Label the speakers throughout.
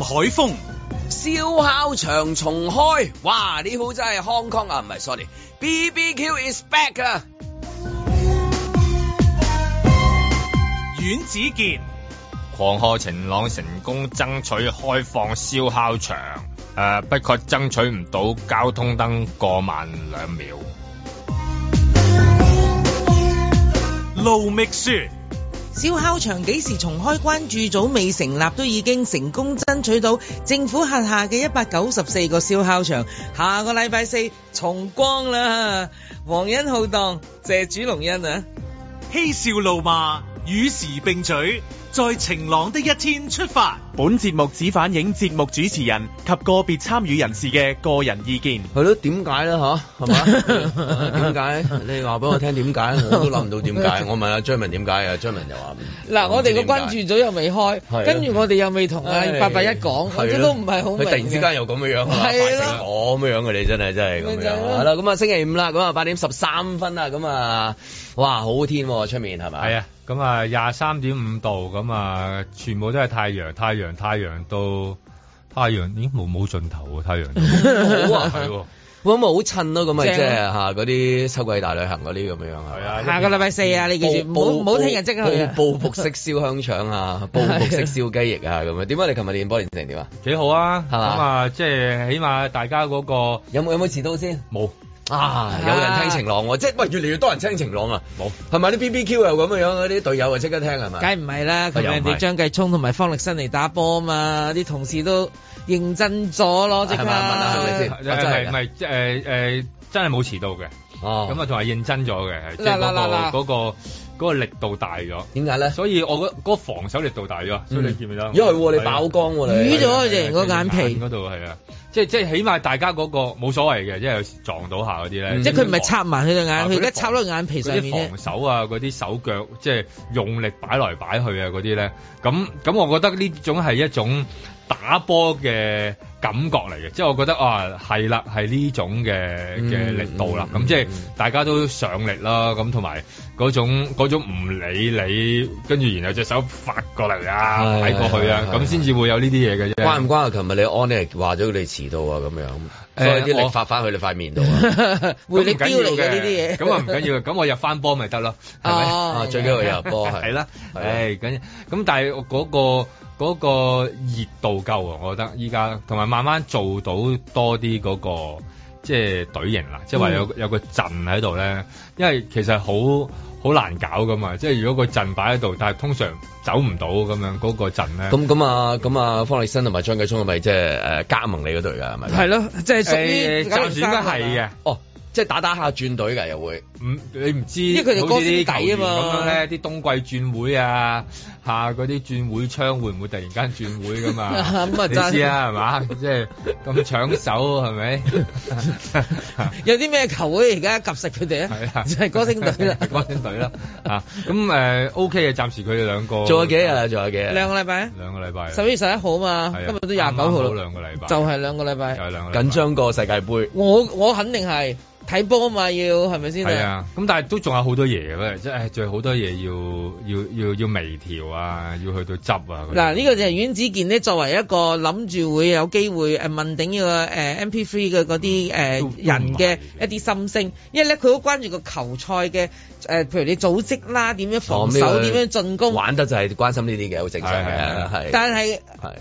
Speaker 1: 海風。
Speaker 2: 燒烤場重開，哇！呢鋪真係 Hong Kong 啊，唔係，sorry，BBQ is back 啊！
Speaker 1: 阮子健、
Speaker 3: 狂賀晴朗成功爭取開放燒烤場，誒、不過爭取唔到交通燈過慢兩秒。
Speaker 1: 盧覓雪、
Speaker 4: 燒烤場幾時重開？關注組未成立都已經成功爭取到政府轄下嘅一百九十四個燒烤場，下個禮拜四重光啦！皇恩浩蕩，謝主隆恩啊！
Speaker 1: 嬉笑怒罵，與時並舉，在晴朗的一天出發。
Speaker 5: 本節目只反映節目主持人及個別參與人士嘅個人意見。
Speaker 2: 係咯，點解咧吓，係 嘛？點解？你話俾我聽點解？我都諗唔到點解。我問阿張文點解啊？張文又話唔
Speaker 6: 嗱，我哋個
Speaker 2: 唔知點解
Speaker 6: 關注組又未開
Speaker 2: 係啊，
Speaker 6: 跟住我哋又未同阿
Speaker 2: 唉
Speaker 6: 八八一講，我
Speaker 2: 係
Speaker 6: 哋
Speaker 2: 咯
Speaker 6: 都唔係好明
Speaker 2: 佢
Speaker 6: 嘅。
Speaker 2: 突然之間又咁樣樣啊，
Speaker 6: 係咯
Speaker 2: 快成我咁樣嘅你真係真係咁
Speaker 6: 咪就
Speaker 2: 樣。
Speaker 6: 係咯
Speaker 2: 係啦，咁啊星期五啦，咁啊八點十三分啦，咁啊哇好天喎出面係咪？
Speaker 3: 係啊，咁啊廿三點五度，咁啊全部都係太陽，太陽，太陽到太陽，咦冇冇盡頭啊！太陽到
Speaker 2: 好啊
Speaker 3: 係喎，
Speaker 2: 咁咪好襯咯，咁咪
Speaker 6: 正啊
Speaker 2: 即係嚇嗰啲秋季大旅行嗰啲咁樣係咪
Speaker 3: 係啊，
Speaker 4: 下個禮拜四啊，你記住，唔好唔好聽日即刻去啊！
Speaker 2: 報復式燒香腸啊，報復式燒雞翼啊，咁樣點解你琴日練波練成點啊？
Speaker 3: 幾好啊！咁
Speaker 2: 係嘛
Speaker 3: 啊，即係起碼大家嗰個
Speaker 2: 有冇有冇遲到先？
Speaker 3: 冇
Speaker 2: 啊！有人聽晴朗喎，即係喂越嚟越多人聽晴朗啊！冇係咪啲 BBQ 又咁樣樣，啲隊友啊即刻聽係咪？
Speaker 4: 梗唔係
Speaker 3: 啊
Speaker 4: 啦，琴日
Speaker 2: 又唔係
Speaker 4: 人哋張繼聰同埋方力申嚟打波啊嘛，啲同事都認真咗咯，即刻。
Speaker 2: 係咪問下係咪先
Speaker 3: 誒
Speaker 2: 真係㗎
Speaker 3: 啊唔係唔係誒誒，真係冇遲到嘅。
Speaker 2: 哦，
Speaker 3: 咁啊，同埋認真咗嘅，即係
Speaker 6: 嗱
Speaker 3: 嗰
Speaker 6: 嗱嗱
Speaker 3: 個嗰個嗰個力度大咗，
Speaker 2: 點解咧？
Speaker 3: 所以我覺得嗰個防守力度大咗，
Speaker 4: 嗯
Speaker 3: 所以你見唔見啊啦？
Speaker 2: 因為喎你爆光喎你，
Speaker 3: 啊
Speaker 4: 瘀咗佢哋個眼皮
Speaker 3: 嗰度係啊，即係即係起碼大家嗰個冇所謂嘅，因為有時撞到下嗰啲咧，
Speaker 4: 嗯即係佢唔係插埋佢對
Speaker 3: 啊
Speaker 4: 眼，
Speaker 3: 嗰啲
Speaker 4: 佢而家插到眼皮上
Speaker 3: 嗰
Speaker 4: 面
Speaker 3: 啲
Speaker 4: 啫
Speaker 3: 防。守啊，嗰啲手腳即係用力擺來擺去啊，嗰啲咧，咁咁，我覺得呢種係一種打波嘅感覺嚟嘅，即係我覺得啊，係啦，係呢種嘅嘅
Speaker 2: 嗯
Speaker 3: 力度啦，咁、
Speaker 2: 嗯
Speaker 3: 即係
Speaker 2: 嗯
Speaker 3: 大家都上力啦，咁同埋嗰種嗰種唔理你，跟住然後隻手發過嚟啊，
Speaker 2: 係
Speaker 3: 擺過去啊
Speaker 2: 係，係
Speaker 3: 咁先至會有呢啲嘢嘅啫。
Speaker 2: 關唔關啊？琴日你 on 咧話咗佢哋遲到啊，咁樣，所以啲
Speaker 3: 誒
Speaker 2: 力
Speaker 3: 我
Speaker 2: 發翻去你塊面 度啊！
Speaker 4: 回力
Speaker 3: 咁唔緊
Speaker 4: 標
Speaker 3: 要
Speaker 4: 嚟嘅呢啲嘢。
Speaker 3: 咁啊唔緊要，咁我入翻波咪得咯，係咪？
Speaker 2: 啊，
Speaker 4: 哦，
Speaker 2: 最緊要入波係
Speaker 3: 係啦，
Speaker 2: 係啊
Speaker 3: 誒緊咁，但係我嗰、個嗰、個熱度夠啊，我覺得依家同埋慢慢做到多啲嗰、個即係隊形啦，即係話
Speaker 4: 嗯
Speaker 3: 有有個陣喺度咧，因為其實好好難搞噶嘛，即係如果個陣擺喺度，但係通常走唔到咁樣嗰、個陣咧。
Speaker 2: 咁咁啊，咁啊，方力申同埋張繼聰係咪即係誒加盟你嗰隊㗎？係咪？
Speaker 4: 係咯，即係屬於
Speaker 3: 誒暫時應該係
Speaker 4: 903啊
Speaker 3: 嘅，
Speaker 2: 哦，即係打打下轉隊㗎，又會
Speaker 3: 唔你唔知，
Speaker 4: 因為佢哋
Speaker 3: 好
Speaker 4: 歌
Speaker 3: 似啲
Speaker 4: 星底啊嘛
Speaker 3: 球員咁樣咧，啲冬季轉會啊，下嗰啲轉會窗會唔會突然間轉會噶嘛？
Speaker 4: 咁啊真
Speaker 3: 你知啊，係嘛？即係咁搶手 係咪？
Speaker 4: 有啲咩球會而家及實佢哋
Speaker 3: 係
Speaker 4: 啊？
Speaker 3: 啦，，
Speaker 4: 就係歌星隊啦
Speaker 3: 歌星隊啦。啊，咁誒 OK 嘅，暫時佢哋兩個
Speaker 2: 做咗幾日啊？？做咗幾日？
Speaker 4: 兩個禮拜啊，
Speaker 3: 兩個禮拜啊，
Speaker 4: 十一月十一號啊嘛
Speaker 3: 係啊，
Speaker 4: 今日都廿九號
Speaker 3: 啱啱好
Speaker 4: 啦，
Speaker 3: 兩個禮拜，
Speaker 4: 就係兩個禮
Speaker 3: 就
Speaker 4: 拜。
Speaker 3: 係兩個禮拜
Speaker 2: 緊。張過世界盃。
Speaker 4: 我我肯定係睇波嘛，要係咪先
Speaker 3: 係
Speaker 4: 啊？
Speaker 3: 啊，咁但係都仲有好多嘢嘅，即係仲有好多嘢要要要要微調啊，要去到執
Speaker 2: 嗯
Speaker 3: 啊。嗰啲
Speaker 4: 嗱，呢個就係阮子健呢，作為一個諗住會有機會誒問鼎呢個呃誒 MP3 嘅嗰
Speaker 2: 嗯
Speaker 4: 啲誒呃
Speaker 3: 都都唔係
Speaker 4: 人嘅一啲心聲，因為咧佢好關注個球賽嘅誒，譬如你組織啦，點樣防
Speaker 2: 哦
Speaker 4: 守，
Speaker 2: 呢個
Speaker 4: 點樣進攻，
Speaker 2: 玩得就係關心呢啲嘅，好正常嘅，係。
Speaker 4: 但係。
Speaker 2: 係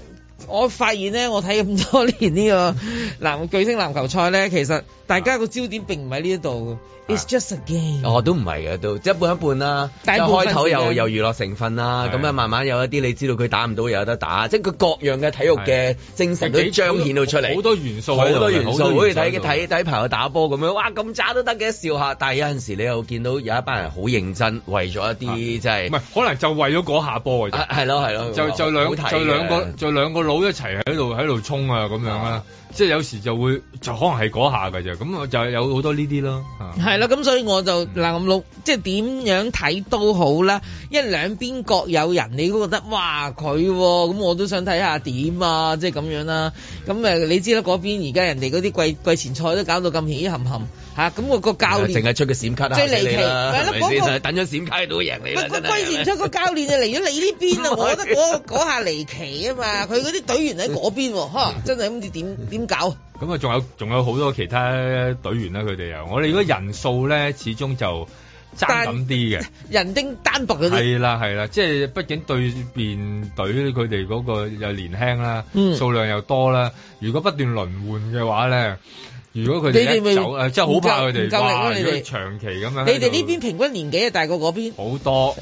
Speaker 4: 我發現咧，我睇咁多年呢個 籃巨星籃球賽咧，其實大家個焦點並唔喺呢一度嘅，It's just a game。
Speaker 2: 哦，都唔係嘅，都即係一半一半啦。即
Speaker 4: 大
Speaker 2: 係
Speaker 4: 部分
Speaker 2: 開頭有
Speaker 4: 時間
Speaker 2: 有娛樂成分啦，
Speaker 3: 係
Speaker 2: 咁啊慢慢有一啲你知道佢打唔到又有得打，即係佢各樣嘅體育嘅精神都
Speaker 3: 幾
Speaker 2: 彰顯到出嚟。
Speaker 3: 好多元素
Speaker 2: 好
Speaker 3: 喺度嘅，
Speaker 2: 多元素，好
Speaker 3: 喺
Speaker 2: 似睇
Speaker 3: 度
Speaker 2: 睇睇朋友打波咁樣，哇咁渣都得嘅，笑下。但係有陣時你又見到有一班人好認真，為咗一啲即係
Speaker 3: 唔係可能就為咗嗰下波嘅
Speaker 2: 啊
Speaker 3: 啫。
Speaker 2: 係咯係咯，
Speaker 3: 就就兩
Speaker 2: 好睇嘅
Speaker 3: 就兩個就兩個佬一齊喺度喺度衝啊咁樣啦
Speaker 2: 啊，
Speaker 3: 即係有時就會就可能係嗰下嘅啫，咁我就有好多呢啲咯。啊
Speaker 4: 係啦，咁所以我就嗱咁錄，即係點樣睇都好啦，因為兩邊各有人，你都覺得哇佢喎咁、我都想睇下點啊，即係咁樣啦。咁誒，你知啦，嗰邊而家人哋嗰啲季季前賽都搞到咁起冚冚，嚇咁我個教練
Speaker 2: 淨係出個閃卡啊，
Speaker 4: 最離奇
Speaker 2: 死你
Speaker 4: 係
Speaker 2: 啦
Speaker 4: 啦
Speaker 2: 係咪先
Speaker 4: 嗰個
Speaker 2: 等咗閃卡都贏你啦，
Speaker 7: 佢佢
Speaker 2: 真
Speaker 7: 歸
Speaker 2: 係
Speaker 7: 然出個教練就嚟咗你呢邊啊！我覺得嗰嗰下離奇啊嘛，佢嗰啲隊員喺嗰邊喎，
Speaker 3: 嗯
Speaker 7: 嚇真係唔知點點搞。
Speaker 3: 咁啊，仲有仲有好多其他隊員啦，佢哋啊，我哋如果人數咧，始終就爭咁啲嘅。
Speaker 4: 人丁單薄嗰啲，
Speaker 3: 係啦係啦，即係畢竟對面隊佢哋嗰個又年輕啦，
Speaker 4: 嗯
Speaker 3: 數量又多啦。如果不斷輪換嘅話咧，如果佢
Speaker 4: 你
Speaker 3: 哋
Speaker 4: 哋咪
Speaker 3: 一走誒，真係好怕佢
Speaker 4: 唔
Speaker 3: 哋
Speaker 4: 夠力咯
Speaker 3: 哇！
Speaker 4: 你哋
Speaker 3: 如果長期咁樣喺
Speaker 4: 你
Speaker 3: 度，，
Speaker 4: 哋呢邊平均年紀啊大過嗰邊
Speaker 3: 好多，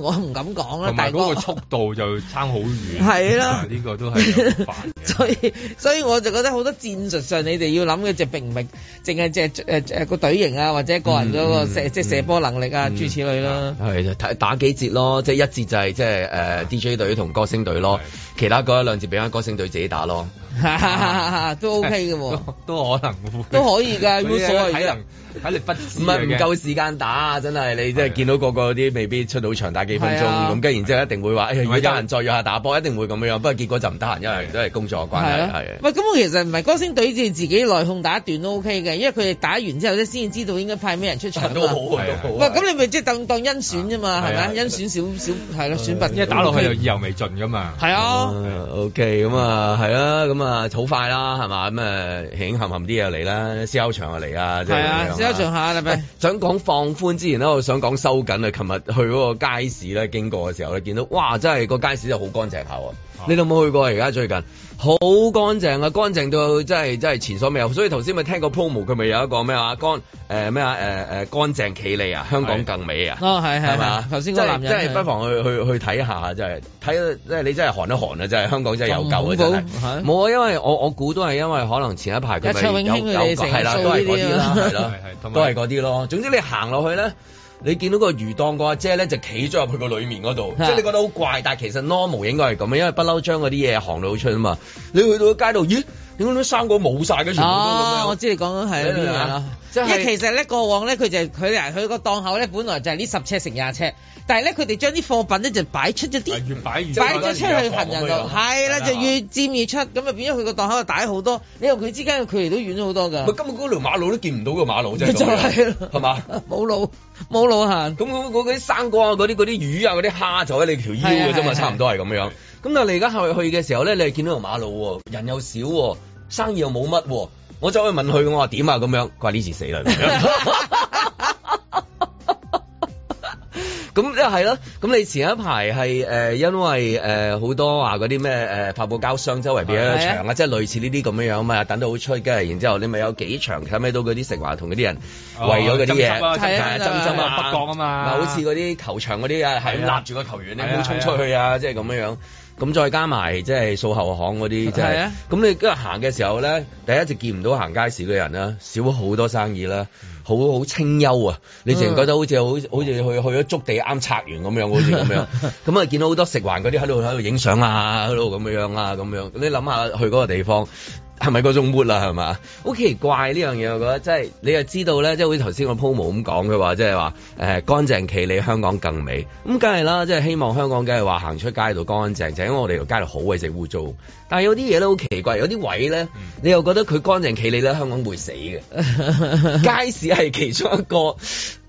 Speaker 4: 我唔敢講啦，
Speaker 3: 同
Speaker 4: 大
Speaker 3: 埋嗰
Speaker 4: 哥
Speaker 3: 個。速度就差好遠。
Speaker 7: 係啦
Speaker 3: 啊呢個都係有煩 嘅。
Speaker 4: 所以所以我就覺得好多戰術上你哋要諗嘅就並唔係淨係隻誒誒個隊形啊，或者個人嗰個射即係射波能力啊，諸如此類啦。
Speaker 2: 係就睇打幾節咯，即係一節就係即係誒 DJ 隊同歌星隊咯，其他嗰一兩節俾翻歌星隊自己打咯。
Speaker 4: 都 OK 嘅喎，
Speaker 3: 都都可能會
Speaker 4: 都可以 㗎，冇所謂
Speaker 3: 體
Speaker 4: 㗎。
Speaker 3: 能體力不支
Speaker 2: 唔係唔
Speaker 3: 嘅
Speaker 2: 夠時間打啊！真係你即係見到個個啲未必出到場打幾分鐘
Speaker 4: 係啊
Speaker 2: 咁，跟然之後一定會話：哎呀，如
Speaker 3: 同埋
Speaker 2: 果得
Speaker 3: 有
Speaker 2: 閒再約下打波，一定會咁樣。不過結果就唔得閒，因為都係工作嘅關係
Speaker 4: 啊
Speaker 2: 係。
Speaker 4: 喂，咁我其實唔係歌星隊自自己內控打一段都 OK 嘅，因為佢哋打完之後咧先知道應該派咩人出場啊嘛
Speaker 2: 都好啊，
Speaker 3: 係啊
Speaker 2: 都好
Speaker 4: 喂，
Speaker 2: 啊。
Speaker 4: 咁你咪即係當當甄選啫嘛，
Speaker 3: 係啊
Speaker 4: 係咪啊？
Speaker 3: 係
Speaker 4: 甄選少少係咯，選拔
Speaker 3: 因為打落去又意猶未盡㗎嘛。
Speaker 4: 係啊，
Speaker 2: 啊 OK，咁啊，係啦，咁啊，好快啦，係嘛，咁啊，興冚冚啲又嚟啦，燒烤場又嚟啊，即係
Speaker 4: 係啊，
Speaker 2: 咁樣
Speaker 4: 試下做下啦，咪
Speaker 2: 想講放寬之前咧，我想講收緊啊！琴日去嗰個街市咧，經過嘅時候咧，見到哇，真係個街市就好乾淨下喎！你有冇去過啊？而家最近好乾淨啊，乾淨到真係真係前所未有。所以頭先咪聽過 promo，佢咪有一個咩話乾誒咩啊誒誒乾淨企理啊，香港更美啊！
Speaker 4: 哦，係係嘛
Speaker 2: 係嘛？？
Speaker 4: 頭先嗰個男人
Speaker 2: 真係真係不妨去去去睇下，真係睇即係你真係寒一寒啊！真係香港真係有救啊！
Speaker 4: 咁
Speaker 2: 真
Speaker 4: 恐怖
Speaker 2: 係
Speaker 4: 係
Speaker 2: 冇啊，因為我我估都係因為可能前一排佢
Speaker 4: 一秋
Speaker 2: 咪
Speaker 4: 永興
Speaker 2: 有
Speaker 4: 佢
Speaker 2: 有
Speaker 4: 哋成日
Speaker 2: 係啦，
Speaker 4: 做
Speaker 2: 都係
Speaker 4: 呢
Speaker 2: 嗰
Speaker 4: 啲啊
Speaker 2: 啲啦，係啦
Speaker 3: 係係，同埋
Speaker 2: 都係嗰啲咯。總之你行落去咧。你見到個魚檔個阿姐咧就企咗入去個裡面嗰度，即
Speaker 4: 啊
Speaker 2: 係你覺得好怪，但係其實 normal 應該係咁啊，因為不嬲將嗰啲嘢行到好出啊嘛。你去到街度，咦？點解啲生果冇晒嘅全部都咁
Speaker 4: 哦，
Speaker 2: 樣
Speaker 4: 我知你講緊係邊樣啦。
Speaker 2: 即
Speaker 4: 因
Speaker 2: 係
Speaker 4: 為其實咧過往咧，佢就佢嗱佢個檔口咧，本來就係呢十尺乘廿尺，但係咧佢哋將啲貨品咧就擺出咗啲，
Speaker 3: 越擺越
Speaker 4: 擺咗出去行人
Speaker 2: 咁樣
Speaker 4: 路，係啦，
Speaker 2: 係啦啊
Speaker 4: 就越佔越出，咁啊變咗佢個檔口就大好多，你同佢之間嘅距離都遠咗好多
Speaker 2: 咪
Speaker 4: 㗎。
Speaker 2: 根本嗰條馬路都見唔到個馬路啫，
Speaker 4: 啊 就係咯
Speaker 2: 係嘛？
Speaker 4: 冇路冇路行，
Speaker 2: 咁嗰嗰啲生果啊、嗰啲嗰啲魚啊、嗰啲蝦就喺你條腰
Speaker 4: 係
Speaker 2: 嘅啫
Speaker 4: 啊係
Speaker 2: 嘛，
Speaker 4: 啊
Speaker 2: 差唔多係咁樣。咁但係你而家去去嘅時候咧，你係見到條馬路喎，人又少喎，生意又冇乜喎。我走去問佢，我話點啊咁樣，佢話呢次死啦 咁樣。 咁即係咯，咁你前一排係誒，因為誒好多話嗰啲咩誒發泡膠箱周圍變咗
Speaker 4: 係啊
Speaker 2: 場啊，即係類似呢啲咁樣樣嘛，等到好出嘅，然之後你咪有幾場睇咩到嗰啲食環同嗰啲人為咗嗰啲嘢，
Speaker 3: 哦
Speaker 4: 係啊
Speaker 2: 係真心啊，
Speaker 3: 北角啊嘛
Speaker 2: 咪好似嗰啲球場嗰啲啊，係
Speaker 3: 係啊
Speaker 2: 咁立住個球員咧，
Speaker 3: 係啊
Speaker 2: 咁衝出去啊，即係咁樣樣。咁再加埋即係數後巷嗰啲，即
Speaker 4: 係
Speaker 2: 係
Speaker 4: 啊
Speaker 2: 咁你今日行嘅時候咧，第一就見唔到行街市嘅人啦，少好多生意啦，好好清幽啊！你淨覺得好似好好似去去咗築地啱拆完咁樣，好似咁樣。咁啊見到好多食環嗰啲喺度喺度影相啊，喺度咁樣樣啊，咁樣。你諗下去嗰個地方。係咪嗰種 mood 啊啦？係嘛？好奇怪呢樣嘢，我覺得即係你又知道咧，即係好似頭先個 promo 咁講嘅話，即係話誒乾淨企理香港更美。咁梗係啦，即係希望香港梗係話行出街度乾淨，就因為我哋條街度好鬼死污糟。但係有啲嘢咧好奇怪，有啲位咧，
Speaker 4: 嗯
Speaker 2: 你又覺得佢乾淨企理咧，香港會 死嘅。街市係其中一個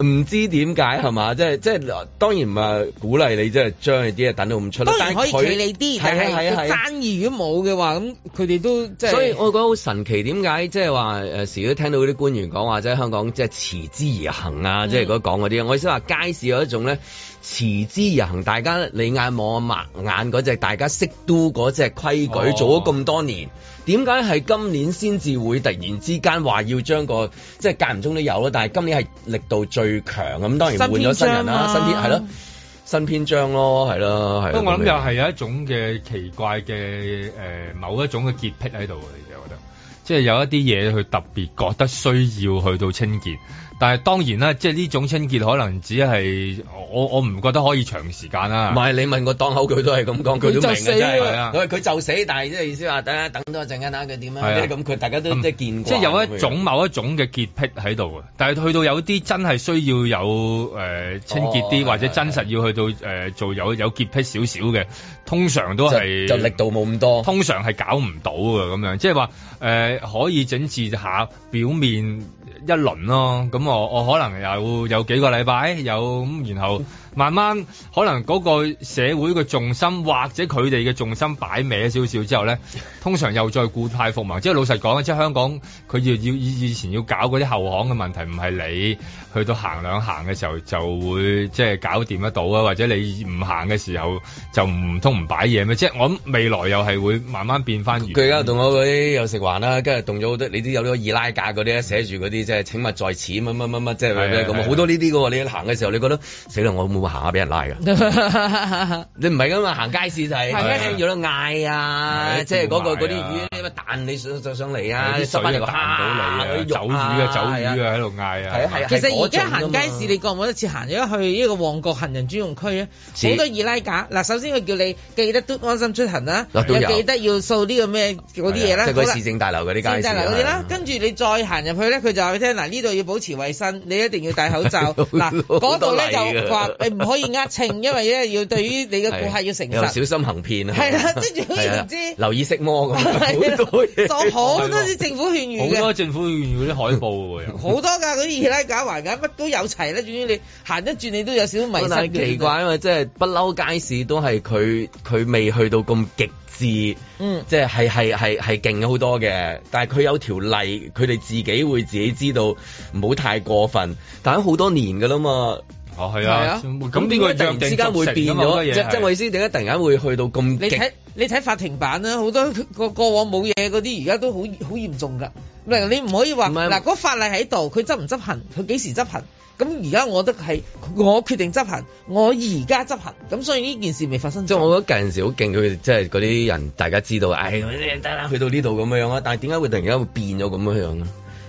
Speaker 2: 唔知點解係嘛？即係即係當然唔係鼓勵你即係將你啲嘢等到咁出啦。
Speaker 4: 當然可以
Speaker 2: 但係佢
Speaker 4: 企你啲，但
Speaker 2: 係啊係
Speaker 4: 係
Speaker 2: 啊係
Speaker 4: 佢
Speaker 2: 啊
Speaker 4: 生意如果冇嘅話，咁佢哋都即係。
Speaker 2: 所以 我覺得好神奇，點解即係話誒時都聽到嗰啲官員講話，即係香港即係持之而行啊，即係如果講嗰啲，我意思話街市有一種咧持之而行，大家你眼望我擘眼嗰隻，大家識都嗰隻規矩，
Speaker 3: 哦
Speaker 2: 做咗咁多年。點解係今年先至會突然之間話要將個即係間唔中都有咯，但係今年係力度最強咁，當然換咗新人啦，
Speaker 4: 新
Speaker 2: 新
Speaker 4: 篇章啊
Speaker 2: 篇係咯，新篇章咯，係咯，係咯。啊
Speaker 3: 不過我諗
Speaker 2: 咁樣
Speaker 3: 又係有一種嘅奇怪嘅誒、呃某一種嘅潔癖喺度嘅，其實我覺得，即係有一啲嘢佢特別覺得需要去到清潔，但係當然啦，即係呢種清潔可能只係我我唔覺得可以長時間啦。
Speaker 2: 唔係你問個檔口，佢都係咁講，
Speaker 4: 佢就
Speaker 2: 佢都明嘅
Speaker 4: 死
Speaker 2: 真係
Speaker 3: 啊
Speaker 2: 佢佢就死，但係即係意思話等下等多一陣間睇下佢點
Speaker 3: 係
Speaker 2: 啊，
Speaker 3: 啊
Speaker 2: 即係咁佢大家都即係見過。
Speaker 3: 即係有一種某一種嘅潔癖喺度啊，但係去到有啲真係需要有誒、呃清潔啲，
Speaker 2: 哦
Speaker 3: 或者
Speaker 2: 係係
Speaker 3: 真實要去到誒、呃做有有潔癖少少嘅，通常都係
Speaker 2: 就就力度冇咁多。
Speaker 3: 通常係搞唔到嘅咁樣，即係話誒可以整治下表面一輪咯。咁我我可能有有幾個禮拜有咁，然後慢慢可能嗰個社會嘅重心或者佢哋嘅重心擺歪少少之後咧，通常又再故態復萌。即係老實講，即係香港佢要要以以前要搞嗰啲後巷嘅問題，唔係你去到行兩行嘅時候就會即係搞掂得到啊，或者你唔行嘅時候就唔通唔擺嘢咩？即係我諗未來又係會慢慢變翻。
Speaker 2: 佢而家動咗嗰啲有食環啦，跟住動咗好多，你啲有咗二拉架嗰啲咧，寫住嗰啲即係請勿在此乜乜乜乜，即係
Speaker 3: 係係啊
Speaker 2: 咁啊
Speaker 3: 係
Speaker 2: 好多呢啲嘅喎。你行嘅時候，你覺得死啦，我會唔會行下俾人拉㗎？你唔係噶嘛，行街市就係
Speaker 3: 行街市
Speaker 2: 聽住都嗌啊，
Speaker 3: 啊係
Speaker 2: 即係嗰
Speaker 3: 叫賣
Speaker 2: 個
Speaker 3: 啊
Speaker 2: 嗰啲魚你咪彈你上上上嚟啊，
Speaker 3: 有啲
Speaker 2: 十八
Speaker 3: 水
Speaker 2: 條
Speaker 3: 又彈
Speaker 2: 蝦
Speaker 3: 到你啊，
Speaker 2: 嗰啲
Speaker 3: 走
Speaker 2: 肉
Speaker 3: 魚啊，走魚
Speaker 2: 係啊，
Speaker 3: 啊，喺度嗌啊，
Speaker 2: 係啊係啊，
Speaker 4: 其實
Speaker 2: 係
Speaker 4: 而
Speaker 2: 嗰種
Speaker 4: 家
Speaker 2: 㗎嘛
Speaker 4: 行街市，你覺唔覺得似行咗去呢個旺角行人專用區啊？
Speaker 2: 似
Speaker 4: 好多二拉架。嗱，首先佢叫你記得都安心出行啦，
Speaker 2: 啊都有
Speaker 4: 又記得要掃呢個咩嗰啲嘢啦。
Speaker 2: 即係
Speaker 4: 好
Speaker 2: 嗰
Speaker 4: 啦
Speaker 2: 啲市政大樓嗰啲
Speaker 4: 先
Speaker 2: 街市
Speaker 4: 就
Speaker 2: 啊
Speaker 4: 嗱嗰啲啦，跟住你再行入去咧，佢就話俾你聽嗱，呢度要保持衞生，你一定要戴口 罩。嗱，嗰度咧
Speaker 2: 啊
Speaker 4: 就話你唔可以呃秤，因為咧要對於你嘅顧客要 誠
Speaker 2: 又
Speaker 4: 實。
Speaker 2: 小心行騙啊！
Speaker 4: 係啦即係總言之
Speaker 2: 係啊留意色魔咁，
Speaker 4: 係啦
Speaker 2: 好多 嘢
Speaker 4: 就好多啲政府勸
Speaker 2: 啊
Speaker 4: 喻
Speaker 3: 好
Speaker 4: 嘅
Speaker 3: 多。政府嗰啲海報喎，
Speaker 4: 好多㗎，嗰啲二拉架環架乜都有齊啦。總之你行一轉，你都有少少迷失
Speaker 2: 但係
Speaker 4: 嘅
Speaker 2: 奇，怪，因為即係不嬲街市都係佢佢未去到咁極致。
Speaker 4: 嗯，
Speaker 2: 即係係係係係勁好多嘅，但係佢有條例，佢哋自己會自己知道，唔好太過分。但係好多年㗎啦嘛，
Speaker 3: 哦係
Speaker 4: 係
Speaker 3: 啊
Speaker 4: 啊，
Speaker 3: 咁呢個
Speaker 2: 突
Speaker 3: 約
Speaker 2: 然
Speaker 3: 定
Speaker 2: 之間會變
Speaker 3: 俗成㗎嘛好多
Speaker 2: 咗，
Speaker 3: 嘢
Speaker 2: 即
Speaker 3: 係
Speaker 2: 即係我意思，點解突然間會去到咁
Speaker 4: 你
Speaker 2: 極？
Speaker 4: 睇你睇法庭版啦，好多 個過往冇嘢嗰啲，而家都好好嚴重㗎。嗱，你唔可以話
Speaker 2: 唔係
Speaker 4: 嗱，嗰法例喺度，佢執唔執行，佢幾時執行？咁而家我覺得係我決定執行，我而家執行，咁所以呢件事未發生。
Speaker 2: 即係我覺得近陣時好勁，佢即係嗰啲人大家知道，唉、得啦，去到呢度咁樣啊。但係點解會突然間會變咗咁樣樣咧？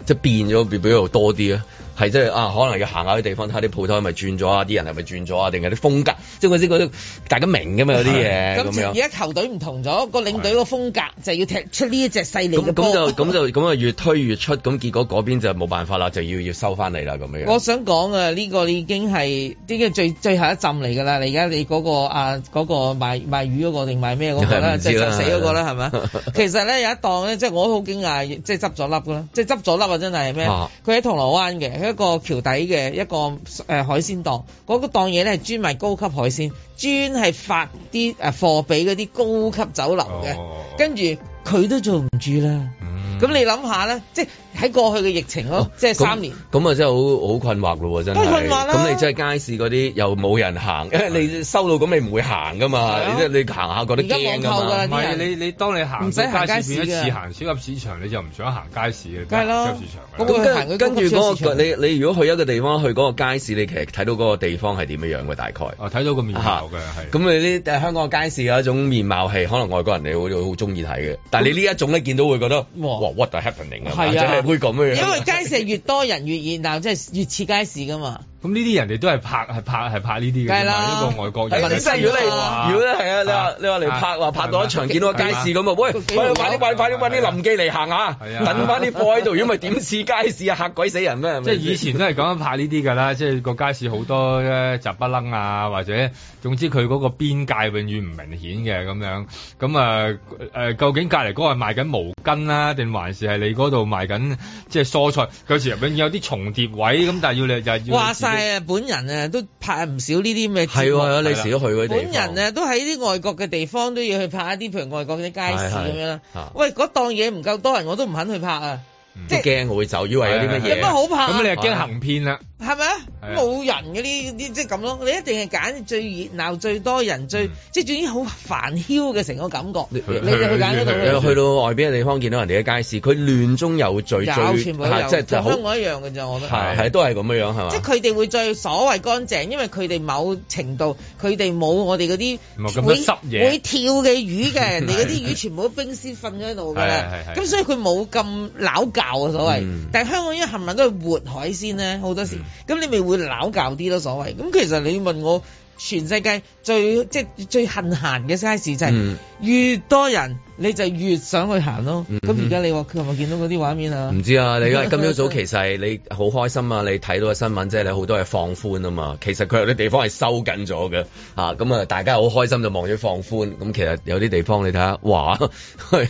Speaker 2: 即係變咗比比較多啲啊，係即係啊，可能要行下啲地方睇下啲鋪頭係咪轉咗啊，啲人係咪轉咗啊，定係啲風格，即係嗰啲嗰啲大家明㗎嘛，有啲嘢咁
Speaker 4: 啊咁
Speaker 2: 樣
Speaker 4: 而。家球隊唔同咗，個領隊個風格就要踢出呢一隻勢利
Speaker 2: 咁
Speaker 4: 嘅波。
Speaker 2: 咁就咁就咁啊，越推越出，咁結果嗰邊就冇辦法啦，就要要收翻嚟啦咁樣。
Speaker 4: 我想講啊，呢、個已經係呢個最最後一浸嚟㗎啦。你而家你嗰、個啊嗰、個賣賣魚嗰、個定賣咩嗰個啦，
Speaker 2: 唔
Speaker 4: 即係
Speaker 2: 知啦
Speaker 4: 浸死嗰個啦，係咪？ 其實咧有一檔咧，即係我都好驚訝，即係執咗粒㗎啦，即係執咗粒啊！真係咩？
Speaker 2: 啊
Speaker 4: 佢喺銅鑼灣嘅佢一個橋底嘅一個誒、呃海鮮檔，嗰、個檔嘢咧係專賣高級海鮮，專係發啲誒貨俾嗰啲高級酒樓嘅，
Speaker 3: 哦
Speaker 4: 跟住佢都做唔住啦。
Speaker 3: 嗯
Speaker 4: 咁你諗下咧，即係喺過去嘅疫情咯，即係 三年。
Speaker 2: 哦咁咁啊，真係好好困惑咯喎，真係。
Speaker 4: 都困惑啦
Speaker 2: 咁你真係街市嗰啲又冇人行，因為你收到咁你唔會行噶嘛
Speaker 4: 係啊，
Speaker 2: 你即係你行下覺得驚㗎
Speaker 4: 而家網購㗎
Speaker 2: 嘛。
Speaker 4: 啦
Speaker 3: 唔係你你當你行
Speaker 4: 啊唔使行
Speaker 3: 到
Speaker 4: 街
Speaker 3: 街
Speaker 4: 市
Speaker 3: 市
Speaker 4: 㗎
Speaker 3: 變一次行超級市場，你就唔想行街市嘅，
Speaker 4: 梗係啦
Speaker 3: 行超級市場㗎
Speaker 4: 咁會
Speaker 3: 啦
Speaker 2: 咁
Speaker 4: 行嗰個
Speaker 2: 跟跟住
Speaker 4: 超
Speaker 2: 嗰
Speaker 4: 級市場
Speaker 2: 個你你如果去一個地方去嗰個街市，你其實睇到嗰個地方係點樣樣嘅大概。
Speaker 3: 我睇到個面頭嘅係。
Speaker 2: 咁你啲香港嘅街市有一種面貌係可能外國人你會好中意睇嘅，但係你呢一種咧見到會覺得
Speaker 4: 哇
Speaker 2: 哇 what the happening
Speaker 4: 係啊
Speaker 2: 啊，即係會咁樣樣。
Speaker 4: 因為街市係越多人越熱鬧，即係越似街市噶嘛。
Speaker 3: 咁呢啲人哋都係拍係拍係拍呢啲嘅
Speaker 4: 梗係
Speaker 3: 啫
Speaker 4: 啦
Speaker 3: 嘛，一個外國人。
Speaker 2: 係，你真係如果你如果你係啊，你話你話嚟拍話拍到一場見到個街市咁啊，啊喂，喂快啲快啲快啲揾啲臨記嚟行下，等翻啲貨喺度，如果咪點似街市啊，嚇鬼死人咩？
Speaker 3: 即係以前都係咁樣啊拍呢啲㗎啦，即係個街市好多咧雜不楞啊，或者總之佢嗰個邊界永遠唔明顯嘅咁樣。咁啊誒，究竟隔離嗰個係賣緊毛巾啦、定還是係你嗰度賣緊即係蔬菜？有時永遠有啲重疊位咁，但係要你又要你自己
Speaker 4: 話晒啊，本人啊都拍唔少呢啲咩
Speaker 2: 係
Speaker 4: 節目。
Speaker 2: 喎，你時都去嗰啲
Speaker 4: 本人啊，都喺啲外國嘅地方都要去拍一啲，譬如外國嘅街市咁樣啦
Speaker 2: 係係啊。
Speaker 4: 喂，嗰檔嘢唔夠多人，我都唔肯去拍啊！
Speaker 3: 嗯
Speaker 4: 即係
Speaker 2: 驚我會走，以為有啲乜
Speaker 4: 有乜
Speaker 2: 嘢。
Speaker 4: 好拍
Speaker 3: 咁你
Speaker 4: 啊？
Speaker 3: 係驚行騙啦。
Speaker 4: 係咪啊？
Speaker 3: 係啊
Speaker 4: 冇人嘅呢啲即係咁咯。你一定係揀最熱鬧、最多人、最
Speaker 3: 嗯
Speaker 4: 即係總之好煩囂嘅成個感覺。你
Speaker 2: 你
Speaker 4: 你哋去揀嗰度
Speaker 3: 去
Speaker 4: 啦
Speaker 2: 去到外邊嘅地方見到人哋嘅街市，佢亂中有序，最
Speaker 4: 有全部都有，
Speaker 2: 即係就
Speaker 4: 同
Speaker 2: 好
Speaker 4: 香港一樣嘅咋，我覺得。
Speaker 2: 係係都係咁樣樣
Speaker 3: 啊
Speaker 4: 即
Speaker 2: 係
Speaker 4: 係
Speaker 2: 嘛？
Speaker 4: 佢哋會最所謂乾淨，因為佢哋某程度佢哋冇我哋嗰
Speaker 3: 冇
Speaker 4: 啲
Speaker 3: 咁多
Speaker 4: 會
Speaker 3: 濕嘢
Speaker 4: 會跳嘅魚 嘅，人哋嗰啲魚全部都冰絲瞓咗喺度㗎啦
Speaker 3: 係係。係
Speaker 4: 咁所以佢冇咁撈教啊所謂。
Speaker 2: 嗯
Speaker 4: 但係香港因為冚唪唥都係活海鮮咧，好多
Speaker 3: 嗯
Speaker 4: 時咁、你咪會撈教啲咯所謂。咁其實你問我全世界最即係最恨行嘅 size 就係、
Speaker 2: 嗯
Speaker 4: 越多人你就越想去行咯
Speaker 2: 嗯。
Speaker 4: 咁而家你話佢係咪見到嗰啲畫面啊？
Speaker 3: 嗯
Speaker 2: 唔知啊，你因為今朝早其實係你好開心啊，你睇到嘅新聞即係你好多嘢放寬啊嘛。其實佢有啲地方係收緊咗嘅啊，咁啊大家好開心就望住放寬。咁其實有啲地方你睇下，哇！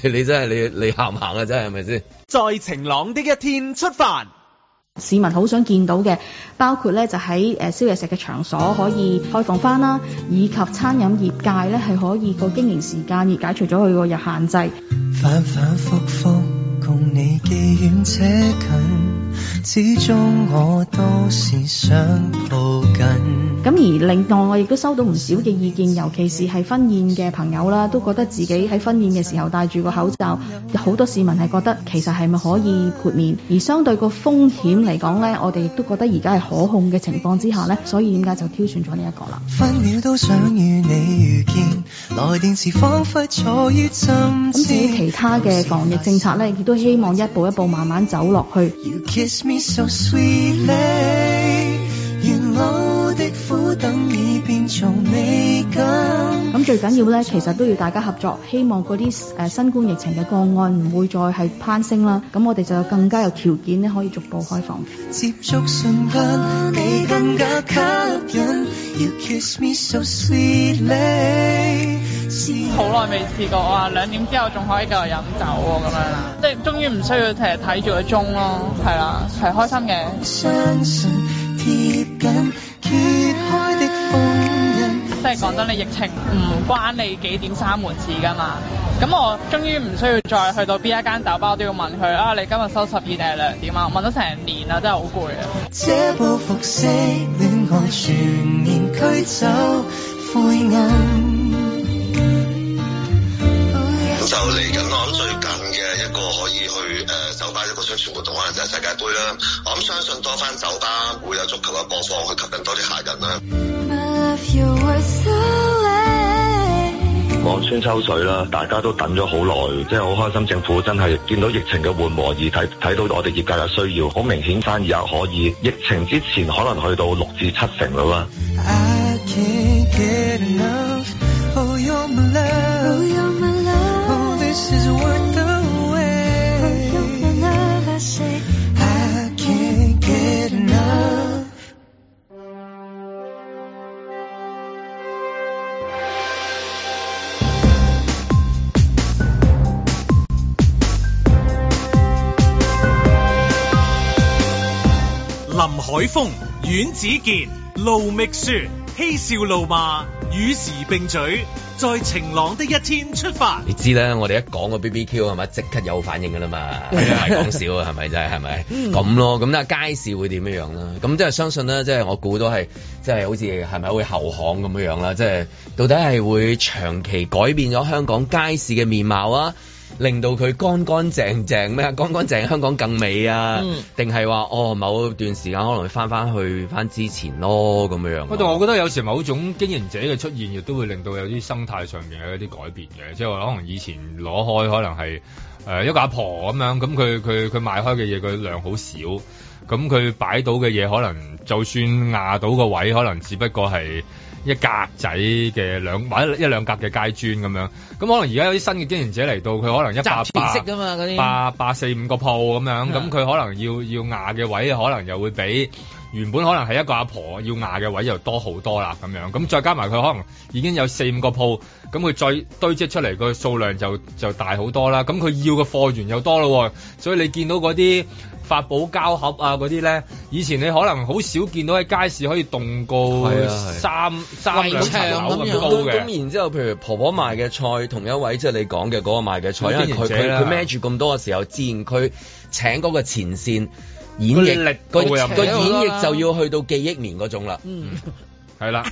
Speaker 2: 你真係你你行唔行啊？真係係咪先？
Speaker 5: 在晴朗的一天出發。
Speaker 8: 市民好想見到嘅，包括咧就喺誒宵夜食嘅場所可以開放翻啦，以及餐飲業界咧係可以個經營時間而解除咗佢個日限制。
Speaker 9: 反反覆覆共你既遠且近，始終我都是想抱緊。
Speaker 8: 咁而另外我亦都收到唔少嘅意見，尤其是係婚宴嘅朋友啦，都覺得自己喺婚宴嘅時候戴住個口罩，有好多市民係覺得其實係咪可以豁免？而相對個風險嚟講呢，我哋亦都覺得而家係可控嘅情況之下呢，所以點解就挑選咗呢一個啦。
Speaker 9: 分秒都想與你遇見，來電時彷彿坐於針
Speaker 8: 咁至於
Speaker 9: 尖。
Speaker 8: 其他嘅防疫政策呢，亦都希望一步一步慢慢走落去。
Speaker 9: You kiss me so sweetly，沿路的苦等已變做美感。
Speaker 8: 咁最緊要咧，其實都要大家合作，希望嗰啲誒新冠疫情嘅個案唔會再係攀升啦。咁我哋就有更加有條件咧，可以逐步開放。
Speaker 9: 接觸瞬間，你更加吸引。You kiss me so sweetly，是
Speaker 10: 好耐未試過，我話兩點之後仲可以繼續飲酒喎咁樣啦，即係終於唔需要成日睇住個鐘咯，係啦，係開心嘅。
Speaker 9: 相信貼緊揭開的封印。
Speaker 10: 即係講真，你疫情唔關你幾點閂門事㗎嘛。咁我終於唔需要再去到邊一間酒吧我都要問佢啊，你今日收十二定係兩點啊？問咗成年啦，真係好攰啊！
Speaker 9: 這報復式戀愛全然驅走灰暗。
Speaker 11: 咁就嚟緊，我諗最近嘅一個可以去誒、呃酒吧一個宣傳活動，可能就係世界盃啦。我諗相信多翻酒吧會有足球嘅播放，去吸引多啲客人啦。望穿秋水啦，大家都等咗好耐，即係好開心。政府真係見到疫情嘅緩和，而睇睇到我哋業界嘅需要，好明顯生意額可以。疫情之前可能去到六至七成啦啦。
Speaker 9: I can't get enough. Oh, you're my love. Oh, you're my love. Oh, this is worth the wait. Oh, you're my love. I say I can't get enough.
Speaker 12: 林海峰、阮子健、路觅雪，嬉笑怒罵，與時並舉，在晴朗的一天出發。
Speaker 2: 啊你知啦，我哋一講個 BBQ 係咪即刻有反應㗎啦嘛？唔係講笑啊，係咪真係係咪
Speaker 3: 嗯
Speaker 2: 咁咯？咁但係街市會點樣樣啦？咁即係相信啦，即係我估都係即係好似係咪會後巷咁樣樣啦？即係到底係會長期改變咗香港街市嘅面貌啊？令到佢乾乾淨淨咩？ 乾乾淨香港更美啊！
Speaker 3: 嗯
Speaker 2: 定係話哦，某段時間可能會翻翻去翻之前咯咁樣樣啊。
Speaker 3: 不過我覺得有時某種經營者嘅出現，亦都會令到有啲生態上面有一啲改變嘅，即係話可能以前攞開可能係誒、呃一個阿婆咁樣，咁佢佢佢賣開嘅嘢佢量好少，咁佢擺到嘅嘢可能就算壓到個位，可能只不過係。一格仔嘅兩或者一兩格嘅階磚咁樣，咁可能而家有啲新嘅經營者嚟到，佢可能一百
Speaker 4: 集團
Speaker 3: 八
Speaker 4: 式㗎嘛嗰啲
Speaker 3: 八八四五個鋪咁樣，咁佢可能要要牙嘅位，可能又會比原本可能係一個阿婆要牙嘅位又多好多啦咁樣，咁再加埋佢可能已經有四五個鋪，咁佢再堆積出嚟個數量就就大好多啦，咁佢要嘅貨源又多咯喎，所以你見到嗰啲。法寶膠盒啊嗰啲咧，以前你可能好少見到喺街市可以動過
Speaker 2: 係啊係
Speaker 3: 三三兩層
Speaker 4: 圍
Speaker 3: 樓咁
Speaker 4: 牆
Speaker 3: 高
Speaker 4: 樣
Speaker 2: 咁
Speaker 3: 嘅。
Speaker 2: 咁然之後，譬如婆婆賣嘅菜，同一位即係你講嘅嗰個賣嘅菜，因為
Speaker 3: 經
Speaker 2: 佢
Speaker 3: 營者
Speaker 2: 佢
Speaker 3: 啦
Speaker 2: 佢孭住咁多嘅時候，自然佢請嗰個前線演
Speaker 3: 個
Speaker 2: 繹
Speaker 3: 力
Speaker 2: 個
Speaker 3: 度會有
Speaker 2: 個演
Speaker 4: 啦
Speaker 2: 繹就要去到記憶棉嗰種啦，
Speaker 4: 嗯，
Speaker 3: 係啦，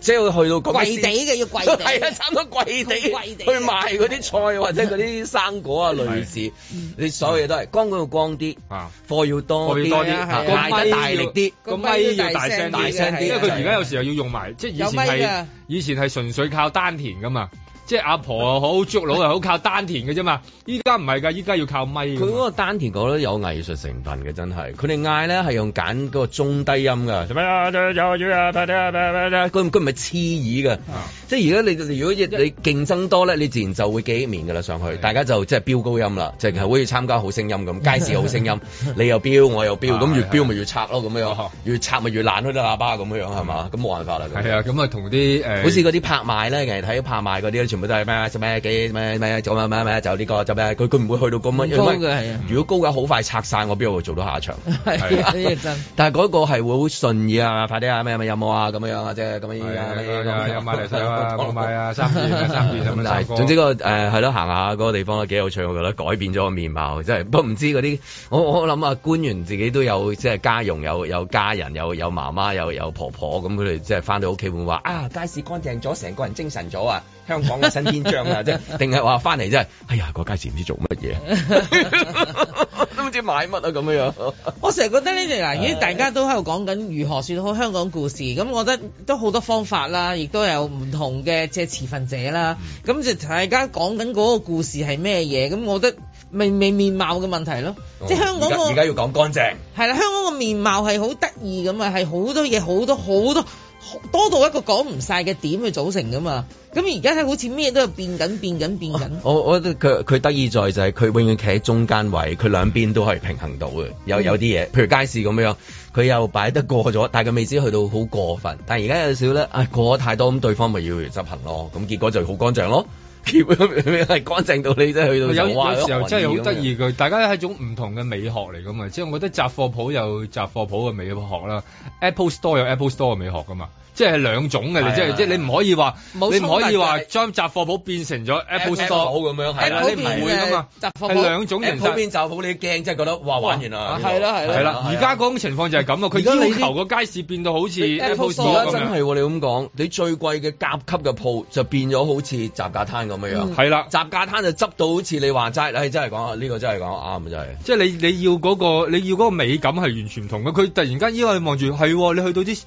Speaker 2: 即係會去到咁嘅
Speaker 4: 跪地嘅要跪 地，
Speaker 2: 係啊，差唔多 跪地
Speaker 4: 跪地
Speaker 2: 去賣嗰啲菜或者嗰啲生果啊，類似你所有嘢都係光要光啲
Speaker 3: 啊，
Speaker 2: 貨要多
Speaker 3: 嗯貨要多啲
Speaker 2: 啲，
Speaker 4: 係啊
Speaker 2: 啊嗌得大力啲。
Speaker 3: 個咪要大聲
Speaker 4: 個咪要大聲啲
Speaker 3: 因為
Speaker 4: 係
Speaker 3: 佢
Speaker 4: 啊
Speaker 3: 而家有時候要用埋，即係以前
Speaker 4: 有咪
Speaker 3: 係
Speaker 4: 㗎
Speaker 3: 以前係純粹靠丹田噶嘛，即係阿婆又好，捉佬又好，靠丹田嘅啫嘛。依家唔係㗎，依家要靠咪㗎
Speaker 2: 佢嗰
Speaker 3: 嘛。
Speaker 2: 個丹田講得有藝術成分嘅，真係。佢哋嗌咧係用揀嗰個中低音㗎，做咩啊？佢唔佢唔係黐耳㗎，
Speaker 3: 啊
Speaker 2: 即係而家你如果你競爭多咧，你自然就會記憶面㗎啦上去，大家就即係嗯飆高音啦，即係好似參加好聲音 咁，街市好聲音，你又飆我又飆，咁越飆咪越拆咯咁樣
Speaker 3: 哦，
Speaker 2: 越拆咪越爛嗰啲嗯喇叭咁樣係嘛？咁冇辦法啦。咁
Speaker 3: 係啊，咁啊同啲誒，
Speaker 2: 好似嗰啲拍賣咧，人哋睇拍賣嗰啲咧，全部部都係咩咩咩幾咩咩做咩咩咩就呢個就咩，佢佢唔會去到咁樣。
Speaker 4: 高嘅
Speaker 2: 因為
Speaker 4: 係啊
Speaker 2: 如果高嘅好快拆散，我邊度會做到下一場？
Speaker 4: 係啊呢個真。
Speaker 2: 但係嗰個係會好順意啊，快啲啊咩咩有冇啊咁樣啊啫咁樣
Speaker 3: 係啊
Speaker 2: 啊
Speaker 3: 有啊有買嚟睇 啊冇買啊三件啊三件咁樣三個
Speaker 2: 總之個誒係咯，行下嗰個地方都幾有趣，我覺得改變咗個面貌，真係不過唔知嗰啲 我我諗啊，官員自己都有即係家用，有有家人，有有媽媽，有有婆婆，咁佢哋即係翻到屋企會話啊，街市乾淨咗，成個人精神咗啊，香港嘅新篇章啊， 即係定係話翻嚟真係，哎呀，個街市唔知做乜嘢， 都唔知買乜啊咁樣樣。
Speaker 4: 我成日覺得呢啲嗱，如果大家都喺度講緊如何説好香港故事，咁我覺得都好多方法啦，亦都有唔同嘅即係持份者啦。咁就大家講緊嗰個故事係咩嘢？咁我覺得未未面貌嘅問題咯，即係香港
Speaker 2: 而家
Speaker 4: 個
Speaker 2: 而家要講乾淨。
Speaker 4: 係啦，香港個面貌係好得意咁啊，係好多嘢，好多好多好多到一個講唔晒嘅點去組成噶嘛。咁而家睇好似咩都係變緊、變緊、變緊。
Speaker 2: 我我覺得佢佢得意在就係佢永遠企喺中間位，佢兩邊都可以平衡到嘅。有有啲嘢，譬如街市咁樣，佢又擺得過咗，但係佢未至於去到好過分。但係而家有少少咧，啊過得太多，咁對方咪要執行咯。咁結果就好乾淨咯， 結果係乾淨到你真係去到
Speaker 3: 有
Speaker 2: 就哇
Speaker 3: 有時候真係好得
Speaker 2: 咁樣
Speaker 3: 意佢，大家係一種唔同嘅美學嚟噶嘛，即係我覺得雜貨鋪有雜貨鋪嘅美學啦，Apple Store 有 Apple Store 嘅美學噶嘛，即係兩種嘅，
Speaker 2: 係啊
Speaker 3: 你即係即係你唔可以話，你
Speaker 2: 冇
Speaker 3: 唔可以話
Speaker 2: 衝突
Speaker 3: 將雜貨鋪變成咗 Apple
Speaker 2: Apple
Speaker 3: Store
Speaker 2: Store 咁樣
Speaker 3: 係啦，
Speaker 2: Apple
Speaker 3: 你唔會
Speaker 2: 邊
Speaker 3: 噶嘛，
Speaker 2: 嘅雜貨鋪
Speaker 3: 係兩種形
Speaker 2: ，Apple 邊
Speaker 3: 態。
Speaker 2: 雜貨鋪你驚，真係覺得哇玩完啦，
Speaker 3: 係啦係啦，係啦，而家嗰種情況就係咁啊！佢
Speaker 2: 而家你
Speaker 3: 要
Speaker 2: 啲
Speaker 3: 求個街市變到好似 Apple
Speaker 2: 而
Speaker 3: Store
Speaker 2: 家
Speaker 3: 咁
Speaker 2: 真
Speaker 3: 樣
Speaker 2: 係。喎，你咁講，你最貴嘅甲級嘅鋪就變咗好似雜架攤咁樣樣，
Speaker 3: 係啦，
Speaker 2: 雜架攤就執到好似你話齋，係真係講啊，呢個真係講啱啊，真係。
Speaker 3: 即係你你要嗰、個你要嗰個美感係完全唔同嘅。佢突然間依個望住係喎，你去到啲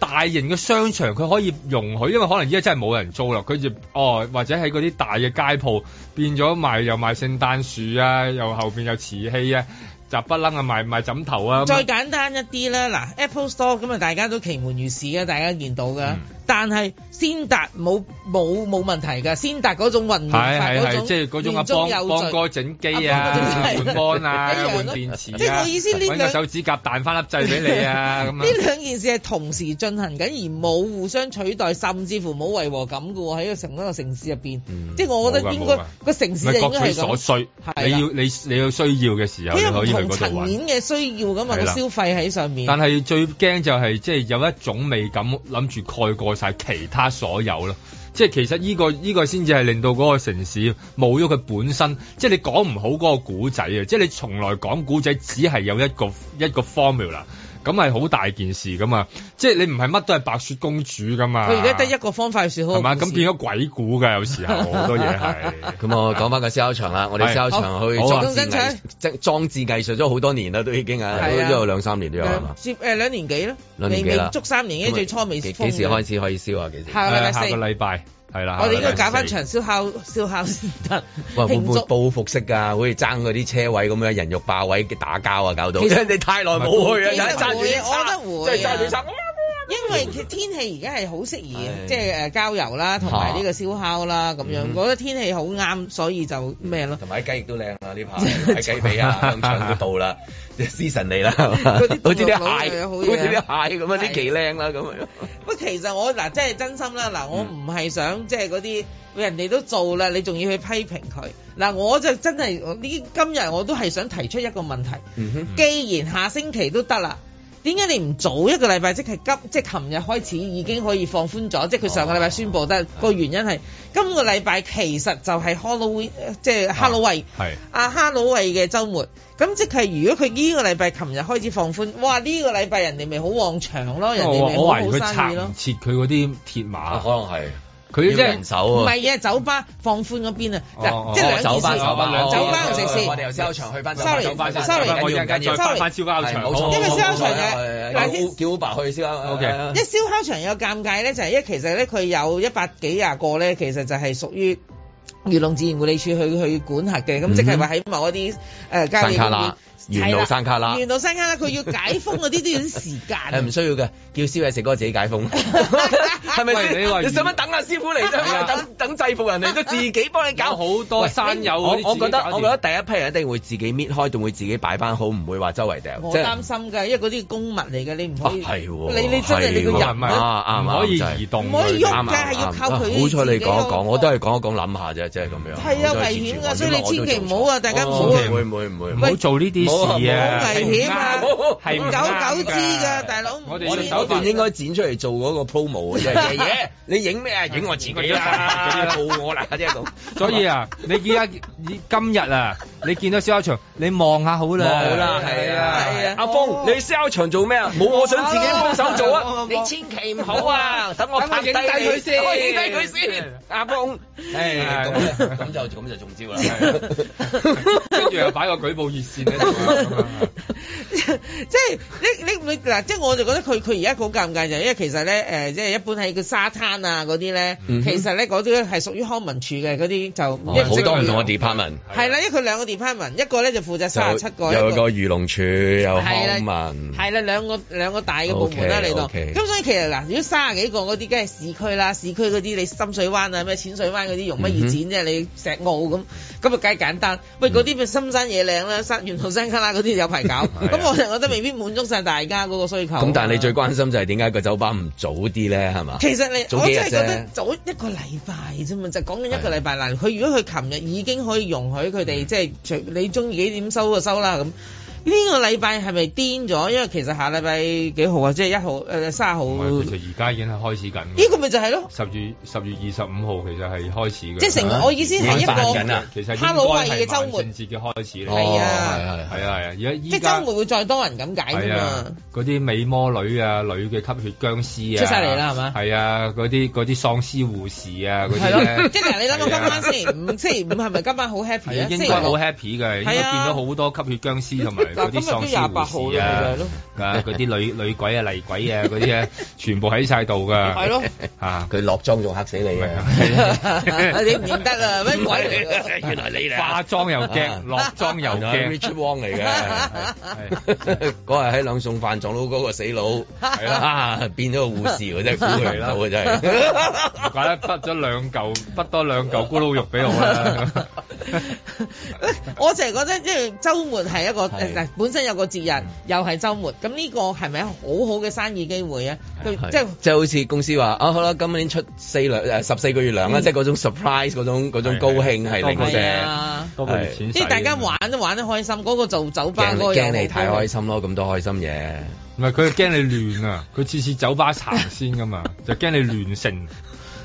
Speaker 3: 大型嘅商場，佢可以容許，因為可能依家真係冇人租啦。佢就哦，或者喺嗰啲大嘅街鋪變咗賣又賣聖誕樹啊，又後邊有瓷器啊，雜不楞啊，賣賣枕頭啊。咁
Speaker 4: 再簡單一啲啦，嗱，Apple Store 咁啊，大家都奇門如市嘅，大家見到㗎。
Speaker 3: 嗯
Speaker 4: 但係先達冇冇冇問題㗎，先達嗰種運動
Speaker 3: 係
Speaker 4: 法
Speaker 3: 係
Speaker 4: 嗰
Speaker 3: 係，
Speaker 4: 種
Speaker 3: 即係嗰種啊
Speaker 4: 言中有
Speaker 3: 幫幫
Speaker 4: 序
Speaker 3: 哥整機
Speaker 4: 啊
Speaker 3: 啊
Speaker 4: 幫哥整，機
Speaker 3: 換安啊
Speaker 4: 一樣，咯
Speaker 3: 換電池啊，
Speaker 4: 即係我意思呢
Speaker 3: 揾個
Speaker 4: 兩
Speaker 3: 手指甲彈翻粒掣俾你啊咁
Speaker 4: 呢
Speaker 3: 樣。
Speaker 4: 兩件事係同時進行緊，而冇互相取代，甚至乎冇違和感嘅喎。喺一個成一個城市入邊，即係我覺得應
Speaker 3: 嗯冇㗎冇
Speaker 4: 該
Speaker 3: 㗎
Speaker 4: 個城市就應
Speaker 3: 各
Speaker 4: 該
Speaker 3: 取
Speaker 4: 係
Speaker 3: 所
Speaker 4: 咁。
Speaker 3: 需，
Speaker 4: 係啦
Speaker 3: 你要你你有需要嘅時
Speaker 4: 佢
Speaker 3: 候，你
Speaker 4: 有
Speaker 3: 可以去
Speaker 4: 唔同
Speaker 3: 嗰度
Speaker 4: 層
Speaker 3: 玩。
Speaker 4: 面嘅需要㗎嘛，
Speaker 3: 係
Speaker 4: 個
Speaker 3: 啦
Speaker 4: 消費喺上面。
Speaker 3: 但係最驚就係即係有一種美感，諗住蓋過晒其他所有咯。即係其實呢、個呢、個先至係令到嗰個城市冇咗佢本身，即係你講唔好嗰個古仔啊！即係你從來講古仔只係有一個一個 formula，咁係好大件事噶嘛。即係你唔係乜都係白雪公主噶嘛。
Speaker 4: 佢而家得一個方法去説好
Speaker 3: 係
Speaker 4: 個
Speaker 3: 嘛？
Speaker 4: 故事。
Speaker 3: 咁變咗鬼故㗎，有時候好多嘢係。
Speaker 2: 咁我
Speaker 4: 啊
Speaker 2: 講翻個燒烤場啦，我哋
Speaker 3: 係
Speaker 2: 燒烤場去
Speaker 3: 好
Speaker 2: 裝
Speaker 3: 好啊
Speaker 2: 置藝即裝置藝術咗好多年啦，都已經啊，
Speaker 4: 係啊
Speaker 2: 都有兩三年都有係嘛
Speaker 4: 兩？接誒兩年幾咯，
Speaker 2: 兩年
Speaker 4: 未
Speaker 2: 幾
Speaker 4: 未
Speaker 2: 啦
Speaker 4: 足三年，因為最初未
Speaker 2: 幾
Speaker 4: 封嘅
Speaker 2: 幾時開始可以燒啊？幾時？
Speaker 4: 下個禮拜
Speaker 3: 下
Speaker 4: 四
Speaker 3: 個禮拜係啦。
Speaker 4: 我哋應該搞
Speaker 3: 下個禮拜
Speaker 4: 翻
Speaker 3: 四
Speaker 4: 場燒烤燒烤先得，
Speaker 2: 喂，會
Speaker 4: 慶
Speaker 2: 唔會
Speaker 4: 祝。
Speaker 2: 報復式㗎？好似爭嗰啲車位咁樣，人肉霸位打交啊，搞到
Speaker 4: 其實
Speaker 2: 即係 你太耐冇去啊，
Speaker 4: 其實
Speaker 2: 揸住
Speaker 4: 會我覺
Speaker 2: 啲叉
Speaker 4: 得會啊
Speaker 2: 即係揸住叉
Speaker 4: 因為其天氣而家係好適宜
Speaker 2: 係，
Speaker 4: 即係誒郊遊啦，同埋呢個燒烤啦咁樣，
Speaker 2: 嗯
Speaker 4: 覺得天氣好啱，所以就咩咯。
Speaker 2: 同埋啲雞翼都靚啊啦，呢排睇雞髀 啊，香腸都到啦，season 嚟啦，係嘛好似啲蟹，好
Speaker 4: 好
Speaker 2: 似
Speaker 4: 嘢
Speaker 2: 啲蟹咁樣，啲旗靚啦咁啊樣。
Speaker 4: 不過其實我嗱，即係真心啦，嗱，我唔係想即係嗰啲人哋都做啦，你仲要去批評佢嗱，我就真係我呢今日我都係想提出一個問題，既然下星期都得啦。點解你唔早一個禮拜，即係今即係琴日開始已經可以放寬咗？即係佢上個禮拜宣布得個原因係今個禮拜其實就係 Halloween，呃即係 Halloween
Speaker 3: 係
Speaker 4: 阿哈魯慧嘅週末，咁即係如果佢呢個禮拜琴日開始放寬，哇！呢、個禮拜人哋咪好旺場咯，人哋
Speaker 3: 我
Speaker 4: 咪
Speaker 3: 我
Speaker 4: 好
Speaker 3: 懷疑
Speaker 4: 好
Speaker 3: 佢
Speaker 4: 生
Speaker 3: 拆
Speaker 4: 意咯
Speaker 3: 唔。切佢嗰啲鐵馬，
Speaker 2: 啊可能係
Speaker 3: 佢即
Speaker 2: 要
Speaker 3: 係
Speaker 2: 人手
Speaker 4: 唔
Speaker 2: 啊。
Speaker 4: 係嘅，酒吧放寬嗰邊啊，嗱，
Speaker 3: 哦
Speaker 4: 即係兩件
Speaker 2: 酒吧
Speaker 4: 事，
Speaker 2: 酒
Speaker 4: 酒吧
Speaker 2: 吧
Speaker 4: 同食
Speaker 2: 哦我哋
Speaker 4: 肆。
Speaker 2: 由燒場去翻
Speaker 4: Sorry，sorry，
Speaker 2: 我緊要冇錯，叫 Uber 去燒啊烤
Speaker 4: 一燒烤場有尷尬咧，就係、因為其實咧佢有一百幾廿個咧，其實就係屬於。漁農自然護理署去去管轄嘅，咁即係話喺某一啲誒郊
Speaker 2: 山
Speaker 4: 野
Speaker 2: 卡
Speaker 4: 公
Speaker 2: 啦
Speaker 4: 園，
Speaker 2: 沿路山卡啦。
Speaker 4: 沿路山卡啦，佢要解封嗰啲都要啲時
Speaker 2: 誒唔
Speaker 4: 間。
Speaker 2: 需要嘅，叫燒嘢食嗰個自己 解封，係咪先？
Speaker 3: 喂你話
Speaker 2: 你使乜等阿師傅嚟
Speaker 3: 係
Speaker 2: 啫？
Speaker 3: 啊
Speaker 2: 等等制 服人哋都自己幫你搞
Speaker 3: 好多山友
Speaker 2: 我
Speaker 3: 嗰啲
Speaker 2: 我
Speaker 3: 自己
Speaker 2: 覺得
Speaker 3: 搞掂
Speaker 2: 我覺得第一批人一定會自己搣開，仲會自己擺翻好，唔會話周圍掉。
Speaker 4: 我
Speaker 2: 即係
Speaker 4: 擔心㗎，因為嗰啲公物嚟嘅，你唔可以，
Speaker 2: 啊係喎
Speaker 4: 你你真係你個
Speaker 2: 係喎
Speaker 4: 人
Speaker 2: 唔係啊啱
Speaker 3: 唔可以
Speaker 2: 啱真係
Speaker 3: 移動
Speaker 4: 唔可以喐
Speaker 2: 啱
Speaker 4: 㗎
Speaker 2: 啊
Speaker 4: 係要
Speaker 2: 啱
Speaker 4: 靠
Speaker 2: 啊
Speaker 4: 佢
Speaker 2: 好彩
Speaker 4: 自己
Speaker 2: 你講一
Speaker 4: 嗰個
Speaker 2: 講，我都係講一講諗下啫，即係咁樣。
Speaker 4: 係啊
Speaker 2: 我都
Speaker 4: 危
Speaker 2: 自
Speaker 4: 險
Speaker 2: 住
Speaker 4: 㗎，
Speaker 2: 我
Speaker 4: 所以
Speaker 2: 希
Speaker 4: 你千祈
Speaker 2: 望我都
Speaker 4: 唔
Speaker 2: 做
Speaker 4: 好啊，大家唔好
Speaker 2: 唔
Speaker 4: 啊
Speaker 2: 會唔會唔會
Speaker 3: 唔好做呢啲事啊，
Speaker 2: 唔好
Speaker 4: 危險啊
Speaker 3: 係唔啱係唔啱
Speaker 4: 久久之㗎，大佬。
Speaker 3: 我哋
Speaker 2: 我
Speaker 3: 隻
Speaker 2: 哋
Speaker 3: 手
Speaker 2: 手
Speaker 3: 段
Speaker 2: 段應該剪出嚟做嗰個 promo 啊，即係 爺爺，你影咩啊？影我自己啦，報我啦，即係咁。
Speaker 3: 所以啊，你而家今日啊，你見到小烤場，你望下好啦，
Speaker 2: 冇啦，係啊，阿峰，你 sell 場做咩啊？冇，我想自己幫手做啊！你千祈唔好啊，等我拍低佢先，我影低佢先。阿峰，
Speaker 4: 哎
Speaker 2: 誒咁咁就咁就中招 啦。
Speaker 3: 跟住又擺個舉報熱線喺度啊咁啊。
Speaker 4: 即係你你你嗱，即係我就覺得佢佢而家好尷尬就係因為其實咧誒、即係一般喺個沙灘啊嗰啲咧，
Speaker 2: 嗯哼哦
Speaker 4: 其實咧嗰啲係屬於康文署嘅嗰啲就因為
Speaker 2: 好多唔同嘅 department，
Speaker 4: 係啦，因為佢兩個 department，一個咧就負責三十七個，
Speaker 2: 啊有
Speaker 4: 一個
Speaker 2: 個漁農處，有
Speaker 4: 係
Speaker 2: 康
Speaker 4: 啦
Speaker 2: 文，，
Speaker 4: 係啦，兩個兩個大嘅部門啦
Speaker 2: 嗯 OK，
Speaker 4: 嚟到，
Speaker 2: OK
Speaker 4: 咁所以其實嗱，如果三十幾個嗰啲，梗係市區啦，市區嗰啲你深水灣啊、咩淺水灣嗰啲容乜
Speaker 2: 嗯
Speaker 4: 易展啫，你石澳咁，咁啊梗係簡單。喂，嗰啲咪深山野嶺啦、山沿途山卡啦嗰啲有排搞，咁我就覺得未必滿足晒大家嗰個需求。
Speaker 2: 啊
Speaker 4: 啊
Speaker 2: 咁但係你最關心就係點解個酒吧唔早啲咧？係嘛？
Speaker 4: 其實你
Speaker 2: 早
Speaker 4: 我
Speaker 2: 幾日
Speaker 4: 真係覺
Speaker 2: 啫
Speaker 4: 得。早一個禮拜啫嘛，就講緊一個禮拜嗱。佢如果佢琴日已經可以容許佢
Speaker 2: 嗯
Speaker 4: 哋即係隨你中意幾點收就收啦咁。呢個禮拜係咪癲咗？因為其實下禮拜幾號啊？即係一號誒三號。
Speaker 3: 唔係其實而家已經係開始緊㗎。
Speaker 4: 呢個咪就係咯，
Speaker 3: 十月十月二十五號其實係開始嘅，
Speaker 4: 即係成我意思係一
Speaker 2: 已經發緊
Speaker 4: 個
Speaker 2: 啊
Speaker 3: 其實應該
Speaker 4: 哈魯
Speaker 3: 係
Speaker 4: 威嘅週末
Speaker 3: 萬聖節嘅開始嚟，
Speaker 4: 係啊
Speaker 2: 哦係係
Speaker 3: 係啊係啊，而家依
Speaker 4: 即係週
Speaker 3: 家
Speaker 4: 末會再多人咁解啫
Speaker 3: 係啊
Speaker 4: 嘛。，
Speaker 3: 嗰啲美魔女啊，女嘅吸血僵屍啊，
Speaker 4: 出晒嚟啦係嘛
Speaker 3: 係啊，嗰啲嗰啲喪屍護士啊，嗰
Speaker 4: 係
Speaker 3: 啲
Speaker 4: 咯，
Speaker 3: 咧
Speaker 4: 即係嗱，你諗下今晚星期
Speaker 3: 係啊
Speaker 4: 五，星期五係咪今晚好 happy
Speaker 3: 係
Speaker 4: 啊
Speaker 3: 啊？應
Speaker 4: 星期
Speaker 3: 該好
Speaker 4: 六
Speaker 3: happy 嘅，應該
Speaker 4: 係
Speaker 3: 見
Speaker 4: 啊
Speaker 3: 到好多吸血僵屍同埋嗰
Speaker 4: 嗱，啊今日都
Speaker 3: 啲喪
Speaker 4: 廿
Speaker 3: 屍
Speaker 4: 八號
Speaker 3: 護士
Speaker 4: 啦，咪就係
Speaker 3: 啊
Speaker 4: 咯。，
Speaker 3: 啊嗰啲女 女鬼啊、厲鬼啊嗰啲啊，全部喺晒度㗎，
Speaker 4: 係 咯，
Speaker 3: 啊
Speaker 2: 佢落妝仲嚇死你啊！
Speaker 4: 你唔認得啦，乜鬼嚟㗎？
Speaker 2: 原來你嚟
Speaker 3: 化
Speaker 2: 啊，
Speaker 3: 妝又驚，落妝又
Speaker 2: 原來係
Speaker 3: 驚。
Speaker 2: Richard Wong 嚟嘅。
Speaker 3: 係
Speaker 2: 嗰日喺兩餸飯撞到嗰個死 佬，
Speaker 3: 係啦
Speaker 2: 啊變咗個護士喎，真係估佢唔到啊！真係。
Speaker 3: 唔怪得滗咗兩嚿，滗多兩嚿咕嚕肉俾我啦。
Speaker 4: 我就係覺得，即係週末係一個
Speaker 2: 係
Speaker 4: 嗱，本身有個節日，又係週末，咁呢個係咪一個好好嘅生意機會啊？佢
Speaker 2: 係
Speaker 4: 即係
Speaker 2: 即係好似公司話啊，好啦，今年出四兩誒十四個月糧
Speaker 3: 嗯
Speaker 2: 啦，即係嗰種 surprise 嗰種嗰種高興係零
Speaker 3: 多謝
Speaker 4: 係
Speaker 2: 舍。
Speaker 4: 啊，
Speaker 3: 多個月錢使
Speaker 4: 即係大家玩都玩得開心，嗰個做酒吧
Speaker 2: 驚
Speaker 4: 嗰個
Speaker 2: 驚你太開
Speaker 4: 心，
Speaker 2: 心咯，咁多開心嘢。
Speaker 3: 唔係佢驚你亂啊！佢次次酒吧行先噶嘛， 就驚你亂成，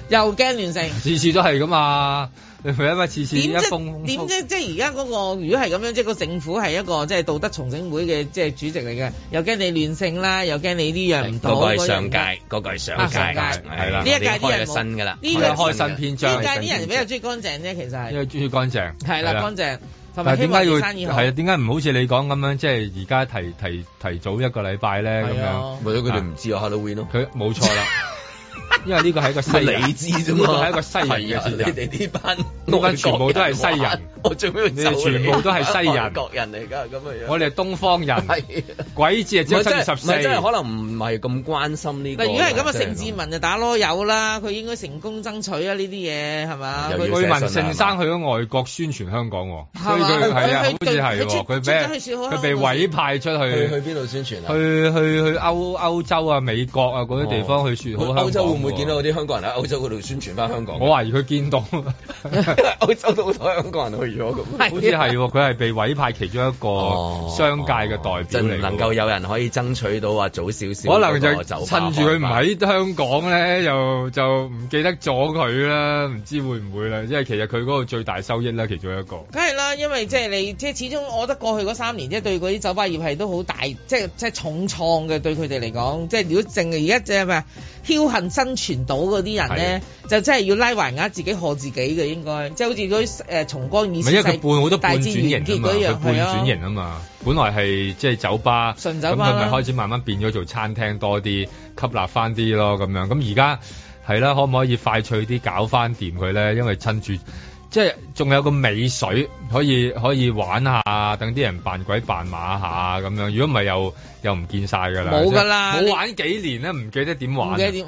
Speaker 4: 又驚亂性。
Speaker 3: 次次都係噶嘛。你咪因為次次
Speaker 4: 點
Speaker 3: 一
Speaker 4: 啫？
Speaker 3: 封
Speaker 4: 點啫？即係而家嗰個，如果係咁樣，即係個政府係一個即係道德重整會嘅即係主席嚟嘅，又驚你亂性啦，又驚你呢樣唔到。
Speaker 2: 嗰個係
Speaker 4: 嗰樣
Speaker 2: 上
Speaker 4: 唔
Speaker 2: 屆
Speaker 4: 得，
Speaker 2: 嗰個係上
Speaker 4: 啊
Speaker 2: 屆，
Speaker 4: 上屆
Speaker 2: 係啦，
Speaker 4: 一
Speaker 3: 呢
Speaker 4: 屆啲人冇
Speaker 2: 我哋開咗新㗎啦，
Speaker 4: 呢
Speaker 2: 開咗
Speaker 4: 個
Speaker 3: 啊開
Speaker 2: 新㗎
Speaker 3: 新
Speaker 2: 啦
Speaker 3: 篇章，
Speaker 4: 呢屆啲人比較中意乾淨啫，其實
Speaker 3: 因
Speaker 4: 係
Speaker 3: 為中意乾淨，啊
Speaker 4: 係啦，乾淨同埋
Speaker 3: 但係
Speaker 4: 希
Speaker 3: 點
Speaker 4: 望
Speaker 3: 解要
Speaker 4: 啲生意好。
Speaker 3: 係啊？點解唔好似你講咁樣，即係而家提提提早一個禮拜咧咁
Speaker 4: 係
Speaker 3: 樣？
Speaker 4: 啊
Speaker 2: 咪咗佢哋唔知啊 Halloween 咯。啊
Speaker 3: 佢冇錯 啦，因為呢個係一個西人
Speaker 2: 你知啫
Speaker 3: 呢個
Speaker 2: 嘛，
Speaker 3: 係一個西人嘅
Speaker 2: 係啊
Speaker 3: 節日
Speaker 2: 你哋呢班
Speaker 3: 呢班全部都係西人
Speaker 2: 外國我最尾
Speaker 3: 你哋全部都係西人
Speaker 2: 國人嚟㗎咁嘅樣。
Speaker 3: 我哋係東方人，
Speaker 2: 係
Speaker 3: 鬼節係只
Speaker 2: 唔
Speaker 3: 有
Speaker 2: 係
Speaker 3: 七
Speaker 2: 真
Speaker 3: 月
Speaker 2: 係
Speaker 3: 十
Speaker 2: 唔
Speaker 3: 四，
Speaker 2: 係真係可能唔係咁關心呢個
Speaker 4: 嗱，
Speaker 2: 㗎。
Speaker 4: 如果係咁啊，
Speaker 2: 真
Speaker 4: 盛
Speaker 2: 係
Speaker 4: 志文就打囉柚啦，佢應該成功爭取啊呢啲嘢係嘛？
Speaker 2: 又
Speaker 4: 佢
Speaker 3: 據
Speaker 2: 要寫
Speaker 3: 聞
Speaker 2: 信啊
Speaker 3: 盛生去咗外國宣傳香港喎，所
Speaker 4: 係
Speaker 3: 以
Speaker 4: 嘛
Speaker 3: 佢係啊，好
Speaker 4: 佢
Speaker 3: 似係
Speaker 4: 佢出
Speaker 3: 喎，佢
Speaker 4: 出咗
Speaker 3: 俾
Speaker 4: 去說好
Speaker 3: 佢被
Speaker 4: 香港
Speaker 3: 委派出去
Speaker 2: 啊去去邊度宣傳啊？
Speaker 3: 去去去歐歐洲啊、美國啊嗰啲地方去説好香港喎。啊
Speaker 2: 哦歐洲會唔會見到有啲香港人喺歐洲嗰度宣傳翻香港？
Speaker 3: 我懷疑佢見到，好
Speaker 2: 歐洲都好多香港人去咗咁。
Speaker 3: 似係喎，佢係被委派其中一個
Speaker 2: 哦
Speaker 3: 商界嘅代表
Speaker 2: 就唔
Speaker 3: 嚟
Speaker 2: 能
Speaker 3: 㗎
Speaker 2: 夠
Speaker 3: 喎。
Speaker 2: 有人可以爭取到話早少少，
Speaker 3: 可能就趁住佢唔。喺香港咧，又就唔記得咗佢啦，唔知會唔會啦。因為其實佢嗰個最大收益啦，其中一個。
Speaker 4: 梗係啦，因為即係你即係始終，我覺得過去嗰三年即係對嗰啲酒吧業係都好大，即係即係重創嘅對佢哋嚟講，即係如果淨係而家即係咪僥倖生存到嗰啲人咧，就真係要拉橫額自己賀自己嘅應該，即係好似嗰啲誒重光
Speaker 3: 唔
Speaker 4: 二
Speaker 3: 係
Speaker 4: 世
Speaker 3: 因為佢半好多
Speaker 4: 大
Speaker 3: 半
Speaker 4: 戰
Speaker 3: 轉型
Speaker 4: 完結嗰
Speaker 3: 啊嘛，佢
Speaker 4: 樣
Speaker 3: 半
Speaker 4: 係
Speaker 3: 轉
Speaker 4: 啊，
Speaker 3: 型啊嘛，本來係即係酒吧，
Speaker 4: 純
Speaker 3: 咁
Speaker 4: 酒
Speaker 3: 佢
Speaker 4: 吧啦
Speaker 3: 咪開始慢慢變咗做餐廳多啲，吸納翻啲咯咁樣。咁而家係啦，可唔可以快脆啲搞翻掂佢咧？因為趁住即係仲有個尾水可以可以玩下，等啲人扮鬼扮馬下咁樣。如果唔係又又唔見晒㗎啦，
Speaker 4: 冇㗎啦
Speaker 3: 即係冇玩幾年咧，唔記得點玩啊，
Speaker 4: 唔記得點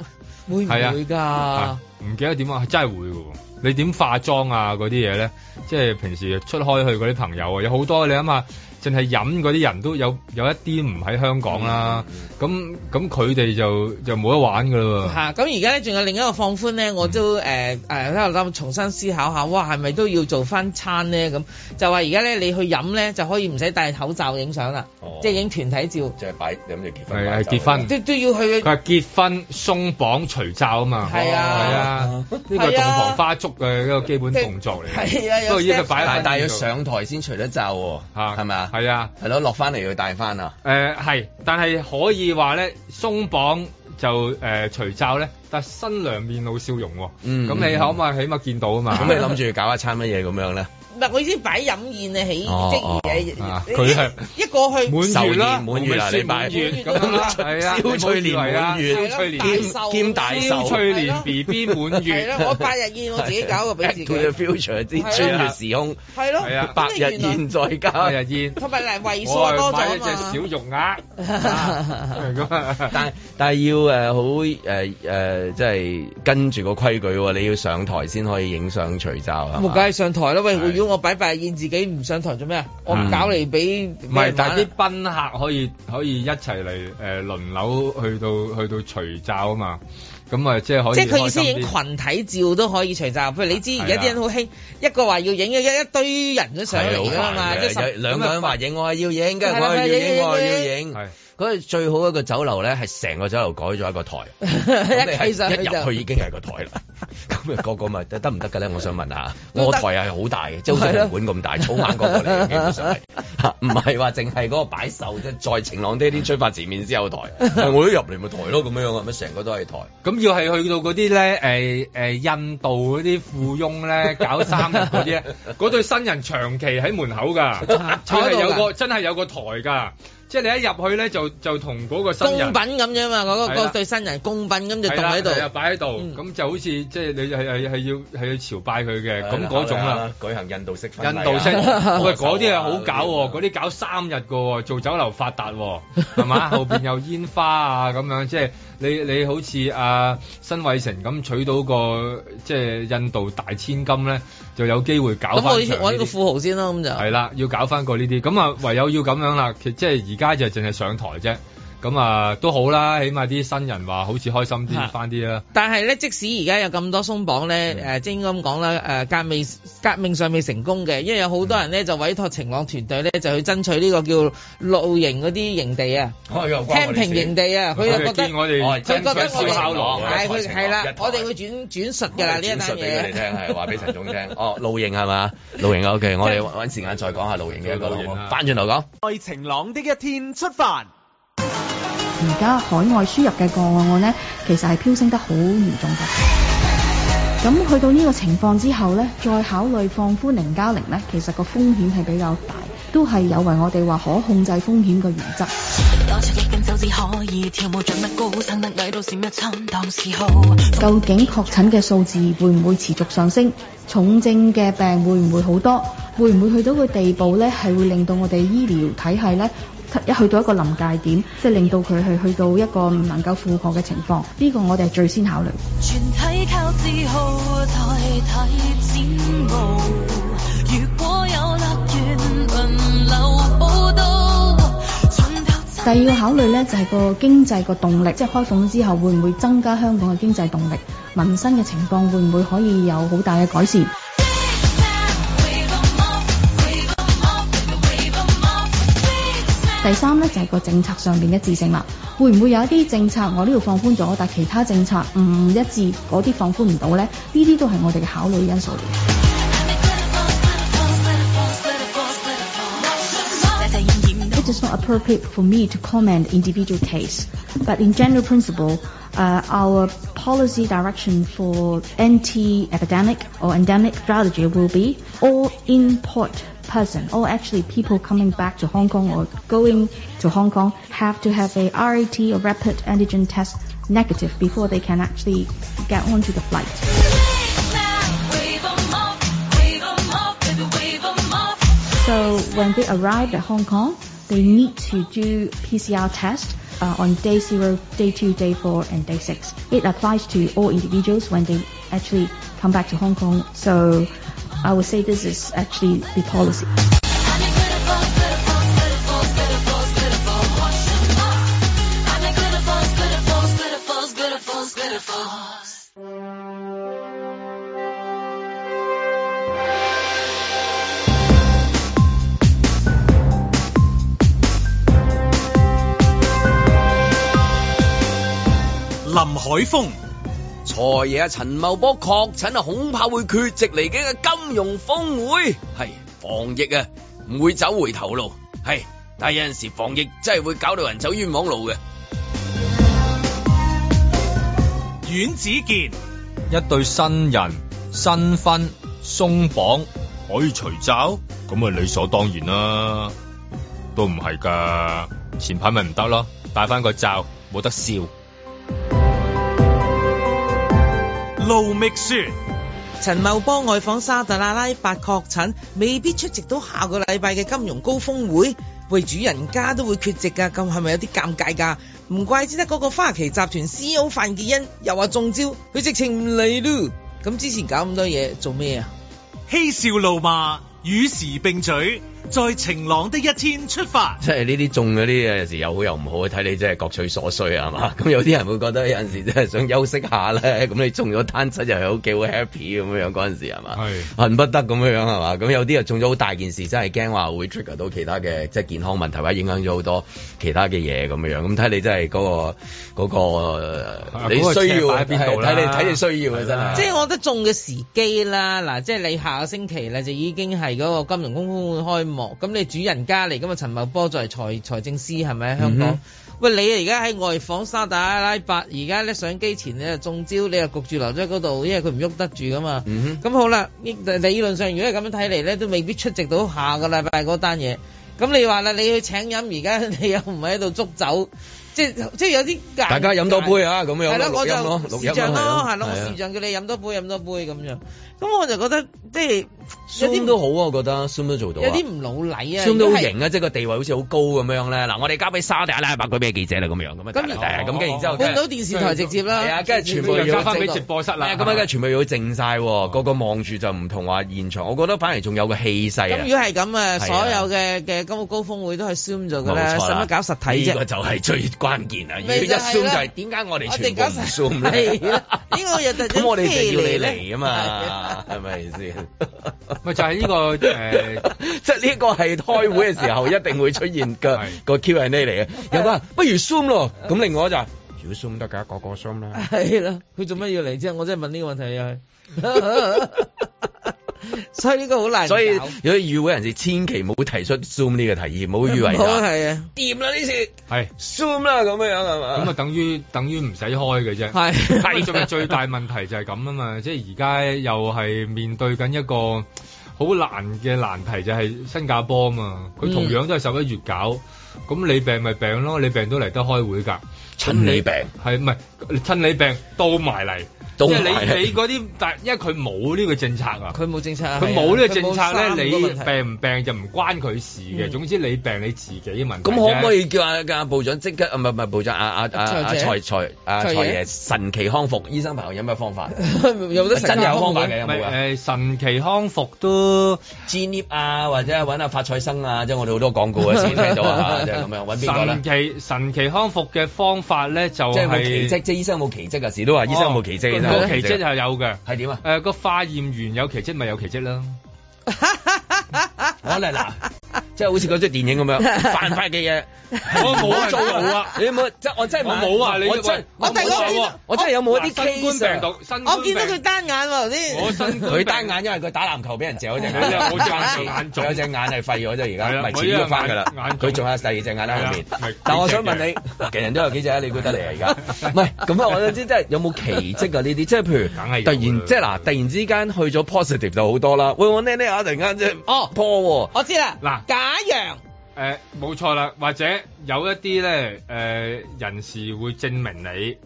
Speaker 4: 會唔
Speaker 3: 係
Speaker 4: 會㗎？
Speaker 3: 啊唔記得點啊，係真係會㗎喎。你點化妝啊嗰啲嘢咧，即係平時出開去嗰啲朋友啊，有好多你諗下，淨係飲嗰啲人都有有一啲唔喺香港啦。
Speaker 4: 嗯
Speaker 3: 咁咁佢哋就就冇得玩㗎啦
Speaker 2: 嗯
Speaker 3: 喎。
Speaker 4: 嚇！咁而家咧，仲有另一個放寬咧，我都誒誒喺度諗，重新思考下，哇，係咪都要做翻餐咧？咁就話而家咧，你去飲咧就可以唔使戴口罩影相啦，
Speaker 2: 哦
Speaker 4: 即係影團體照。
Speaker 2: 即係擺諗住結
Speaker 3: 係係結
Speaker 2: 嗯
Speaker 3: 婚，
Speaker 4: 都要去。
Speaker 3: 佢話結婚鬆綁除罩啊嘛，
Speaker 4: 係啊
Speaker 3: 係啊，呢個洞房花燭嘅一個基本動作嚟嘅，
Speaker 4: 係啊有
Speaker 3: 不過依家佢擺
Speaker 2: 但
Speaker 3: 喺
Speaker 2: 但要上台先除得罩喎，係咪啊？
Speaker 3: 係啊，
Speaker 2: 係咯，落翻嚟要戴 翻啊！
Speaker 3: 誒呃係，但係可以話咧鬆綁就誒除罩咧，但係新娘面露笑容喎，
Speaker 2: 嗯
Speaker 3: 咁你可唔可以起碼見到啊嘛？
Speaker 2: 咁你 諗住搞一餐乜嘢咁樣咧？
Speaker 4: 唔係，我意思擺飲宴啊，起
Speaker 2: 哦哦
Speaker 4: 即
Speaker 2: 啊
Speaker 4: 係
Speaker 2: 佢係
Speaker 4: 一一過去
Speaker 2: 滿月啦壽宴滿月啊啦你擺
Speaker 3: 滿月咁樣 啦，係啊，
Speaker 2: 蕭翠蓮滿月
Speaker 3: 蕭翠
Speaker 2: 兼
Speaker 3: 蓮
Speaker 2: 兼大壽
Speaker 3: 蕭翠蓮 B B 滿
Speaker 4: 係
Speaker 3: 月，
Speaker 4: 咯，我八日宴我自己搞個俾自
Speaker 2: Back to the
Speaker 4: 己，
Speaker 2: future 之
Speaker 3: 啊
Speaker 2: 穿越時空，
Speaker 4: 係咯係啊
Speaker 2: 百啊日宴再加
Speaker 3: 百日宴，
Speaker 4: 同埋嚟位數
Speaker 3: 哎我
Speaker 4: 多咗
Speaker 3: 係買
Speaker 4: 啊
Speaker 3: 一隻小
Speaker 4: 嘛。
Speaker 3: 肉啊鴨。
Speaker 2: 但但係要誒、呃好誒誒、呃即係跟住個規矩喎，你要上台先可以影相除罩啊
Speaker 4: 咁！我梗係上台啦！喂，如果我擺八日宴自己唔上台做咩啊？我唔搞嚟俾
Speaker 3: 唔係，但係
Speaker 4: 係
Speaker 3: 啲賓客可以可以一齊嚟誒輪流去到去到除罩啊嘛，咁啊即係可以
Speaker 4: 即係佢意思
Speaker 3: 開心
Speaker 4: 影
Speaker 3: 啲
Speaker 4: 群體照都可以除罩，譬如你知而家啲人好興，一個話要影一一堆人都上嚟
Speaker 2: 啊
Speaker 4: 㗎啦嘛，即係
Speaker 2: 有
Speaker 4: 十
Speaker 2: 兩個人話影，我係要影，跟住我係要影，我係要影。嗰個最好一個酒樓咧，係成個酒樓改咗一個台，咁你
Speaker 4: 一
Speaker 2: 係
Speaker 4: 企上去
Speaker 2: 一入
Speaker 4: 就
Speaker 2: 去已經係個台啦。咁啊，個個咪得得唔得嘅咧？我想問下，
Speaker 4: 都
Speaker 2: 我
Speaker 4: 得
Speaker 2: 台係好大嘅，即係好似
Speaker 4: 係咯
Speaker 2: 紅館咁大，草蜢嗰個嚟嘅，基本上係嚇唔係話淨係嗰個擺壽即係再晴朗啲啲出發前面先有台，我都入嚟咪台咯咁樣樣，咪成個都係台。
Speaker 3: 咁要係去到嗰啲咧，誒、誒印度嗰啲富翁 咧，搞三日嗰啲咧，嗰對新人長期喺門口㗎，
Speaker 4: 坐喺度
Speaker 3: 佢係
Speaker 4: 㗎
Speaker 3: 有個真係有個台㗎，即係你一入去咧就就同嗰個新
Speaker 4: 公
Speaker 3: 人
Speaker 4: 品。咁啫嘛，嗰個
Speaker 3: 係啦
Speaker 4: 嗰對新人公品咁就
Speaker 3: 係
Speaker 4: 棟
Speaker 3: 啦
Speaker 4: 喺
Speaker 3: 係啊
Speaker 4: 度。嗯
Speaker 3: 擺喺度，咁就好似即係你係係係要係要朝拜佢嘅，咁嗰種
Speaker 4: 啊
Speaker 3: 啦。，
Speaker 2: 舉行印度式婚
Speaker 3: 印
Speaker 2: 禮啊
Speaker 3: 度式， 喂嗰啲係啊好搞
Speaker 2: 嗰
Speaker 3: 喎，嗰啲搞三日嘅喎，做酒樓發 達喎，係嘛？後邊有煙花啊咁樣，即係你你好似啊辛偉誠咁娶到個即係印度大千金咧，就有機會搞
Speaker 4: 咁
Speaker 3: 翻
Speaker 4: 我我呢個啊富豪先咯，咁就
Speaker 3: 係啦，要搞翻個呢啲，咁啊唯有要咁樣啦。其即係而家就淨係上台啫，咁啊都好啦，起碼啲新人話好似開心啲翻啲啦。
Speaker 4: 但係咧，即使而家有咁多鬆綁咧，
Speaker 2: 嗯
Speaker 4: 誒、即係應該咁講啦，誒、革命革命尚未成功嘅，因為有好多人
Speaker 2: 嗯
Speaker 4: 咧就委託晴朗團隊咧就去爭取呢個叫露營嗰啲營地啊
Speaker 2: 哦又關我哋事嗯
Speaker 4: ，camping 營地啊，佢又覺得
Speaker 3: 見我
Speaker 4: 佢
Speaker 3: 哋
Speaker 4: 覺得我
Speaker 3: 爭取
Speaker 4: 哋
Speaker 3: 燒烤爐啊
Speaker 4: 係佢係
Speaker 2: 一台
Speaker 4: 啦，我哋會轉轉述㗎啦呢一
Speaker 2: 轉述
Speaker 4: 單
Speaker 2: 俾佢哋聽，
Speaker 4: 嘢。
Speaker 2: 係話俾陳總聽。 哦，露營係嘛？露營 OK，我哋揾時間再講下露營嘅一個
Speaker 5: 露營啦
Speaker 2: 翻轉頭講。
Speaker 5: 在晴朗的一天出發。
Speaker 8: 而家海外輸入嘅個案呢，其實係飆升得好嚴重嘅。咁去到呢個情況之後呢，再考慮放寬零加零呢，其實個風險係比較大，都係有違我哋話可控制風險嘅原則。
Speaker 13: 攞出一根手指可以跳舞，長得高，生得矮到閃一親當嗜好。
Speaker 8: 究竟確診嘅數字會唔會持續上升？重症嘅病會唔會好多？會唔會去到個地步呢？係會令到我哋醫療體系呢，一去到一個臨界點，即係令到佢係去到一個唔能夠負荷嘅情況？呢個我哋係最先考慮。
Speaker 13: 全體靠自豪，代替展露。如果有立願輪流報道，
Speaker 8: 第二個考慮呢，就係、個經濟個動力，即係開放之後會唔會增加香港嘅經濟動力？民生嘅情況會唔會可以有好大嘅改善？第三呢，就係、個政策上面一致性啦，會唔會有一啲政策我呢度放寬咗，但其他政策唔一致，嗰啲放寬唔到呢？呢啲都係我哋嘅考慮因素嚟嘅。It is not appropriate for me to comment individual case, but in general principle, uh, our policy direction for anti-epidemic or endemic strategy will be all import person or actually people coming back to Hong Kong or going to Hong Kong have to have a RAT or rapid antigen test negative before they can actually get onto the flight. So when they arrive at Hong Kong, they need to do PCR test uh, on day zero, day two, day four, and day six. It applies to all individuals when they actually come back to Hong Kong. So I would say this is actually the policy.
Speaker 1: 林海峰、
Speaker 2: 財爺啊，陳茂波確診啊，恐怕會缺席嚟緊嘅金融峰會。係防疫啊，唔會走回頭路。係，但係有陣時防疫真係會搞到人走冤枉路嘅。
Speaker 1: 阮子健、
Speaker 3: 一對新人新婚鬆綁可以除罩，咁啊理所當然啦，都唔係㗎。前排咪唔得咯，戴翻個罩冇得笑。
Speaker 1: 路觅雪。
Speaker 4: 陳茂波外訪沙特阿拉伯確診，未必出席到下個禮拜嘅金融高峰會。喂，主人家都會缺席㗎，咁係咪有啲尷尬㗎？唔怪之得嗰個花旗集團 CEO 范傑恩又話中招，佢直情唔嚟咯。咁之前搞咁多嘢做咩啊？
Speaker 1: 嬉笑怒罵，與時並舉，在晴朗的一天出發。
Speaker 2: 即係呢啲中嗰啲嘢，有時又好又唔好，睇你真係各取所需啊係嘛？ 咁有啲人會覺得有陣時真係想休息下咧，咁 你中咗單質又有幾好 happy 咁樣嗰陣時係嘛？恨不得咁樣係嘛？咁有啲又中咗好大件事，真係驚話會 trigger 到其他嘅即係健康問題，或者影響咗好多其他嘅嘢咁樣。咁睇你真係嗰個嗰
Speaker 3: 啊嗰個尺擺喺
Speaker 2: 個你需要
Speaker 3: 邊度啦
Speaker 2: 睇你睇你需要嘅真係。
Speaker 4: 即係我覺得中嘅時機啦，嗱，即係你下個星期咧就已經係嗰個金融公峰會開幕，咁你主人家嚟，咁啊陳茂波作為財財政司係咪喺香港？
Speaker 2: 嗯哼
Speaker 4: 喂，你而家喺外訪沙特阿拉伯，而家咧上機前你就中招，你又焗住留咗喺嗰度，因為佢唔喐得住噶嘛。
Speaker 2: 嗯
Speaker 4: 咁好啦，理理論上如果係咁樣睇嚟咧，都未必出席到下個禮拜嗰單嘢。咁你話啦，你去請飲，而家你又唔喺度捉走，即係即係有啲尷
Speaker 2: 大家飲多杯啊咁樣
Speaker 4: 係啦，
Speaker 2: 錄
Speaker 4: 我
Speaker 2: 音
Speaker 4: 就
Speaker 2: 咯錄音咯
Speaker 4: 視像
Speaker 2: 係
Speaker 4: 咯，
Speaker 2: 啊
Speaker 4: 係咯，
Speaker 2: 係啊
Speaker 4: 我視像叫你飲多杯飲多杯咁樣。咁我就覺得即係有
Speaker 2: Zoom
Speaker 4: 啲
Speaker 2: 都好啊，我覺得 Zoom 都做到啊。
Speaker 4: 有啲唔老禮啊。
Speaker 2: Zoom 都好
Speaker 4: 如果係
Speaker 2: 型啊，即係個地位好似好高咁樣咧。嗱，我哋交俾沙地阿拉伯嗰邊嘅記者啦，咁樣咁
Speaker 4: 咁哦
Speaker 2: 啊，得啦得啦咁跟住然之後，
Speaker 4: 半島電視台直接啦，
Speaker 2: 係啊，跟住全部
Speaker 3: 又
Speaker 2: 要
Speaker 3: 交返俾直播室啦
Speaker 2: 係啊咁啊，跟住全部要靜晒喎，個個望住就唔同話現場。我覺得反而仲有個氣勢
Speaker 4: 咁
Speaker 2: 啊
Speaker 4: 如。果係咁啊，
Speaker 2: 係啊
Speaker 4: 所有嘅嘅今個高峰會都係 Zoom 咗㗎啦，
Speaker 2: 冇
Speaker 4: 使
Speaker 2: 錯啦
Speaker 4: 乜搞實體
Speaker 2: 呢
Speaker 4: 啫
Speaker 2: 個？就係最關鍵啊！如果
Speaker 4: 咪
Speaker 2: 一
Speaker 4: 就係啦
Speaker 2: Zoom 就係點解我哋全部唔 Zoom 咧？
Speaker 4: 係啦呢個又突然間
Speaker 2: 咁我哋就要你
Speaker 4: 飛呢
Speaker 2: 嚟啊嘛，係咪先？
Speaker 3: 咪就 係呢個誒，
Speaker 2: 即係呢個係開會嘅時候一定會出現嘅個 Q&A 嚟嘅。有個人不如 Zoom 咯，咁另外就話如果 Zoom 得㗎，個個 Zoom 啦。
Speaker 4: 係啦，佢做乜要嚟啫？我真係問呢個問題又係， 所以呢個好難搞。
Speaker 2: 所以如果與會人士千祈唔好提出 Zoom 呢個提議，唔好以為
Speaker 4: 唔好係啊，
Speaker 2: 掂啦呢次
Speaker 3: 係
Speaker 2: Zoom 啦咁樣樣係嘛？
Speaker 3: 咁啊，等於等於唔使開嘅啫。
Speaker 4: 係
Speaker 3: 係仲係最大問題就係咁啊嘛，即係而家又係面對緊一個好難嘅難題，就係新加坡啊嘛。佢同樣都係十一月搞，咁你病咪病咯，你病都嚟得開會㗎。
Speaker 2: 趁你病
Speaker 3: 係唔係趁你病到埋嚟？
Speaker 2: 到
Speaker 3: 即
Speaker 2: 埋
Speaker 3: 係
Speaker 2: 嚟
Speaker 3: 你你嗰啲，但因為佢冇呢個政策啊，
Speaker 4: 佢冇政策啊，
Speaker 3: 佢冇呢個政策咧，你
Speaker 4: 佢冇三個問題
Speaker 3: 病唔病就唔關佢事嘅。
Speaker 4: 嗯
Speaker 3: 總之你病你自己嘅問題啫。
Speaker 2: 咁可唔可以叫阿阿部長即刻啊？唔係唔係部長，阿阿阿阿財財阿財爺神奇康復醫生朋友有咩方法？
Speaker 4: 有得
Speaker 2: 真係有方法嘅有
Speaker 3: 唔係
Speaker 2: 冇啊？
Speaker 3: 誒神奇康復都
Speaker 2: 治 lift 啊，或者揾阿發財生啊，即係我哋好多廣告啊，先聽到啊，即係咁樣揾邊個咧
Speaker 3: 神？奇神奇康復嘅方法咧就
Speaker 2: 即係有冇
Speaker 3: 係
Speaker 2: 奇蹟，即係醫生有冇奇蹟啊！時都話醫生有冇奇蹟，
Speaker 1: 哦
Speaker 3: 個
Speaker 2: 醫生有冇
Speaker 3: 奇蹟就有嘅。
Speaker 2: 係點啊？
Speaker 3: 誒個化驗員有奇蹟咪有奇蹟啦。
Speaker 2: 我嚟嗱，即係好似嗰出電影咁樣，犯法嘅嘢，
Speaker 3: 我冇啊
Speaker 2: 做
Speaker 3: 冇啊
Speaker 2: 你有冇？即係我真係
Speaker 3: 我冇啊你
Speaker 2: 我真
Speaker 4: 我突然間
Speaker 2: 冇
Speaker 4: 知
Speaker 2: 啊
Speaker 4: 道
Speaker 2: 我真係有冇一啲
Speaker 3: 嗱新
Speaker 2: case
Speaker 3: 冠病
Speaker 2: 啊
Speaker 3: 毒，新冠
Speaker 4: 我
Speaker 3: 病
Speaker 4: 見到佢單眼喎頭先，
Speaker 3: 我新冠
Speaker 2: 佢單眼，因為佢打籃球俾人嚼咗隻眼，
Speaker 3: 係啊我隻眼
Speaker 2: 關事
Speaker 3: 眼腫
Speaker 2: 佢有隻眼係廢咗啫，而
Speaker 3: 係
Speaker 2: 家
Speaker 3: 啊
Speaker 2: 咪
Speaker 3: 我
Speaker 2: 遲
Speaker 3: 呢
Speaker 2: 咗
Speaker 3: 個
Speaker 2: 翻㗎啦
Speaker 3: 眼眼。腫
Speaker 2: 佢仲有第二隻眼喺後面
Speaker 3: 係啊係。
Speaker 2: 但我想問
Speaker 3: 幾
Speaker 2: 你，人人都有幾隻啊？你估得 嚟啊？而家唔係咁啊！我想知即係有冇奇蹟啊？呢啲即係譬如
Speaker 3: 梗係有啦
Speaker 2: 突然即係嗱，突然之間去咗 positive 就好多啦。喂，我呢呢啊下突然間即係
Speaker 4: 哦
Speaker 2: 破
Speaker 4: 我知啦，
Speaker 3: 嗱
Speaker 4: 假陽
Speaker 3: 誒冇錯啦，或者有一啲咧誒人士會證明你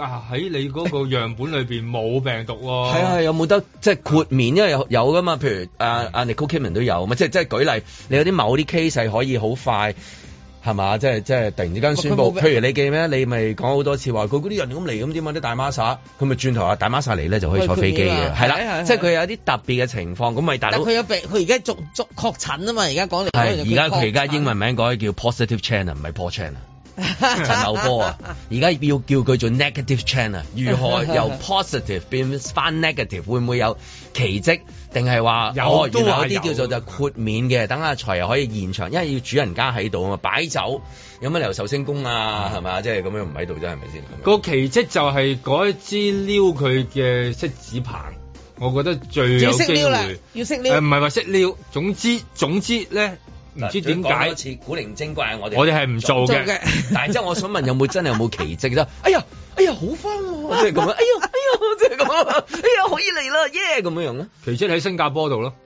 Speaker 3: 啊喺你嗰個樣本裏邊冇病毒
Speaker 4: 哦
Speaker 3: 喎。
Speaker 2: 係啊，有冇得即係豁免？因為有有噶嘛，譬如啊啊 Nicole Kidman 都有嘛，即係即係舉例，你有啲某啲 case 係可以好快。係嘛？即係即係突然之間宣
Speaker 4: 哦
Speaker 2: 布，
Speaker 3: 佢冇
Speaker 2: 譬如你記咩？你咪講好多次話佢嗰啲人咁嚟咁點啊？啲大孖沙，佢咪轉頭啊話大孖沙嚟咧就可以坐飛機
Speaker 4: 佢豁免
Speaker 2: 嘅，
Speaker 4: 啊
Speaker 2: 係
Speaker 4: 係
Speaker 2: 啦，
Speaker 4: 係
Speaker 2: 即係佢有啲特別嘅情況，咁咪大
Speaker 4: 但
Speaker 2: 佬
Speaker 4: 佢有病，佢而家逐逐確診啊嘛，而家講嚟
Speaker 2: 係
Speaker 4: 講去
Speaker 2: 而家佢而家英
Speaker 4: 確
Speaker 2: 文名改叫 positive channel，唔係 poor 啊 channel。陳 茂波 啊，而家要叫佢做 negative channel，如何由 positive 變翻 negative，會唔會有奇蹟？定係話
Speaker 3: 有
Speaker 2: 哦，
Speaker 3: 都
Speaker 2: 原來
Speaker 3: 話
Speaker 2: 有啲
Speaker 3: 有
Speaker 2: 叫做就豁免嘅，等阿財又可以現場，因為要主人家喺度啊嘛，擺酒有乜理由壽星公啊，
Speaker 3: 嗯
Speaker 2: 係嘛？即係咁樣唔喺度啫，係咪先？
Speaker 3: 個奇蹟就係嗰一支撩佢嘅色子棒，我覺得最 有
Speaker 4: 要識
Speaker 3: 機
Speaker 4: 撩啦
Speaker 3: 會。，
Speaker 4: 要識撩
Speaker 3: 誒唔。係話識撩，總之總之咧，唔知點
Speaker 2: 講多
Speaker 3: 解
Speaker 2: 次古靈精怪，我哋
Speaker 3: 我哋係唔做嘅。
Speaker 2: 但係即係我想 問，有冇真係有冇奇蹟啫？哎呀，哎呀，好翻喎！ 即係咁樣，哎呀，哎呀，即係咁樣， 哎呀，可以嚟啦，耶！咁樣樣咧。
Speaker 3: 奇蹟喺新加坡度 咯。
Speaker 2: 哎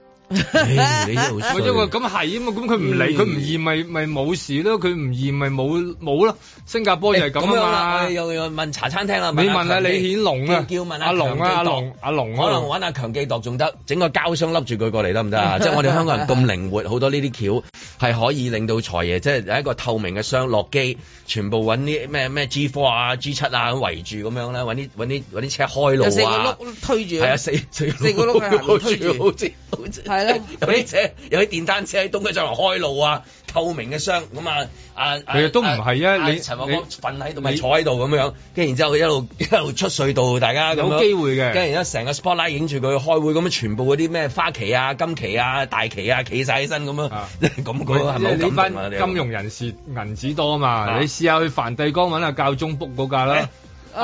Speaker 2: 唉你真係 好衰
Speaker 3: 因為咁係啊嘛，咁佢唔理，佢
Speaker 2: 嗯
Speaker 3: 唔驗咪咪冇事咯，佢唔驗咪冇冇咯。新加坡就係
Speaker 2: 咁
Speaker 3: 咁
Speaker 2: 樣
Speaker 3: 啊
Speaker 2: 啦，
Speaker 3: 嘛
Speaker 2: 我哋。又又問茶餐廳啦，
Speaker 3: 你問下
Speaker 2: 強記
Speaker 3: 李顯龍啊
Speaker 2: 叫叫問
Speaker 3: 阿龍啊
Speaker 2: 強記
Speaker 3: 阿
Speaker 2: 度
Speaker 3: 龍阿龍啊
Speaker 2: 可能揾阿強記度仲得，整個膠箱笠住佢過嚟得唔 得啊？即係我哋香港人咁靈活，好多呢啲橋係可以令到財爺即係一個透明嘅箱落機，全部揾啲咩咩 G four 啊 G 七啊咁圍住咁樣咧，揾啲揾啲揾啲車開
Speaker 4: 有四
Speaker 2: 路
Speaker 4: 個
Speaker 2: 啊。
Speaker 4: 碌推住，
Speaker 2: 係啊，四四
Speaker 4: 四個碌佢行推住
Speaker 2: 好似好似
Speaker 4: 係咯
Speaker 2: 有啲車有啲電單車喺東區走廊開路啊，透明嘅箱咁啊，啊
Speaker 3: 其實都唔係啊你
Speaker 2: 陳茂波
Speaker 3: 你
Speaker 2: 瞓喺度咪坐喺度咁樣，跟住然之後一路 一路出隧道，大家咁樣
Speaker 3: 有機會嘅
Speaker 2: 跟住然之後成個 spotlight 影住佢開會咁樣，全部嗰啲咩花旗啊、金旗啊、大旗啊企晒起身咁樣， 咁嗰個係咪
Speaker 3: 因為呢
Speaker 2: 好感動啊
Speaker 3: 班
Speaker 2: 你
Speaker 3: 金融人士銀紙多嘛，
Speaker 2: 啊
Speaker 3: 你試下去梵蒂岡揾下教宗 book 嗰架啦。
Speaker 4: 啊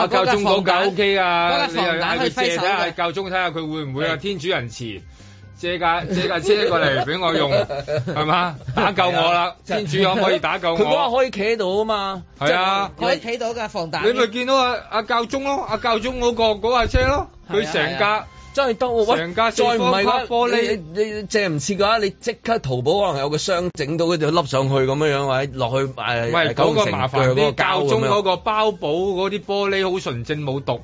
Speaker 3: 啊，教宗嗰
Speaker 4: 嗰
Speaker 3: 架
Speaker 4: 架
Speaker 3: OK 啊，
Speaker 4: 嗰架
Speaker 3: 你又
Speaker 4: 防彈
Speaker 3: 嗌佢
Speaker 4: 可以揮
Speaker 3: 借睇
Speaker 4: 手
Speaker 3: 下
Speaker 4: 嘅
Speaker 3: 教宗睇下佢會唔會啊天主仁慈。借架借架車過嚟 俾我用，係嘛？打救我啦！天主可唔可以 打救
Speaker 2: 佢嗰
Speaker 3: 我？
Speaker 2: 個可以企喺度啊嘛，
Speaker 3: 係啊，
Speaker 4: 可以企到㗎防彈。
Speaker 3: 你咪見到啊阿教宗咯，阿教宗嗰個嗰架車咯，佢成
Speaker 4: 係
Speaker 3: 架
Speaker 2: 真係多喂
Speaker 3: 成架四
Speaker 2: 再唔
Speaker 3: 方
Speaker 2: 係嘅話
Speaker 3: 框玻璃。
Speaker 2: 你你你借唔切嘅話，你即刻淘寶可能有個箱整到嗰度笠上去咁樣樣，或者落去誒
Speaker 3: 唔係嗰
Speaker 2: 九龍
Speaker 3: 個
Speaker 2: 城
Speaker 3: 麻煩
Speaker 2: 鋸嗰
Speaker 3: 啲，
Speaker 2: 個膠
Speaker 3: 教宗
Speaker 2: 咁樣
Speaker 3: 嗰個包保嗰啲玻璃好純正冇毒。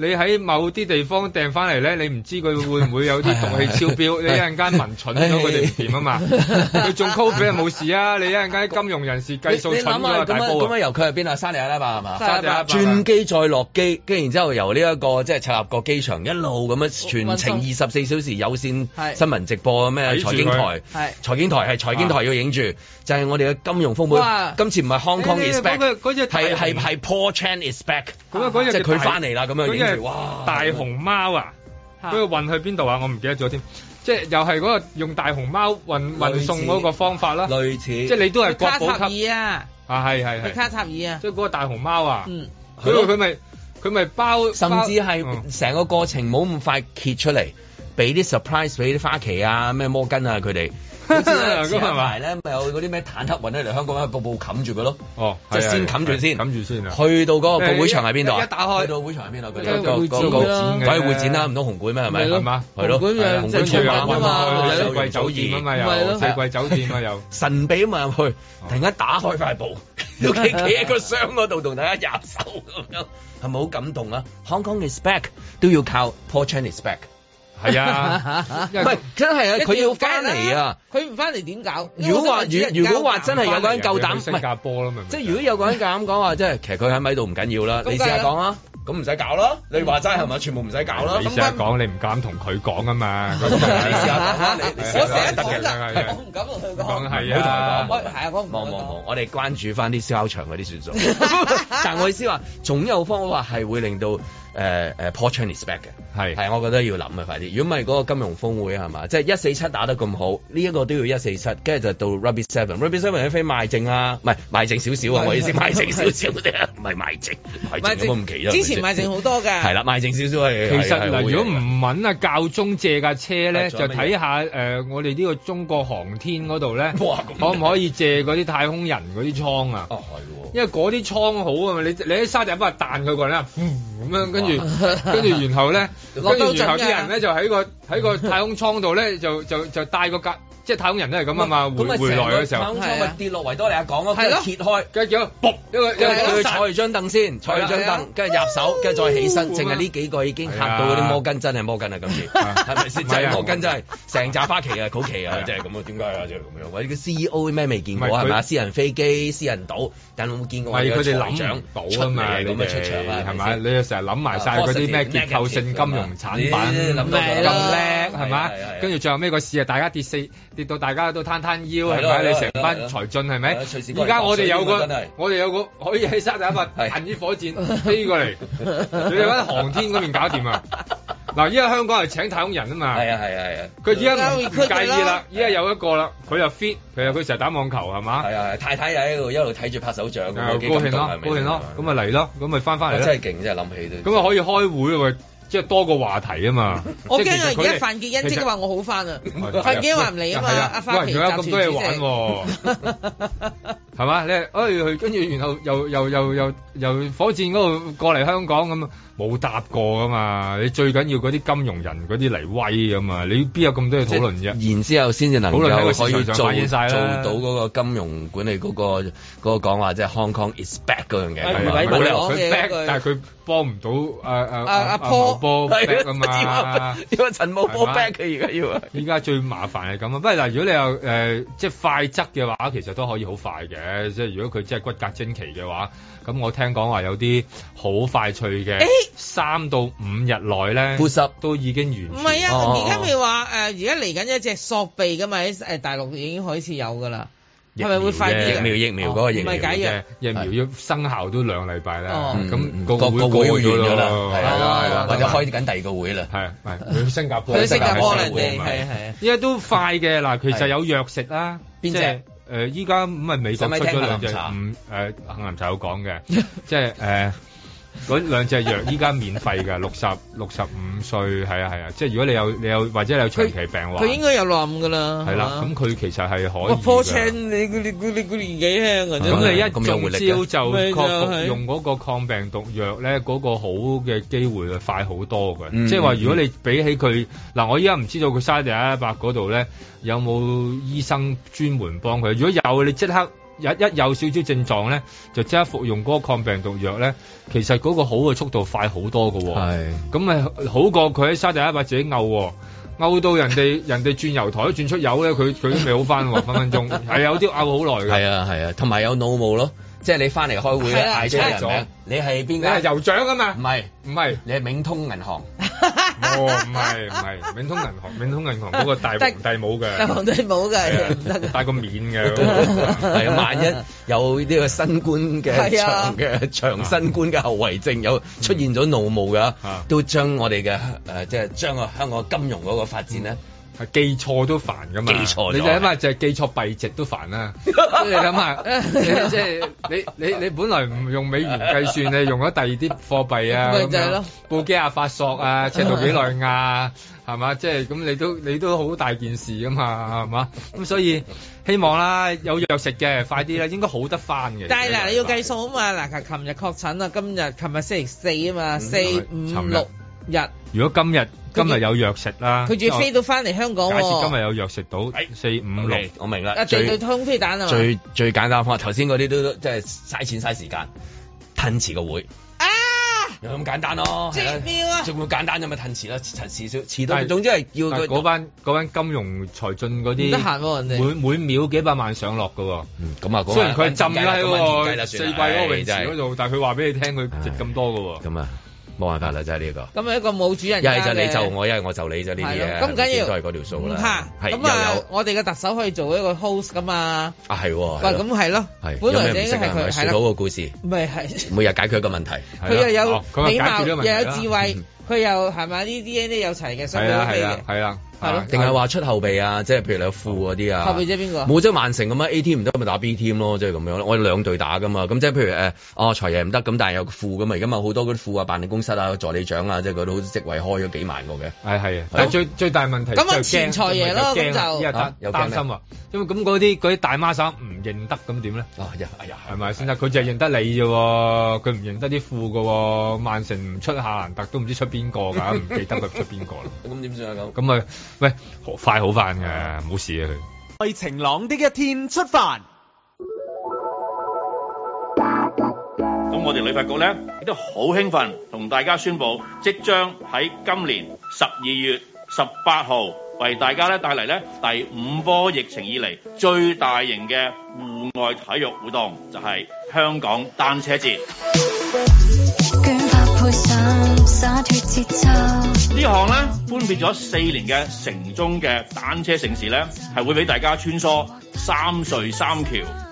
Speaker 3: 你喺某啲地方訂翻嚟咧，你唔知佢會唔會有啲毒氣超 標，你一陣間聞蠢咗佢哋唔掂啊嘛！佢仲 Covid 人冇事啊，你一陣間金融人士計數
Speaker 2: 你
Speaker 3: 蠢
Speaker 2: 你
Speaker 3: 咗
Speaker 2: 諗下
Speaker 3: 啊
Speaker 2: 咁
Speaker 3: 大
Speaker 2: 樣
Speaker 3: 波
Speaker 2: 咁
Speaker 3: 啊
Speaker 2: 樣！由佢係邊啊？沙地阿拉伯係嘛？
Speaker 3: 沙地阿拉伯
Speaker 2: 轉機再落機，跟住然之後由呢一個即係赤鱲角機場一路咁樣全程二
Speaker 4: 運
Speaker 2: 十四小時有線
Speaker 4: 係
Speaker 2: 新聞直播咩
Speaker 3: 睇住
Speaker 2: 財經台
Speaker 3: 佢啊
Speaker 4: 係。
Speaker 2: 財經台係財經台要影住，就係我哋嘅金融風
Speaker 4: 哇
Speaker 2: 暴。今次唔係 Hong Kong
Speaker 3: 你你
Speaker 2: is
Speaker 3: 嗰
Speaker 2: back，
Speaker 3: 個嗰隻大
Speaker 2: 係係
Speaker 3: 紅
Speaker 2: 係 Paul Chan is back，
Speaker 3: 咁啊嗰隻
Speaker 2: 即係佢
Speaker 3: 大
Speaker 2: 翻嚟啦咁樣
Speaker 3: 嗰
Speaker 2: 影
Speaker 3: 隻
Speaker 2: 住，哇！
Speaker 3: 大熊貓啊！嗰個運去邊度啊？我唔記得咗添。即係又係嗰個用大熊貓運運送嗰個方法啦，
Speaker 2: 類似，
Speaker 3: 即係你都係國
Speaker 4: 卡塔
Speaker 3: 寶級
Speaker 4: 爾啊，
Speaker 3: 啊，係係
Speaker 4: 去
Speaker 3: 係，
Speaker 4: 卡塔爾啊，
Speaker 3: 即係嗰個大熊貓啊，
Speaker 4: 嗯，
Speaker 3: 所以佢咪佢咪包，
Speaker 2: 甚至
Speaker 3: 包嗯
Speaker 2: 係成個過程冇咁快揭出嚟，俾啲 surprise 俾啲花旗啊、咩摩根啊佢 哋。好似咧
Speaker 3: 咁係嘛
Speaker 2: 前一排咧，咪有嗰啲咩坦克運咧嚟香港，一個布冚住佢咯，
Speaker 3: 哦，
Speaker 2: 就
Speaker 3: 係
Speaker 2: 先
Speaker 3: 係
Speaker 2: 冚住先，
Speaker 3: 冚住先啊！
Speaker 2: 去到嗰個個會場喺邊度啊？
Speaker 3: 一打開
Speaker 2: 去到會場喺邊度？
Speaker 3: 梗
Speaker 2: 佢哋
Speaker 3: 係
Speaker 2: 個
Speaker 3: 會
Speaker 2: 個
Speaker 3: 展
Speaker 2: 個
Speaker 3: 啦
Speaker 2: 梗係會展啦，唔通紅館咩？係咪？
Speaker 3: 係嘛？
Speaker 2: 係咯，
Speaker 4: 紅館
Speaker 2: 係啊
Speaker 4: 就
Speaker 2: 紅館
Speaker 4: 即係
Speaker 2: 出
Speaker 4: 春
Speaker 2: 運
Speaker 4: 運啊嘛
Speaker 2: 係
Speaker 3: 四
Speaker 2: 咯
Speaker 3: 季酒店啊嘛，
Speaker 4: 咪
Speaker 3: 又
Speaker 4: 咯
Speaker 3: 四季酒店啊又，
Speaker 2: 神秘咁入去，突然間打開塊布，都企企喺個箱嗰度同大家入手咁樣，係咪好感動啊？Hong Kong is back 都要靠 Paul Chan is back，
Speaker 3: 係 啊，
Speaker 2: 唔係真係啊，佢要翻
Speaker 4: 一定
Speaker 2: 嚟啊！！
Speaker 4: 佢唔翻嚟點搞？
Speaker 2: 如果話
Speaker 4: 因為我想
Speaker 2: 如如果話真係有個
Speaker 3: 個
Speaker 2: 人夠膽，唔
Speaker 3: 新
Speaker 2: 係
Speaker 3: 加坡啦，咪
Speaker 2: 即係如果有個人夠膽講話，即係其實佢喺咪度唔緊要啦，
Speaker 4: 咁
Speaker 2: 你試下講啦，咁唔使搞啦，你話齋係咪？全部唔使搞啦
Speaker 3: 你。成日講你唔敢同佢講啊嘛，你
Speaker 2: 你 試下講啦，
Speaker 4: 我
Speaker 2: 你你
Speaker 4: 成
Speaker 2: 試下
Speaker 4: 日
Speaker 2: 講得
Speaker 4: 講
Speaker 2: 嘅。
Speaker 4: 㗎，我唔敢同佢
Speaker 3: 講
Speaker 4: 講。
Speaker 3: 係
Speaker 2: 唔好同
Speaker 3: 啊
Speaker 2: 佢講
Speaker 4: 我係啊，我唔敢
Speaker 2: 望
Speaker 4: 講
Speaker 2: 望望，我哋關注翻啲燒烤場嗰啲算 數。但我意思話，總有方法係會令到誒誒 Paul Chinese back 嘅，
Speaker 3: 係
Speaker 2: 係我覺得要諗啊快啲。如果唔係嗰個金融峰會啊係嘛，即係一四七打得咁好，呢、一個都要一四七，跟住就到 Ruby Seven，Ruby Seven 啲飛賣剩啊，唔係賣剩少少啊，我意思賣剩少少啫，唔係賣 剩，賣剩咁唔奇啦。
Speaker 4: 之前賣剩好多啊㗎。
Speaker 2: 係啦，賣剩少少係
Speaker 3: 其實
Speaker 2: 係係
Speaker 3: 嗱，
Speaker 2: 會
Speaker 3: 如果
Speaker 2: 嘅
Speaker 3: 唔揾啊教宗借架車
Speaker 2: 啊
Speaker 3: 咧，
Speaker 2: 仲
Speaker 3: 就
Speaker 2: 有乜嘢
Speaker 3: 睇下誒、呃我哋呢個中國航天嗰度 咧，
Speaker 2: 哇咁
Speaker 3: 可唔可以借嗰啲太空人嗰啲倉啊？
Speaker 2: 哦係喎。嗯
Speaker 3: 因為嗰啲倉好啊嘛，你你喺沙地一日彈佢個人啊，呼咁樣跟住跟住然後 咧，跟
Speaker 4: 攞
Speaker 3: 住
Speaker 4: 到
Speaker 2: 啊
Speaker 4: 盡
Speaker 3: 然後啲
Speaker 4: 㗎
Speaker 3: 人咧就喺個喺個太空艙度咧就就就帶個架，即係太空人都係咁啊嘛，回
Speaker 2: 咁咪啊
Speaker 3: 回來嘅時候
Speaker 2: 成個太空艙咪跌落維多利亞港咯，跟住揭開，
Speaker 3: 跟住卜一個一
Speaker 2: 因為
Speaker 3: 個
Speaker 2: 佢坐住張凳先，坐住張凳，跟住入手，跟住再起身，淨係呢幾個已經嚇到嗰啲摩根真係摩根啊！今次係咪
Speaker 3: 啊
Speaker 2: 先？真係摩根真係成扎花旗啊，好旗啊，真係咁啊！點解啊？就係咁樣。或者個 CEO 咩未見過
Speaker 3: 唔係佢
Speaker 2: 係啊嘛？私人飛機、私人島，但我冇
Speaker 3: 唔
Speaker 2: 見過
Speaker 3: 係佢哋
Speaker 2: 財
Speaker 3: 諗
Speaker 2: 長
Speaker 3: 唔到
Speaker 2: 出
Speaker 3: 啊嘛，
Speaker 2: 嚟
Speaker 3: 你
Speaker 2: 咁
Speaker 3: 哋
Speaker 2: 啊出場啊，
Speaker 3: 係咪？你又成日諗埋晒嗰啲咩結構性金融產品，
Speaker 2: 你啊諗到
Speaker 3: 咁
Speaker 2: 就
Speaker 3: 叻
Speaker 2: 係啊
Speaker 3: 係
Speaker 2: 係啊係
Speaker 3: 咪
Speaker 2: 啊？
Speaker 3: 跟住最後尾個市啊，大家跌四跌到大家都攤攤腰
Speaker 2: 係
Speaker 3: 係
Speaker 2: 咯係
Speaker 3: 咪？
Speaker 2: 咯
Speaker 3: 你成班
Speaker 2: 係咯
Speaker 3: 財進係咪
Speaker 2: 係啊隨時？過嚟
Speaker 3: 而家我哋有
Speaker 2: 拔水
Speaker 3: 個
Speaker 2: 㗎真係
Speaker 3: 我哋有個可以喺沙地 一拍彈啲火箭飛過嚟，你哋喺航天嗰邊搞掂 啊！嗱，依家香港係請太空人啊嘛，
Speaker 2: 係啊係啊係啊！
Speaker 3: 佢依家唔唔
Speaker 4: 梗係佢哋
Speaker 3: 介意
Speaker 4: 啦
Speaker 3: 啦，依家有一個啦，佢又 fit，佢又佢成日打網球係嘛？
Speaker 2: 係啊，太太又喺度一路睇住拍手掌咁
Speaker 3: 啊
Speaker 2: 樣，
Speaker 3: 高
Speaker 2: 幾感
Speaker 3: 興
Speaker 2: 動
Speaker 3: 咯
Speaker 2: 係，咪
Speaker 3: 高興咯，咁咪嚟咯，咁咪翻翻嚟
Speaker 2: 我
Speaker 3: 咯。
Speaker 2: 真係勁，真係諗起都
Speaker 3: 咁啊可以開會啊嘛，即係多個話題啊嘛。
Speaker 4: 我
Speaker 3: 即係
Speaker 4: 驚
Speaker 3: 其實
Speaker 4: 啊！
Speaker 3: 佢
Speaker 4: 而
Speaker 3: 哋
Speaker 4: 家范傑恩即刻話我好翻啊！范傑恩話唔嚟啊嘛，
Speaker 3: 係
Speaker 4: 阿花旗
Speaker 3: 喂
Speaker 4: 集
Speaker 3: 仲有
Speaker 4: 團
Speaker 3: 咁多嘢玩喎，哦係嘛？你誒佢跟住然後又又又又又火箭嗰度過嚟香港咁，啊冇答過噶嘛？你最緊要嗰啲金融人嗰啲嚟威噶嘛？你邊有咁多嘢討論啫？
Speaker 2: 然之後先至能
Speaker 3: 討論喺個
Speaker 2: 夠
Speaker 3: 市場上
Speaker 2: 可以做
Speaker 3: 反映晒啦
Speaker 2: 做到嗰個金融管理嗰、個嗰、個講話，即係 Hong Kong is back 嗰樣嘢，
Speaker 3: 係
Speaker 2: 冇理由
Speaker 4: 講
Speaker 3: 佢
Speaker 4: 嘢嗰
Speaker 3: back，
Speaker 4: 句
Speaker 3: 但係佢幫唔到啊誒誒
Speaker 4: 阿阿
Speaker 3: 波
Speaker 4: Paul
Speaker 3: 波 back 啊嘛。
Speaker 2: 點解陳茂波
Speaker 3: 係嘛
Speaker 2: back 佢而家要啊？
Speaker 3: 依家最麻煩係咁啊！不過嗱，如果你又誒、呃即係快則嘅話，其實都可以好快嘅。即係如果佢真係骨骼精奇嘅話，咁我聽講話有啲好快脆嘅
Speaker 4: 誒，
Speaker 3: 三到五日內咧，
Speaker 2: 呼吸
Speaker 3: 都已經完
Speaker 4: 唔
Speaker 3: 全。
Speaker 4: 係啊，
Speaker 2: 哦
Speaker 4: 而家咪話誒，而家嚟緊一隻索鼻噶嘛，喺誒大陸已經開始有噶啦，
Speaker 3: 疫
Speaker 4: 係
Speaker 3: 苗
Speaker 4: 咪會快啲
Speaker 2: 疫
Speaker 4: 啊
Speaker 2: 苗疫苗嗰個疫苗
Speaker 4: 唔係解藥
Speaker 3: 嘅疫苗要生效都兩禮拜啦
Speaker 4: 哦，
Speaker 3: 咁
Speaker 2: 嗯個
Speaker 3: 個
Speaker 2: 個
Speaker 3: 會
Speaker 2: 會完咗啦，
Speaker 3: 係啦
Speaker 2: 係啦
Speaker 3: 係
Speaker 2: 係
Speaker 3: 啦
Speaker 2: 啦，，或者開緊第二個會啦。
Speaker 3: 係係去新加坡，
Speaker 4: 去新加坡
Speaker 2: 啦
Speaker 4: 人哋係係啊，
Speaker 3: 依家都快嘅嗱，其實有藥食啦，
Speaker 2: 邊隻
Speaker 3: 即係誒依家咁咪美國出咗兩隻，
Speaker 2: 使唔使聽杏林茶
Speaker 3: 唔誒杏林茶有講嘅， 即係誒嗰兩隻藥依家免費㗎，六十六十五歲係啊係啊，即係如果你有你有或者你有長期病
Speaker 4: 佢
Speaker 3: 患
Speaker 4: 應，該有冧噶啦，
Speaker 3: 係啦，咁佢其實係可以
Speaker 4: 哇破青
Speaker 3: 㗎。
Speaker 4: 你你你你你年紀輕啊真
Speaker 3: 咁
Speaker 4: 係
Speaker 3: 你一
Speaker 2: 咁有活力嘅
Speaker 3: 中招就
Speaker 4: 咪就
Speaker 3: 確
Speaker 4: 係
Speaker 3: 服用嗰個抗病毒藥咧，嗰、個好嘅機會係快好多嘅。
Speaker 2: 嗯
Speaker 3: 即係話，如果你比起佢嗱，我依家唔知道佢沙地阿拉伯嗰度咧有冇醫生專門幫佢。如果有，你即刻一一有少少症狀咧，就即刻服用嗰個抗病毒藥咧，其實嗰個好嘅速度快好多嘅喎、
Speaker 2: 係
Speaker 3: 咁咪好過佢喺沙地阿拉伯自己漚喎。漚到人哋人哋轉油台轉出油咧，佢佢都未好翻喎，分分鐘係有啲漚好耐嘅。
Speaker 2: 係啊係啊，同埋有腦霧咯，即係你翻嚟開會
Speaker 4: 係
Speaker 2: 咧
Speaker 4: 啦
Speaker 2: 嗌咗人
Speaker 3: 係啊
Speaker 2: 名，你係邊
Speaker 3: 你係
Speaker 2: 間？
Speaker 3: 酋長啊嘛
Speaker 2: 唔？係，
Speaker 3: 唔 係，
Speaker 2: 你係永通銀行。
Speaker 3: 哦，唔係唔係，永通銀行，永通銀行嗰個 大皇帝帽
Speaker 4: 但
Speaker 3: 嘅，啊
Speaker 4: 皇帝冇㗎，唔得㗎。
Speaker 3: 戴個面嘅，
Speaker 2: 係啊，萬一有呢個新冠嘅
Speaker 4: 係啊
Speaker 2: 長嘅長新冠嘅後遺症，有出現咗腦霧㗎
Speaker 3: 啊，
Speaker 2: 都將我哋嘅誒，即係將個香港金融嗰個發展咧，
Speaker 3: 係啊記錯都煩噶嘛，
Speaker 2: 記錯咗
Speaker 3: 你就諗下就係記錯幣值都 煩啦，即係你諗下，你即係你你你本來唔用美元計算，你用咗第二啲貨幣啊，
Speaker 4: 咪就係咯
Speaker 3: 咁樣，布基亞法索啊，赤道幾內亞係嘛，即係咁你都你都好大件事噶嘛，係嘛，咁所以希望啦，有藥食嘅快啲啦，應該好得翻嘅。
Speaker 4: 但係嗱，你要計數啊嘛，嗱，琴日確診啊，今日琴日星期四啊嘛，四五
Speaker 3: 尋日
Speaker 4: 六日，
Speaker 3: 如果今日今日有藥食啦，
Speaker 4: 佢仲要飛到翻嚟香港
Speaker 3: 假設今
Speaker 4: 喎，哎
Speaker 3: 日有藥食到四五六
Speaker 2: OK，，我明啦，
Speaker 4: 啊，地對
Speaker 2: 最
Speaker 4: 通飛彈啊嘛，
Speaker 2: 最最簡單方法，頭先嗰啲都即係嘥錢嘥時間，吞遲個會。
Speaker 4: 啊，
Speaker 2: 有咁簡單咯，係啦
Speaker 4: 絕妙啊
Speaker 2: 仲會簡單咁咪騰遲啦，騰遲少
Speaker 3: 但
Speaker 2: 遲到，
Speaker 3: 係
Speaker 2: 總之係要
Speaker 3: 但係
Speaker 2: 佢
Speaker 3: 嗰班嗰班金融財進嗰
Speaker 4: 唔
Speaker 3: 啲，
Speaker 4: 得閒喎人哋。
Speaker 3: 每每秒幾百萬上落㗎
Speaker 2: 嗯咁啊，
Speaker 3: 喎。雖然佢係浸咗喺
Speaker 2: 嗰
Speaker 3: 個四季嗰個泳池嗰度，但係佢話俾你聽佢值咁多㗎喎。
Speaker 2: 咁啊，冇辦法啦，真係呢個。
Speaker 4: 咁一個冇主人
Speaker 2: 一
Speaker 4: 家嘅
Speaker 2: 係就你就我，一係我就你啫，呢啲嘢
Speaker 4: 係咯咁緊要
Speaker 2: 都係嗰條數
Speaker 4: 唔
Speaker 2: 啦。
Speaker 4: 怕。
Speaker 2: 係
Speaker 4: 咁
Speaker 2: 又
Speaker 4: 啊
Speaker 2: 有，
Speaker 4: 我哋嘅特首可以做一個 host 噶嘛？
Speaker 2: 啊係喎，
Speaker 4: 喂，咁係咯，
Speaker 2: 係
Speaker 4: 本來
Speaker 2: 有
Speaker 4: 就
Speaker 2: 咩唔
Speaker 4: 應
Speaker 2: 識
Speaker 4: 該係
Speaker 2: 啊？
Speaker 4: 佢
Speaker 2: 咪
Speaker 4: 係
Speaker 2: 説
Speaker 4: 啦，
Speaker 2: 好個故事，
Speaker 4: 咪係
Speaker 2: 每日解決一個問題。
Speaker 3: 係
Speaker 4: 佢
Speaker 3: 啦
Speaker 4: 又有
Speaker 3: 哦咁啊
Speaker 4: 美
Speaker 3: 解決
Speaker 4: 貌，
Speaker 3: 咗
Speaker 4: 又
Speaker 3: 問題啦
Speaker 4: 有智慧，佢又係咪啲 DNA 有齊嘅，所以
Speaker 3: 係
Speaker 4: 佢
Speaker 3: 啦
Speaker 4: 都
Speaker 3: 係
Speaker 4: 飛嘅。
Speaker 3: 啦係啦，
Speaker 4: 係咯
Speaker 2: 定係話出後備啊？即係譬如你有副嗰啲啊，
Speaker 4: 後備即係邊個
Speaker 2: 冇即係曼城咁啊，A team 唔得咪打 B team 咯，即係咁樣咯。我哋兩隊打噶嘛，咁即係譬如誒，哦財爺唔得，咁但係有個副噶嘛，而家咪好多嗰啲副啊，辦理公室啊、助理長啊，即係嗰啲職位開咗幾萬個嘅。
Speaker 3: 係係啊，但係最最大問題
Speaker 4: 咁啊
Speaker 3: 就係
Speaker 4: 前
Speaker 3: 驚
Speaker 4: 財爺咯
Speaker 3: 就係驚
Speaker 4: 咁就
Speaker 3: 因為
Speaker 2: 啊
Speaker 3: 擔
Speaker 2: 有驚
Speaker 3: 擔
Speaker 2: 咩
Speaker 3: 心啊，因為咁嗰啲嗰啲大媽衫唔認得咁點咧？
Speaker 2: 啊呀，哎呀，
Speaker 3: 係咪先得？佢就係認得你啫喎，佢唔認得啲副㗎喎。曼城唔出夏蘭特都唔知出邊個㗎，唔記得佢出邊個啦。
Speaker 2: 咁點算啊咁？
Speaker 3: 咁啊，喂，好快好翻嘅，冇事啊佢。
Speaker 5: 在晴朗的一天出發。
Speaker 1: 咁我哋旅發局咧亦都好興奮，同大家宣布，即將喺今年十二月十八號為大家咧帶嚟咧第五波疫情以嚟最大型嘅戶外體育活動，就係、香港單車節。
Speaker 13: 卷髮配上灑脱節奏，
Speaker 1: 呢項咧分別咗四年嘅城中嘅單車城市咧，係會俾大家穿梭三隧三橋，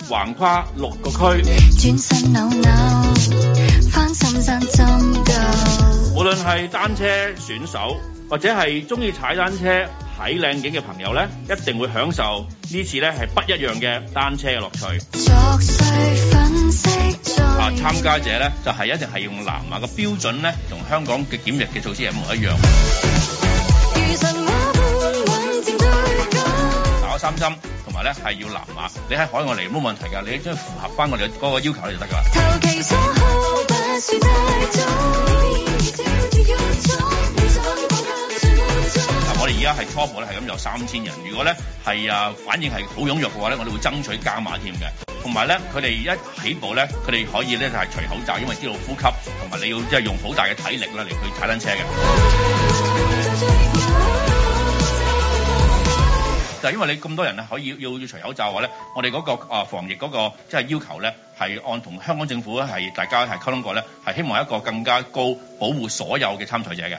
Speaker 1: 橫跨六個區。
Speaker 13: 轉身扭扭，翻深山針灸，
Speaker 1: 無論係單車選手或者係中意踩單車睇靚景嘅朋友咧，一定會享受呢次咧係不一樣嘅單車嘅樂趣。
Speaker 13: 作碎粉飾
Speaker 1: 啊，
Speaker 13: 再。
Speaker 1: 參加者咧就係、一定係用南亞嘅標準咧，同香港嘅檢疫嘅措施係一模一樣。
Speaker 13: 遇上我般穩靜追趕。
Speaker 1: 打咗三針，同埋咧係要南亞，你喺海外嚟冇問題㗎，你只要符合翻我哋嗰個要求就得㗎啦。
Speaker 13: 投其所好，不算太早。
Speaker 1: 嗱，我哋而家係初步咧係咁有三千人，如果咧係啊反應係好踴躍嘅話咧，我哋會爭取加碼添嘅。同埋咧，佢哋一起步咧，佢哋可以咧就係除口罩，因為知道呼吸，同埋你要即係用好大嘅體力啦嚟去踩單車嘅。就係因為你咁多人咧，可以要要除口罩嘅話咧，我哋嗰、個、啊防疫嗰、個即係要求咧，係按同香港政府咧係大家係溝通過咧，係希望一個更加高保護所有嘅參賽者嘅。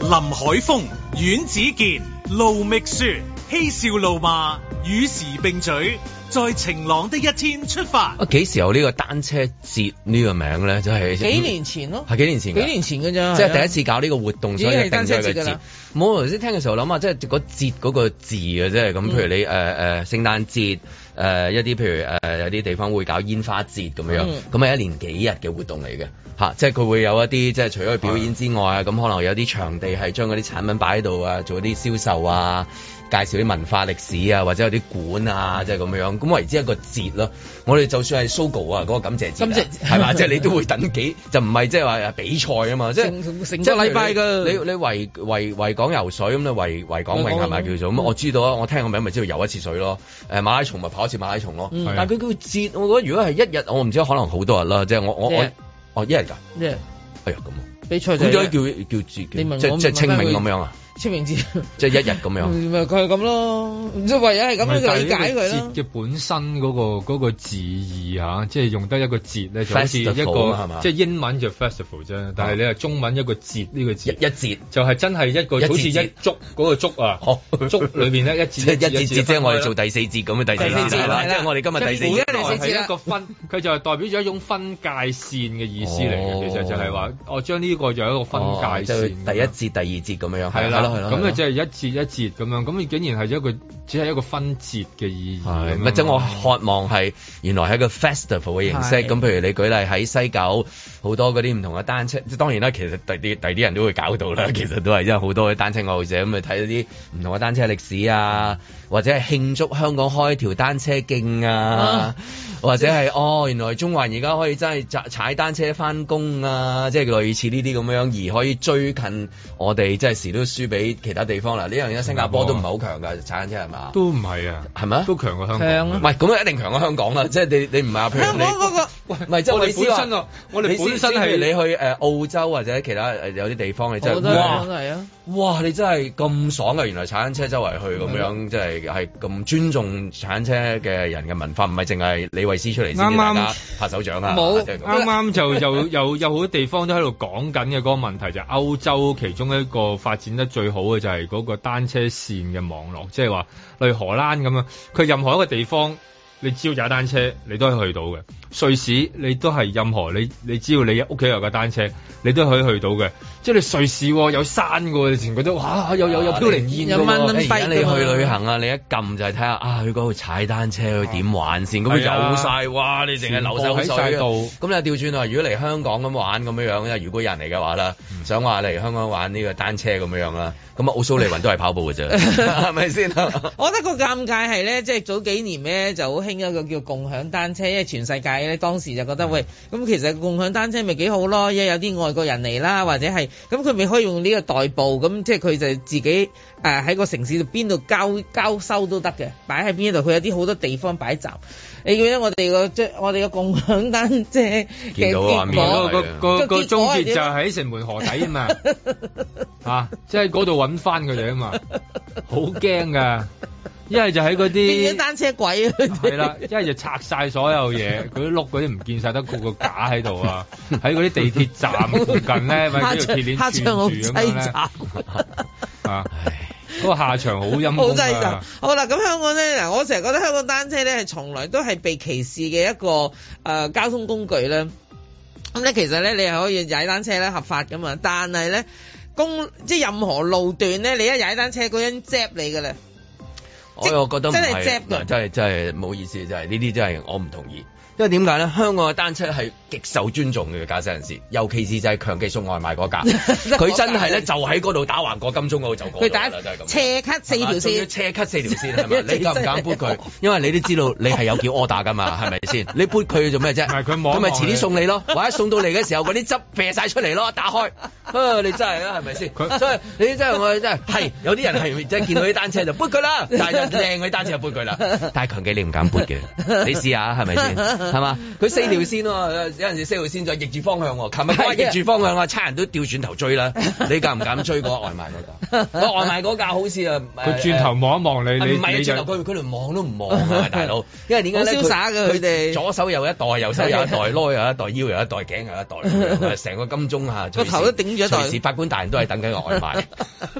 Speaker 12: 林海峰、阮子健、盧覓雪，嬉笑怒罵，與時並舉，在晴朗的一天出發。
Speaker 2: 啊幾時有呢個單車節呢個名咧？真係
Speaker 4: 幾年前咯，
Speaker 2: 係幾年前㗎
Speaker 4: 幾年前嘅咋，
Speaker 2: 即係
Speaker 4: 啊
Speaker 2: 第一次搞呢個活動，所以
Speaker 4: 已經係
Speaker 2: 一定咗
Speaker 4: 單車節
Speaker 2: 一個
Speaker 4: 㗎
Speaker 2: 節
Speaker 4: 啦。
Speaker 2: 冇我頭先聽嘅時候諗啊，即係個節嗰個字嘅啫。咁譬如你誒誒聖誕節。誒、一啲譬如誒、有啲地方會搞煙花節咁樣，
Speaker 4: 嗯
Speaker 2: 咁係、一年幾日嘅活動嚟嘅嚇，即係佢會有一啲即係除咗表演之外啊，咁可能有啲場地係將嗰啲產品擺喺度啊，做啲銷售啊，介紹啲文化歷史啊，或者有啲館啊，即係咁樣，咁為之一個節咯。我哋就算係 Sogo 啊，嗰、個感謝節啊，
Speaker 4: 感謝
Speaker 2: 係嘛，即係你都會等幾，就唔係即係話比賽啊嘛，即係
Speaker 4: 成成
Speaker 2: 即係
Speaker 4: 個
Speaker 2: 禮
Speaker 4: 禮
Speaker 2: 拜
Speaker 4: 拜
Speaker 2: 㗎
Speaker 4: 㗎，
Speaker 2: 你你維維維港游水咁咧，維維港泳係咪叫做咁？我知道啊，我聽個名咪知道游一次水咯。誒馬拉松咪跑一次馬拉松咯。
Speaker 4: 嗯
Speaker 2: 但係佢叫節，我覺得如果係一日，我唔知可能好多日啦。即係我我
Speaker 4: 一
Speaker 2: 我
Speaker 4: 日
Speaker 2: 哦一日㗎，
Speaker 4: 即係
Speaker 2: 哎呀咁
Speaker 4: 比賽
Speaker 2: 啊，
Speaker 4: 就
Speaker 2: 咁點
Speaker 4: 係
Speaker 2: 解叫叫節？
Speaker 4: 你問
Speaker 2: 叫
Speaker 4: 我
Speaker 2: 即係即係清明咁樣啊？
Speaker 4: 清明節，
Speaker 2: 即係一日咁 樣。
Speaker 4: 咪佢係咁咯，即係唯有
Speaker 3: 啊
Speaker 4: 係咁樣去理解佢
Speaker 3: 節
Speaker 4: 咯。
Speaker 3: 嘅本身嗰、個嗰、個字義嚇、即係用得一個節咧，就好似一個
Speaker 2: Festival 啊係嘛啊
Speaker 3: 即係英文就 festival 啫，但係你係中文一個節呢個字，
Speaker 2: 一節
Speaker 3: 就係真係一個
Speaker 2: 一節
Speaker 3: 好似一
Speaker 2: 節
Speaker 3: 竹嗰、個竹啊，竹裏邊咧一節
Speaker 2: 即係
Speaker 3: 節
Speaker 2: 一節節，即係我哋做
Speaker 3: 分開啦
Speaker 2: 第四節咁嘅啊第四
Speaker 3: 第四節
Speaker 2: 節啦，
Speaker 3: 係
Speaker 2: 即
Speaker 3: 啦
Speaker 2: 係我哋今日第四節。
Speaker 3: 係一個分，佢就係代表咗一種分界線嘅意思嚟
Speaker 2: 哦
Speaker 3: 嘅，其實就係話我將呢個就係一個分
Speaker 2: 哦
Speaker 3: 界
Speaker 2: 即係
Speaker 3: 線。啊
Speaker 2: 第一節、第二節咁樣樣。
Speaker 3: 係啦，
Speaker 2: 係咯，
Speaker 3: 咁
Speaker 2: 係
Speaker 3: 啊，
Speaker 2: 咯
Speaker 3: 即係一節一節咁樣，咁竟然係一個只係一個分節嘅意義咁啊
Speaker 2: 係，
Speaker 3: 樣。
Speaker 2: 咪啊即係我渴望係原來係一個 festival 嘅形式。
Speaker 3: 係
Speaker 2: 咁譬如你舉例喺西九好多嗰啲唔同嘅單車，即係當然啦，其實第啲第啲人都會搞到啦。 其實都係因為好多嘅單車愛好者咁咪睇到啲唔同嘅單車歷史啊，或者係慶祝香港開條單車徑啊
Speaker 4: 啊。
Speaker 2: 或者係哦，原來中環而家可以真係踩踩單車翻工啊，即係類似呢啲咁樣，而可以追近我哋，即係時都輸俾其他地方啦。呢樣嘢新加坡都唔係好強㗎，踩單車係嘛？
Speaker 3: 都唔係啊，
Speaker 2: 係咪啊？
Speaker 3: 都強過香港。
Speaker 2: 強啊！唔係咁一定強過香港啦，即係嗯你你唔係話譬如
Speaker 4: 香
Speaker 2: 你
Speaker 4: 港。嗰個
Speaker 2: 唔係，即係
Speaker 3: 我哋
Speaker 2: 意思
Speaker 3: 本
Speaker 2: 話
Speaker 3: 身啊我哋
Speaker 2: 你先
Speaker 3: 本身係
Speaker 2: 先譬如你去誒澳洲或者其他誒有啲地方，你真
Speaker 4: 好
Speaker 2: 係
Speaker 4: 多
Speaker 2: 哇
Speaker 4: 都係啊，
Speaker 2: 哇！你真係咁爽啊！原來踩嗯單車周圍去咁樣，即係係咁尊重踩單車嘅人嘅文化，唔係淨係你李慧詩出嚟先，
Speaker 3: 啱啱
Speaker 2: 大家拍手掌啊！
Speaker 3: 冇，
Speaker 2: 即係咁
Speaker 3: 啱啱就 有有有好多地方都喺度講緊嘅嗰個問題就係歐洲其中一個發展得最好嘅就係嗰個單車線嘅網絡，即係話例如荷蘭咁樣，佢任何一個地方你只要踩單車，你都係去到嘅。瑞士你都係任何你你只要你屋企有架單車，你都可以去到嘅。即係你瑞士喎有山嘅喎，你前覺得哇有有
Speaker 2: 啊
Speaker 3: 有飄零燕嘅喎，
Speaker 2: 誒哎而家你去旅行啊，你一撳就係睇下啊，去嗰度踩單車去點玩先，咁佢
Speaker 3: 係啊
Speaker 2: 有晒哇！你淨係流晒
Speaker 3: 全
Speaker 2: 口
Speaker 3: 部喺晒
Speaker 2: 水啊
Speaker 3: 度
Speaker 2: 咁你又調轉啊，如果嚟香港咁玩咁樣樣咧，如果有人嚟嘅話啦，想話嚟香港玩呢個單車咁樣樣啦，咁啊奧蘇利雲都係跑步嘅啫，係咪先啊？
Speaker 4: 我覺得個尷尬係咧，即係早幾年咧就好興一個叫共享單車，因為全世界咧當時就覺
Speaker 3: 嗯
Speaker 4: 得喂，咁其實共享單車咪幾好咯，因為有啲外國人嚟啦，或者係咁佢咪可以用呢個代步，咁即係佢就自己誒喺、個城市度邊度交交收都得嘅，擺喺邊度，佢有啲好多地方擺站。你記得我哋個即我哋個共享單車嘅
Speaker 3: 見到
Speaker 4: 結
Speaker 3: 畫面
Speaker 4: 果，
Speaker 3: 個
Speaker 4: 結
Speaker 3: 個個
Speaker 4: 果
Speaker 3: 終
Speaker 4: 係
Speaker 3: 結
Speaker 4: 點
Speaker 3: 就
Speaker 4: 啊
Speaker 3: 喺城門河底啊 嘛，嚇，啊即係嗰度揾翻佢哋啊嘛，好驚噶，一係就喺嗰
Speaker 4: 變咗
Speaker 3: 啲
Speaker 4: 單車軌啊！
Speaker 3: 係啦，一係就拆晒所有嘢，嗰啲碌嗰啲唔見晒，得個個架喺度啊，喺嗰啲地鐵站附近咧，咪嗰條
Speaker 4: 黑
Speaker 3: 鐵鏈串
Speaker 4: 窗好
Speaker 3: 住咁
Speaker 4: 擠
Speaker 3: 樣咧
Speaker 4: 窄，
Speaker 3: 啊， 嗰個下場好陰
Speaker 4: 好
Speaker 3: 功
Speaker 4: 擠
Speaker 3: 啊
Speaker 4: 窄。！好啦，咁香港咧嗱，我成日覺得香港單車咧係從來都係被歧視嘅一個誒、呃交通工具啦。咁咧其實咧你係可以踩單車咧合法噶嘛，但係咧公即係任何路段咧，你一踩單車嗰人 zap 你噶啦。
Speaker 2: 我又覺得唔
Speaker 4: 真係
Speaker 2: 係
Speaker 4: jab，㗎
Speaker 2: 嗱真係真係唔好意思，真係呢啲真係我唔同意。因為點解咧？香港嘅單車係極受尊重嘅駕駛人士，尤其是就係強記送外賣嗰架，佢真係咧就喺嗰度打橫過金鐘嗰度就過
Speaker 4: 佢
Speaker 2: 到
Speaker 4: 打
Speaker 2: 啦，就係咁。
Speaker 4: 斜咳四條
Speaker 2: 啊仲要
Speaker 4: 線，
Speaker 2: 斜咳四條線係咪？你敢唔敢撥
Speaker 4: 真
Speaker 2: 佢
Speaker 4: 係？
Speaker 2: 因為你都知道你係有叫 order 噶嘛，係咪先？你撥佢做咩啫？佢
Speaker 3: 望
Speaker 2: 佢咪遲啲送你咯，或者送到嚟嘅時候嗰啲汁啡晒出嚟咯，打開。啊，你真係啊，係咪先？所以你真係我真係係有啲人係即係見到啲單車就撥佢啦，但係就靚嗰啲單車就撥佢啦。但係強記你唔敢撥嘅，你試下係咪先？係嘛？佢四條線喎，有陣時四條線就逆住方向喎。琴日哇逆住方向啊，差人都掉轉頭追啦。你敢唔敢追嗰個外賣嗰個？嗰個外賣哦嗰架好似啊，
Speaker 3: 佢轉頭望一望你，你
Speaker 2: 唔係
Speaker 3: 你就
Speaker 2: 轉頭佢佢連望都唔 望啊，大佬！因為點解咧？
Speaker 4: 好瀟灑啊㗎佢
Speaker 3: 啊
Speaker 4: 哋
Speaker 2: 左手有一袋，右手有一袋，攞有一袋，腰有一袋，頸有一袋，成個金鐘啊！
Speaker 4: 個頭都頂咗一袋
Speaker 2: 隨時法官大人都係等緊個外 賣，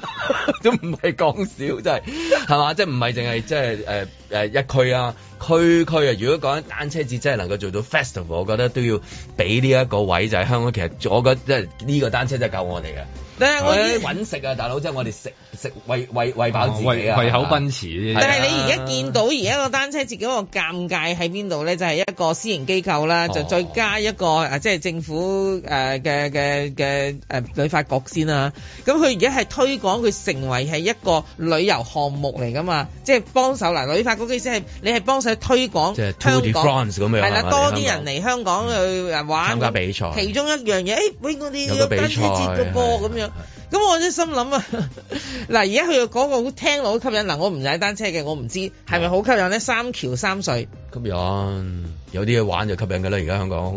Speaker 2: 都唔係講笑，真係係嘛？即係唔係淨係即係誒誒一區啊？區區啊！如果講緊單車節真係能夠做到 festival，我覺得都要俾呢一個位就係香港。其實我覺得即係呢個單車真係夠我哋嘅。
Speaker 4: 但係我
Speaker 2: 哋揾食啊，大佬！即係我哋食食喂喂喂飽自己
Speaker 3: 胃
Speaker 2: 啊，
Speaker 3: 胃口
Speaker 2: 係嘛
Speaker 3: 奔馳呢啲。
Speaker 4: 但係啊你而家見到而家個單車節嗰個尷尬喺邊度咧？就係、一個私營機構啦，
Speaker 2: 哦
Speaker 4: 就再加一個啊，即係政府誒嘅嘅嘅誒旅發局先啦。咁佢而家係推廣佢成為係一個旅遊項目嚟噶嘛，即係幫手嗱，旅發局嘅意思係你係幫手推廣
Speaker 2: 即係 Tour de
Speaker 4: 香港
Speaker 2: France 咁樣
Speaker 4: 係啦，
Speaker 2: 係嘛
Speaker 4: 多
Speaker 2: 你
Speaker 4: 啲
Speaker 2: 香
Speaker 4: 人
Speaker 2: 港
Speaker 4: 嚟香港去誒玩
Speaker 2: 參加比賽
Speaker 4: 其中一樣嘢，誒、喂，我哋
Speaker 2: 有
Speaker 4: 有
Speaker 2: 個
Speaker 4: 單
Speaker 2: 比
Speaker 4: 車
Speaker 2: 賽
Speaker 4: 節嘅噃咁樣。咁我真心諗啊， 嗱，而家佢又講個好聽落好吸引，嗱，我唔踩單車嘅，我唔知係咪好吸引咧？三橋三隧，
Speaker 2: 吸引，有啲嘢玩就吸引㗎啦。而家香港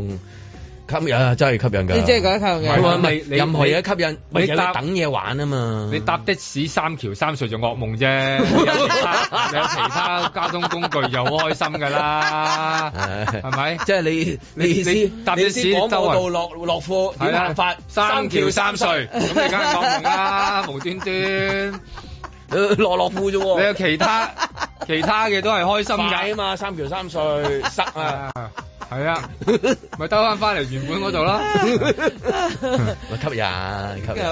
Speaker 2: 吸引啊，真係吸引㗎。
Speaker 4: 你真係覺得吸引
Speaker 2: 唔係唔
Speaker 4: 嘅？
Speaker 2: 係任何嘢吸引，咪
Speaker 3: 你
Speaker 2: 有
Speaker 3: 搭
Speaker 2: 得等嘢玩啊嘛。
Speaker 3: 你搭 的士三橋三隧就噩夢啫，你有其他你有其他交通工具又好開心㗎啦，係咪？
Speaker 2: 即係你你意思
Speaker 3: 搭的士
Speaker 2: 你意思廣
Speaker 3: 周
Speaker 2: 播道
Speaker 3: 圍
Speaker 2: 落落貨
Speaker 3: 係
Speaker 2: 點
Speaker 3: 啦
Speaker 2: 行法？
Speaker 3: 三橋三隧，咁你梗係噩夢 啦，無端端。
Speaker 2: 落落褲啫喎
Speaker 3: 你有其他其他嘅都係開心
Speaker 2: 快
Speaker 3: 㗎
Speaker 2: 啊嘛，三橋三隧塞啊，
Speaker 3: 係 啊，咪兜翻翻嚟原本嗰度 啦。
Speaker 4: 係。
Speaker 2: 咪吸引吸引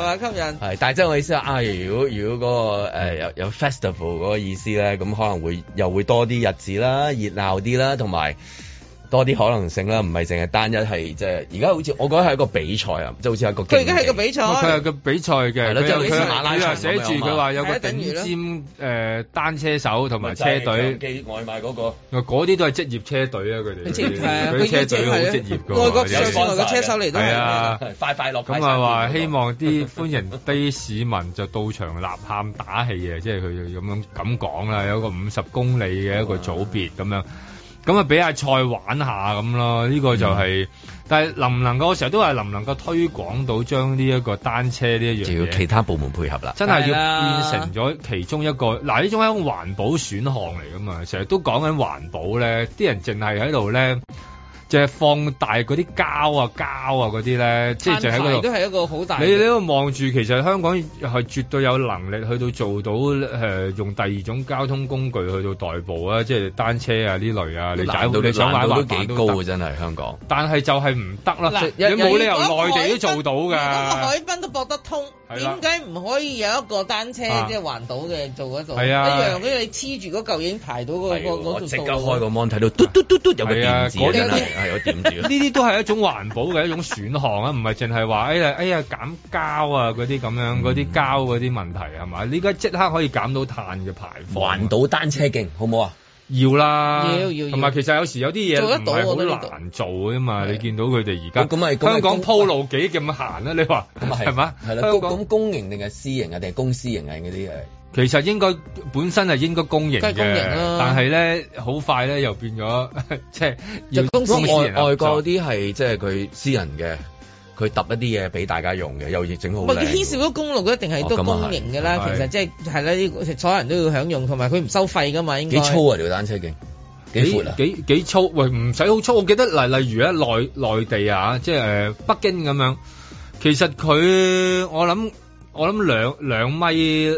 Speaker 4: 嘛？吸引。
Speaker 2: 係，但係即係我意思係啊，如果如果嗰、個、呃、有有 festival 嗰個意思咧，咁可能會又會多啲日子啦，熱鬧啲啦，同埋多啲可能性啦，唔係淨係單一係即係而家好似我覺得係一個比賽啊，即係好似係一個
Speaker 4: 佢而家係個
Speaker 2: 競技
Speaker 4: 比賽，
Speaker 3: 佢 有個比賽嘅，
Speaker 2: 係咯
Speaker 3: 佢
Speaker 2: 即係
Speaker 3: 有
Speaker 2: 類似
Speaker 3: 佢
Speaker 2: 馬拉
Speaker 3: 佢
Speaker 2: 松
Speaker 3: 又寫住
Speaker 2: 咁樣嘛
Speaker 3: 佢話有個
Speaker 4: 係啊等於咯
Speaker 3: 頂尖誒單車手
Speaker 2: 啊
Speaker 3: 同埋車隊，
Speaker 2: 寄外賣嗰、個。
Speaker 3: 嗰啲都係職業車隊啊！佢哋
Speaker 4: 係啊
Speaker 3: 嗰啲車隊好職業㗎喎，
Speaker 4: 外國
Speaker 3: 有
Speaker 4: 上
Speaker 3: 時
Speaker 4: 次外國車手嚟都
Speaker 3: 係
Speaker 4: 係。
Speaker 3: 啊。
Speaker 2: 快快
Speaker 3: 咁
Speaker 2: 樂派晒
Speaker 3: 啊話
Speaker 2: 嗰個
Speaker 3: 希望 啲歡迎啲市民就到場呐喊
Speaker 2: 嗯
Speaker 3: 打氣啊！即係佢咁樣咁講啦，有一個五十公里嘅一個組別咁樣。咁啊俾阿蔡玩下咁咯，呢、個
Speaker 2: 嗯
Speaker 3: 就係、但係能唔能夠，我成日都話能唔能夠推廣到將呢一個單車呢一樣嘢，
Speaker 2: 就要其他部門配合啦。
Speaker 3: 真係
Speaker 2: 係
Speaker 3: 要
Speaker 2: 啦
Speaker 3: 變成咗其中一個嗱，呢種係一個環保選項嚟噶嘛，成日都講緊環保咧，啲人淨係喺度咧，就係放大嗰啲膠啊、膠啊嗰啲咧，即係就喺嗰
Speaker 4: 都
Speaker 3: 度。
Speaker 4: 係一個好大嘅。
Speaker 3: 你你喺度望住，其實香港係絕對有能力去到做到誒、呃用第二種交通工具去到代步啊，即係單車啊呢類啊，你解
Speaker 2: 難度
Speaker 3: 你想玩
Speaker 2: 難度
Speaker 3: 滑
Speaker 2: 都
Speaker 3: 板
Speaker 2: 幾
Speaker 3: 都得
Speaker 2: 高啊！真係香港。
Speaker 3: 但係就係唔得啦，
Speaker 4: 嗱
Speaker 3: 你冇理由
Speaker 4: 如果
Speaker 3: 內地都做到㗎。
Speaker 4: 海濱都駁得通，
Speaker 3: 係啦
Speaker 4: 點解唔可以有一個單車
Speaker 2: 啊
Speaker 4: 即係環島嘅做嗰度？
Speaker 2: 係啊
Speaker 4: 一樣嘅，你黐住嗰嚿已經排到嗰個
Speaker 2: 我
Speaker 4: 嗰
Speaker 2: 即
Speaker 4: 條
Speaker 2: 刻
Speaker 4: 道
Speaker 2: 開
Speaker 4: 路。
Speaker 2: 個 mon 睇到嘟嘟嘟嘟有個
Speaker 3: 係啊
Speaker 2: 點字啊，真
Speaker 3: 嗰啲
Speaker 2: 係係有點字
Speaker 3: 呢
Speaker 2: 啊。
Speaker 3: 啲都係一種環保嘅一種選項啊，唔係淨係話哎呀哎呀減膠啊嗰啲咁樣嗰啲膠嗰啲問題係嘛？你而家即刻可以減到碳嘅排放，啊
Speaker 2: 環島單車徑好唔好啊？
Speaker 3: 要啦，
Speaker 2: 要要要
Speaker 3: 同埋其實有時有啲嘢
Speaker 2: 做得
Speaker 3: 唔
Speaker 2: 到我覺
Speaker 3: 係
Speaker 2: 得呢度啊
Speaker 3: 好難做嘅嘛，你見到佢哋而家
Speaker 2: 咁咁咪咁咪
Speaker 3: 香港
Speaker 2: 公
Speaker 3: 鋪路幾咁行啦，你話
Speaker 2: 咁啊係
Speaker 3: 係嘛？
Speaker 2: 係啦，
Speaker 3: 香
Speaker 2: 公
Speaker 3: 港
Speaker 2: 咁公營定係私營啊？定係公私營啊？嗰啲係。
Speaker 3: 其實應該本身係應該公營嘅，
Speaker 2: 梗係公營啦
Speaker 3: 但係咧好快咧又變咗 即係要
Speaker 2: 公司
Speaker 3: 私
Speaker 2: 外
Speaker 3: 人合啊作
Speaker 2: 外國嗰啲係即係佢私人嘅，佢揼一啲嘢俾大家用嘅，又亦整好
Speaker 4: 唔係佢
Speaker 2: 靚。
Speaker 4: 牽涉到公路，一定係
Speaker 2: 哦
Speaker 4: 都
Speaker 2: 咁啊係
Speaker 4: 公營㗎啦。其
Speaker 2: 係
Speaker 4: 實即係係啦，呢個所有人都要享用，同埋佢唔收費㗎嘛，應
Speaker 2: 幾
Speaker 4: 該。
Speaker 2: 粗啊條單車徑，幾闊啊？
Speaker 3: 幾幾粗？喂，唔使好粗。我記得例例如咧，內內地啊，即係誒、呃北京咁樣，其實佢我諗我諗兩兩米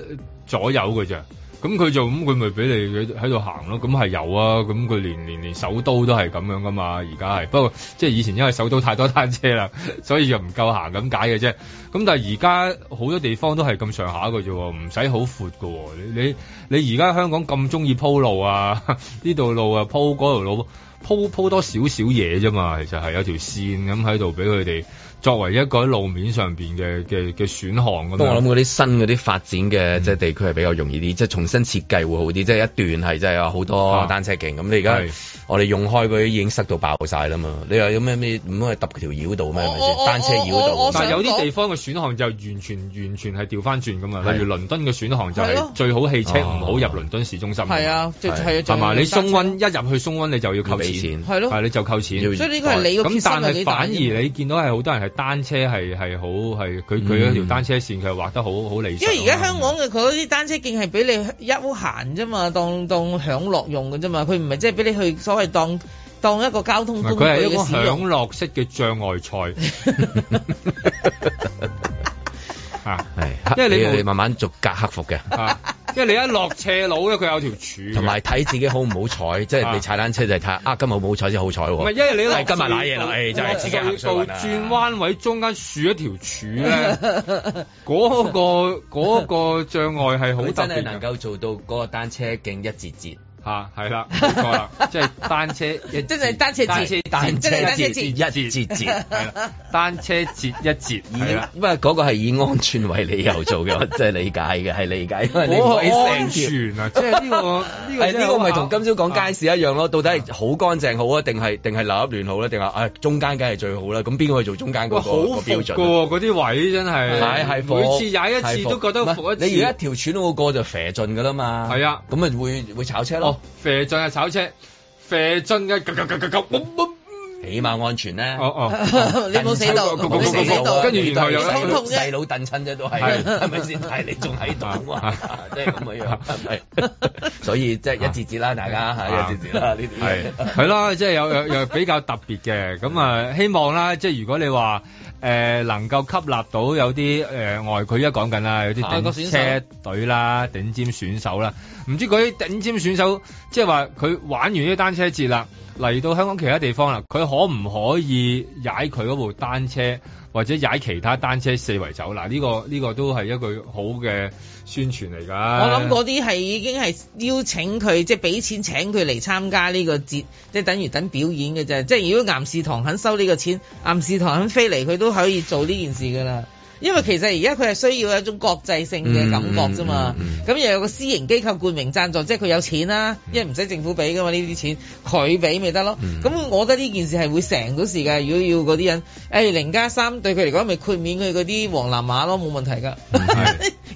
Speaker 3: 左右嘅咋。咁佢就咁，佢咪俾你喺度行咯。咁係有啊，咁佢連連連首都都係咁樣噶嘛。而家係不過即係以前因為首都太多單車啦，所以就唔夠行咁解嘅啫。咁但係而家好多地方都係咁上下嘅啫喎，唔使好闊嘅喎。你你你而家香港咁中意鋪路啊， 呢度路啊鋪嗰條路鋪鋪多少少嘢啫嘛，其實係有條線咁喺度俾佢哋作為一個喺路面上邊嘅嘅嘅選項咁
Speaker 2: 不過我
Speaker 3: 樣
Speaker 2: 諗。嗰啲新嗰啲發展嘅即係地區係比較容易啲，即係重新設計會好啲，即係一段係真係有好多單車徑咁。你而家我哋用開嗰啲已經塞到爆晒啦嘛，你又有咩咩唔可以揼條繞道咩？係咪
Speaker 3: 我
Speaker 2: 先？單車繞道，
Speaker 3: 但係有啲地方嘅選項就完全完全係調翻轉噶嘛，
Speaker 2: 係
Speaker 3: 例如倫敦嘅選項就
Speaker 4: 係咯
Speaker 3: 係最好汽車
Speaker 2: 哦
Speaker 3: 唔好入倫敦市中心㗎嘛。
Speaker 4: 係啊最係啊
Speaker 3: 同埋你
Speaker 4: 最
Speaker 3: 松温一入去松温你就要扣
Speaker 2: 要俾
Speaker 3: 錢，
Speaker 2: 錢
Speaker 4: 係咯
Speaker 3: 你就扣錢。
Speaker 4: 所以呢個係你個決
Speaker 3: 咁，
Speaker 4: 心
Speaker 3: 但
Speaker 4: 有
Speaker 3: 係
Speaker 4: 幾
Speaker 3: 反
Speaker 4: 大
Speaker 3: 而
Speaker 4: 啫
Speaker 3: 你見到係好多人係單車係係好係佢佢
Speaker 2: 嗯
Speaker 3: 一條單車線佢係畫得好好理
Speaker 4: 因
Speaker 3: 想啊。
Speaker 4: 為而家香港嘅佢嗰啲單車徑係俾你休閒啫嘛，當當享樂用嘅啫嘛，佢唔係即係俾你去所謂當當一個交通
Speaker 3: 唔
Speaker 4: 工
Speaker 3: 係
Speaker 4: 具
Speaker 3: 佢係一
Speaker 4: 嘅
Speaker 3: 個
Speaker 4: 使用
Speaker 3: 享。樂式嘅障礙賽。 啊，
Speaker 2: 係
Speaker 3: 因為你冇
Speaker 2: 你你慢慢逐格克 服嘅。
Speaker 3: 啊，因為你一落斜路咧，佢有條柱嘅。
Speaker 2: 同埋睇自己好唔好彩，即係你踩單車就係睇下啊，今日好唔好彩先好彩喎。
Speaker 3: 唔係，因為你落
Speaker 2: 係哎今日瀨嘢
Speaker 3: 隧
Speaker 2: 啦，
Speaker 3: 道
Speaker 2: 誒就係自己行水
Speaker 3: 落隧
Speaker 2: 運
Speaker 3: 道
Speaker 2: 啦。
Speaker 3: 轉彎位中間豎一條柱咧， 嗰個嗰個障礙係好
Speaker 2: 佢
Speaker 3: 特
Speaker 2: 真係
Speaker 3: 別
Speaker 2: 能
Speaker 3: 嘅。
Speaker 2: 夠做到嗰個單車徑一節節。
Speaker 3: 嚇，係啦，冇錯啦，即係單車一
Speaker 4: 真係單車節
Speaker 3: 單車單車
Speaker 4: 真係單車
Speaker 3: 節
Speaker 4: 節
Speaker 2: 一節節，
Speaker 3: 係啊啦，單車節一節係啦。
Speaker 2: 因為嗰個係啊以安全為理由做 嘅，我真係理解嘅，係理解，因為你唔可以
Speaker 3: 我
Speaker 2: 成
Speaker 3: 安
Speaker 2: 條
Speaker 3: 全啊！即係呢 個呢個
Speaker 2: 係
Speaker 3: 真係
Speaker 2: 呢個咪
Speaker 3: 好啊
Speaker 2: 同今朝講街市一樣咯，到底係好乾淨好啊，定係定係立一亂好咧，定係誒中間梗係最好啦？咁邊個去做中間嗰
Speaker 3: 哇，
Speaker 2: 個
Speaker 3: 好
Speaker 2: 個
Speaker 3: 服
Speaker 2: 標
Speaker 3: 㗎
Speaker 2: 準啊？
Speaker 3: 喎，嗰啲位真係
Speaker 2: 係係服
Speaker 3: 每次踩一
Speaker 2: 係
Speaker 3: 次
Speaker 2: 服
Speaker 3: 都覺得服一次。
Speaker 2: 唔係你而家一條串路過就肥盡㗎啦嘛。
Speaker 3: 係啊，
Speaker 2: 咁咪會會炒車
Speaker 3: 哦
Speaker 2: 咯，，
Speaker 3: 啡樽係炒車，啡樽嘅咁咁咁咁
Speaker 2: 嗯
Speaker 3: 咁，
Speaker 2: 起碼安全咧。
Speaker 3: 哦哦，
Speaker 4: 你冇死到
Speaker 2: 冇
Speaker 4: 你死到
Speaker 3: 跟
Speaker 2: 跟
Speaker 3: 住
Speaker 2: 住然
Speaker 3: 然
Speaker 2: 後
Speaker 3: 後
Speaker 2: 又
Speaker 3: 又
Speaker 2: 啊細佬
Speaker 4: 痛啫
Speaker 2: 細佬燉親啫，都係
Speaker 3: 係
Speaker 2: 係咪先？但係你仲喺 度啊嘛， 即係咁嘅樣，係咪？ 所以即係一節節啦，大
Speaker 4: 啊
Speaker 2: 家係一節節啦，呢啲
Speaker 3: 啊係 係啦，即係有有有比較特別嘅，咁啊希望啦，即係如果你話誒、能夠吸納到有啲誒、呃外，佢而家講緊啦，有啲
Speaker 4: 外啊國選
Speaker 3: 頂
Speaker 4: 手
Speaker 3: 車隊啦、頂尖選手啦，唔知嗰啲頂尖選手，即係話佢玩完呢單車節啦，嚟到香港其他地方啦，佢可唔可以踩佢嗰部單車？或者踩其他單車四圍走嗱，呢、個呢、個都係一句好嘅宣傳嚟㗎。
Speaker 4: 我諗嗰啲係已經係邀請佢，即係俾錢請佢嚟參加呢個節，即係等於等表演嘅啫。即係如果岩士堂肯收呢個錢，岩士堂肯飛嚟，佢都可以做呢件事㗎啦。因為其實而家佢係需要一種國際性嘅感覺啫嘛。咁、又有個私營機構冠名贊助，即係佢有錢啦、因為唔使政府俾㗎嘛呢啲錢，佢俾咪得咯。咁、我覺得呢件事係會成到事㗎。如果要嗰啲哎人，誒、零加三對佢嚟講，咪豁免佢嗰啲黃藍馬咯，冇問題㗎。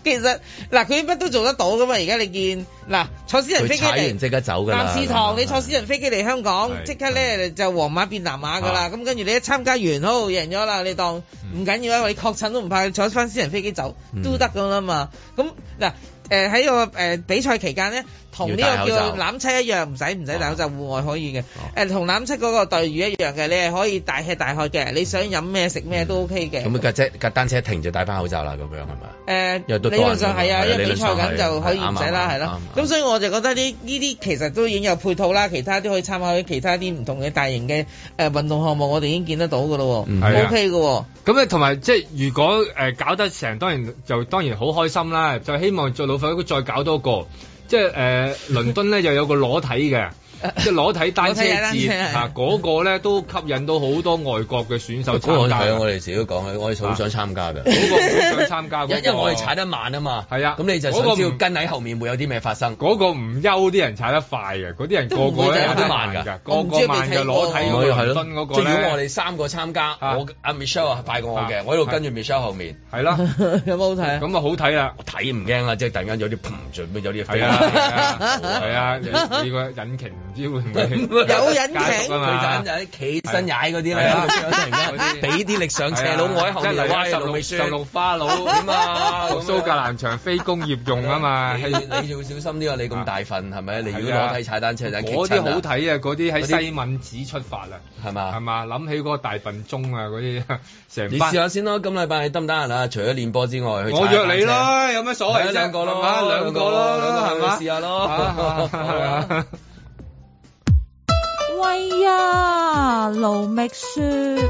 Speaker 4: 其實嗱，佢乜都做得到噶嘛。而家你見嗱，坐私人飛
Speaker 2: 佢
Speaker 4: 機
Speaker 2: 踩完
Speaker 4: 嚟。
Speaker 2: 即刻走㗎啦。
Speaker 4: 南市堂，你坐私人飛機嚟香港， 即刻咧就皇馬變藍馬㗎啦。
Speaker 2: 啊
Speaker 4: 咁跟住你一參加完，好贏咗啦，你當唔緊要啊，你確診都唔怕，你坐翻私人飛機走
Speaker 2: 嗯
Speaker 4: 都得㗎啦嘛。咁嗱誒喺個誒比賽期間咧，同呢
Speaker 2: 要戴
Speaker 4: 個
Speaker 2: 口罩
Speaker 4: 叫攬七一樣，唔使唔使戴口罩，戶外可以嘅。誒同攬七嗰個待遇一樣嘅，你係可以大吃大喝嘅，你想飲咩食咩都 OK 嘅。
Speaker 2: 咁架車架單車停就戴翻口罩啦，咁樣係咪？
Speaker 4: 誒
Speaker 2: 因為都
Speaker 4: 呃理
Speaker 2: 多人
Speaker 4: 論上係啊，
Speaker 2: 㗎嘛
Speaker 4: 因為
Speaker 2: 理論
Speaker 4: 比賽
Speaker 2: 上係
Speaker 4: 緊就可以唔使啦，
Speaker 2: 啱啱啊
Speaker 4: 係咯。咁所以我就覺得呢呢啲其實都已經有配套啦，其他都可以參考啲其他啲唔同嘅大型嘅誒運動項目，我哋已經見得到㗎咯
Speaker 3: 嗯係
Speaker 4: 喎
Speaker 3: 啊
Speaker 4: ，OK 㗎喎。
Speaker 3: 咁咧，同埋即係如果誒、呃搞得成，當然就當然好開心啦。就希望再老快再搞多個，即係誒、呃、倫敦咧又有個裸體 嘅，即係裸體單車
Speaker 2: 裸體單車
Speaker 3: 節啊，嗰、個咧都吸引到好多外國嘅選手
Speaker 2: 嗰個
Speaker 3: 參加
Speaker 2: 係啊
Speaker 3: 㗎。
Speaker 2: 我哋自己都講嘅，我哋好想參加嘅。
Speaker 3: 嗰個好想參加嗰個
Speaker 2: 因為我哋踩得慢啊嘛。
Speaker 3: 係啊，
Speaker 2: 咁你就想知道跟喺後面會有啲咩發生？
Speaker 3: 嗰個唔休啲人踩得快嘅，嗰啲人個個咧
Speaker 2: 都唔會踩得慢㗎
Speaker 3: 㗎，個個慢嘅裸體嗰
Speaker 2: 我唔知
Speaker 3: 個啊倫
Speaker 2: 有冇睇過
Speaker 3: 敦嗰個
Speaker 2: 啊即係如
Speaker 3: 咧
Speaker 2: 果我哋三個參加，我阿 Michelle 係快過我嘅，
Speaker 3: 啊
Speaker 2: 我喺度跟住 Michelle 後面。
Speaker 3: 係 啦，
Speaker 4: 有冇好睇啊？
Speaker 3: 咁啊好睇啦，
Speaker 2: 我睇唔驚啦，啊即係突然間有啲砰，準備有啲
Speaker 3: 係 啊係啊，你你個引擎唔知會唔會
Speaker 2: 有引擎
Speaker 3: 加速啊嘛
Speaker 2: 佢就係企身踩嗰啲咧
Speaker 3: 係啊
Speaker 2: 突然間俾啲力上斜佬，我喺後面
Speaker 3: 即係嚟
Speaker 2: 歪
Speaker 3: 緊
Speaker 2: 路未
Speaker 3: 十
Speaker 2: 輸
Speaker 3: 六十六花佬
Speaker 2: 點啊？咁樣
Speaker 3: 蘇格蘭場非工業用 啊嘛，
Speaker 2: 你你要小心啲啊！你咁大份係咪？你如果
Speaker 3: 係啊
Speaker 2: 裸體踩單車，就
Speaker 3: 嗰啲好睇啊！嗰啲喺西
Speaker 2: 文。
Speaker 3: 敏寺出發啊，
Speaker 2: 係嘛？
Speaker 3: 係嘛？諗起嗰個大笨鐘啊，嗰啲 成
Speaker 2: 你
Speaker 3: 班
Speaker 2: 試。下先啦，今禮拜你得唔得閒啊？除咗練波之外，去
Speaker 3: 我
Speaker 2: 踩單車
Speaker 3: 約你啦，有咩所謂
Speaker 2: 係啊
Speaker 3: 啫？
Speaker 2: 兩個咯
Speaker 3: 係嘛兩個咯，
Speaker 2: 兩
Speaker 3: 係
Speaker 2: 個
Speaker 3: 嘛？
Speaker 2: 去試下
Speaker 3: 啊啊
Speaker 2: 咯。
Speaker 3: 啊
Speaker 14: 喂呀，盧覓雪。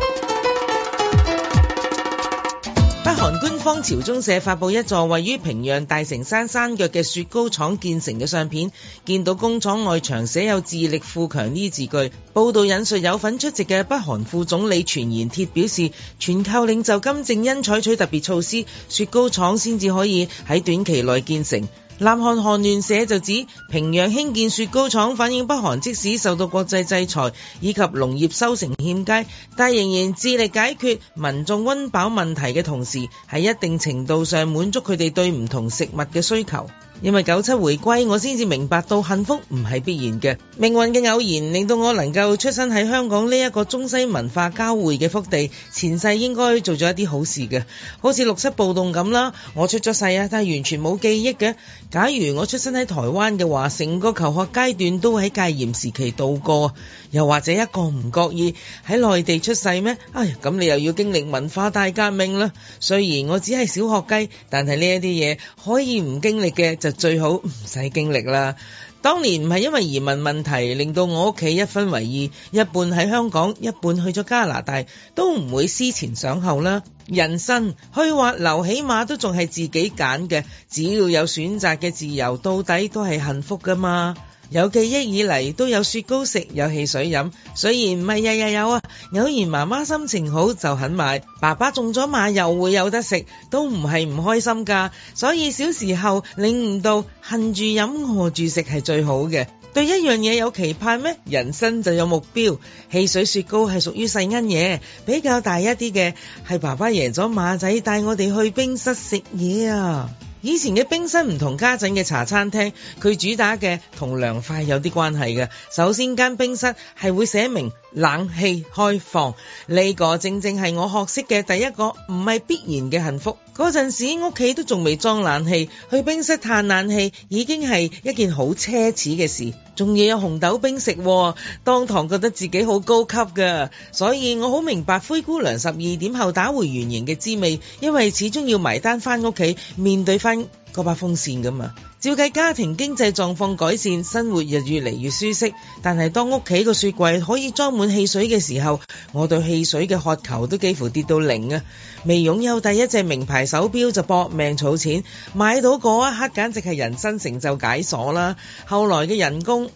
Speaker 4: 北韓官方朝中社發布一座位於平壤大成山山腳嘅雪糕廠建成嘅相片，見到工廠外牆寫有「致力富強」呢字句。報道引述有份出席嘅北韓副總理全賢鐵表示，全靠領袖金正恩採取特別措施，雪糕廠先至可以喺短期內建成。南韓韓聯社就指，平壤興建雪糕廠反映北韓即使受到國際制裁以及農業收成欠佳，但仍然致力解決民眾温飽問題嘅同時，喺一定程度上滿足佢哋對唔同食物嘅需求。因為九七回歸，我先至明白到幸福唔係必然嘅，命運嘅偶然令到我能夠出生喺香港呢一個中西文化交匯嘅福地，前世應該做咗一啲好事嘅，好似六七暴動咁啦，我出咗世啊，但係完全冇記憶嘅。假如我出生喺台灣嘅話，成個求學階段都喺戒嚴時期度過，又或者一個唔覺意喺內地出世咩？唉，咁你又要經歷文化大革命啦。雖然我只係小學雞，但係呢一啲嘢可以唔經歷嘅就最好唔使經歷啦。當年唔係因為移民問題令到我屋企一分為二，一半喺香港，一半去咗加拿大，都唔會思前想後啦。人生去或留，起碼都仲係自己揀嘅，只要有選擇嘅自由，到底都係幸福噶嘛。有記憶以嚟都有雪糕食，有汽水飲，雖然唔係日日有啊，偶然媽媽心情好就肯買，爸爸中咗馬又會有得食，都唔係唔開心㗎。所以小時候領悟到恨住飲餓住食係最好嘅。對一樣嘢有期盼咩？人生就有目標。汽水雪糕係屬於細恩嘢，比較大一啲嘅係爸爸贏咗馬仔帶我哋去冰室食嘢啊！以前嘅冰室唔同家陣嘅茶餐廳，佢主打嘅同涼快有啲關係嘅。首先間冰室係會寫明冷氣開放，呢、個正正係我學識嘅第一個唔係必然嘅幸福。嗰陣時屋企都仲未裝冷氣，去冰室嘆冷氣已經係一件好奢侈嘅事，仲要有紅豆冰食喎，當堂覺得自己好高級㗎。所以我好明白灰姑娘十二點後打回原形嘅滋味，因為始終要埋單返屋企，面對返嗰把風扇㗎嘛。照計家庭經濟狀況改善，生活又越嚟越舒適。但係當屋企個雪櫃可以裝滿汽水嘅時候，我對汽水嘅渴求都幾乎跌到零啊！未擁有第一隻名牌手錶就搏命儲錢，買到嗰一刻簡直係人生成就解鎖啦！後來嘅人工。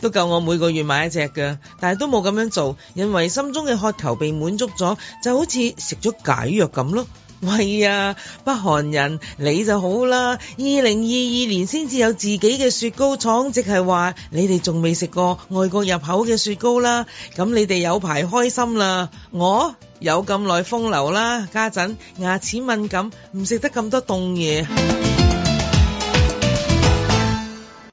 Speaker 4: 都夠我每個月買一隻㗎，但係都冇咁樣做，因為心中嘅渴求被滿足咗，就好似食咗解藥咁咯。 喂啊，北韓人你就好啦，二零二二年先至有自己嘅雪糕廠，即係話你哋仲未食過外國入口嘅雪糕啦，咁你哋有排開心啦，我有咁耐風流啦，家陣牙齒敏感，唔食得咁多凍嘢。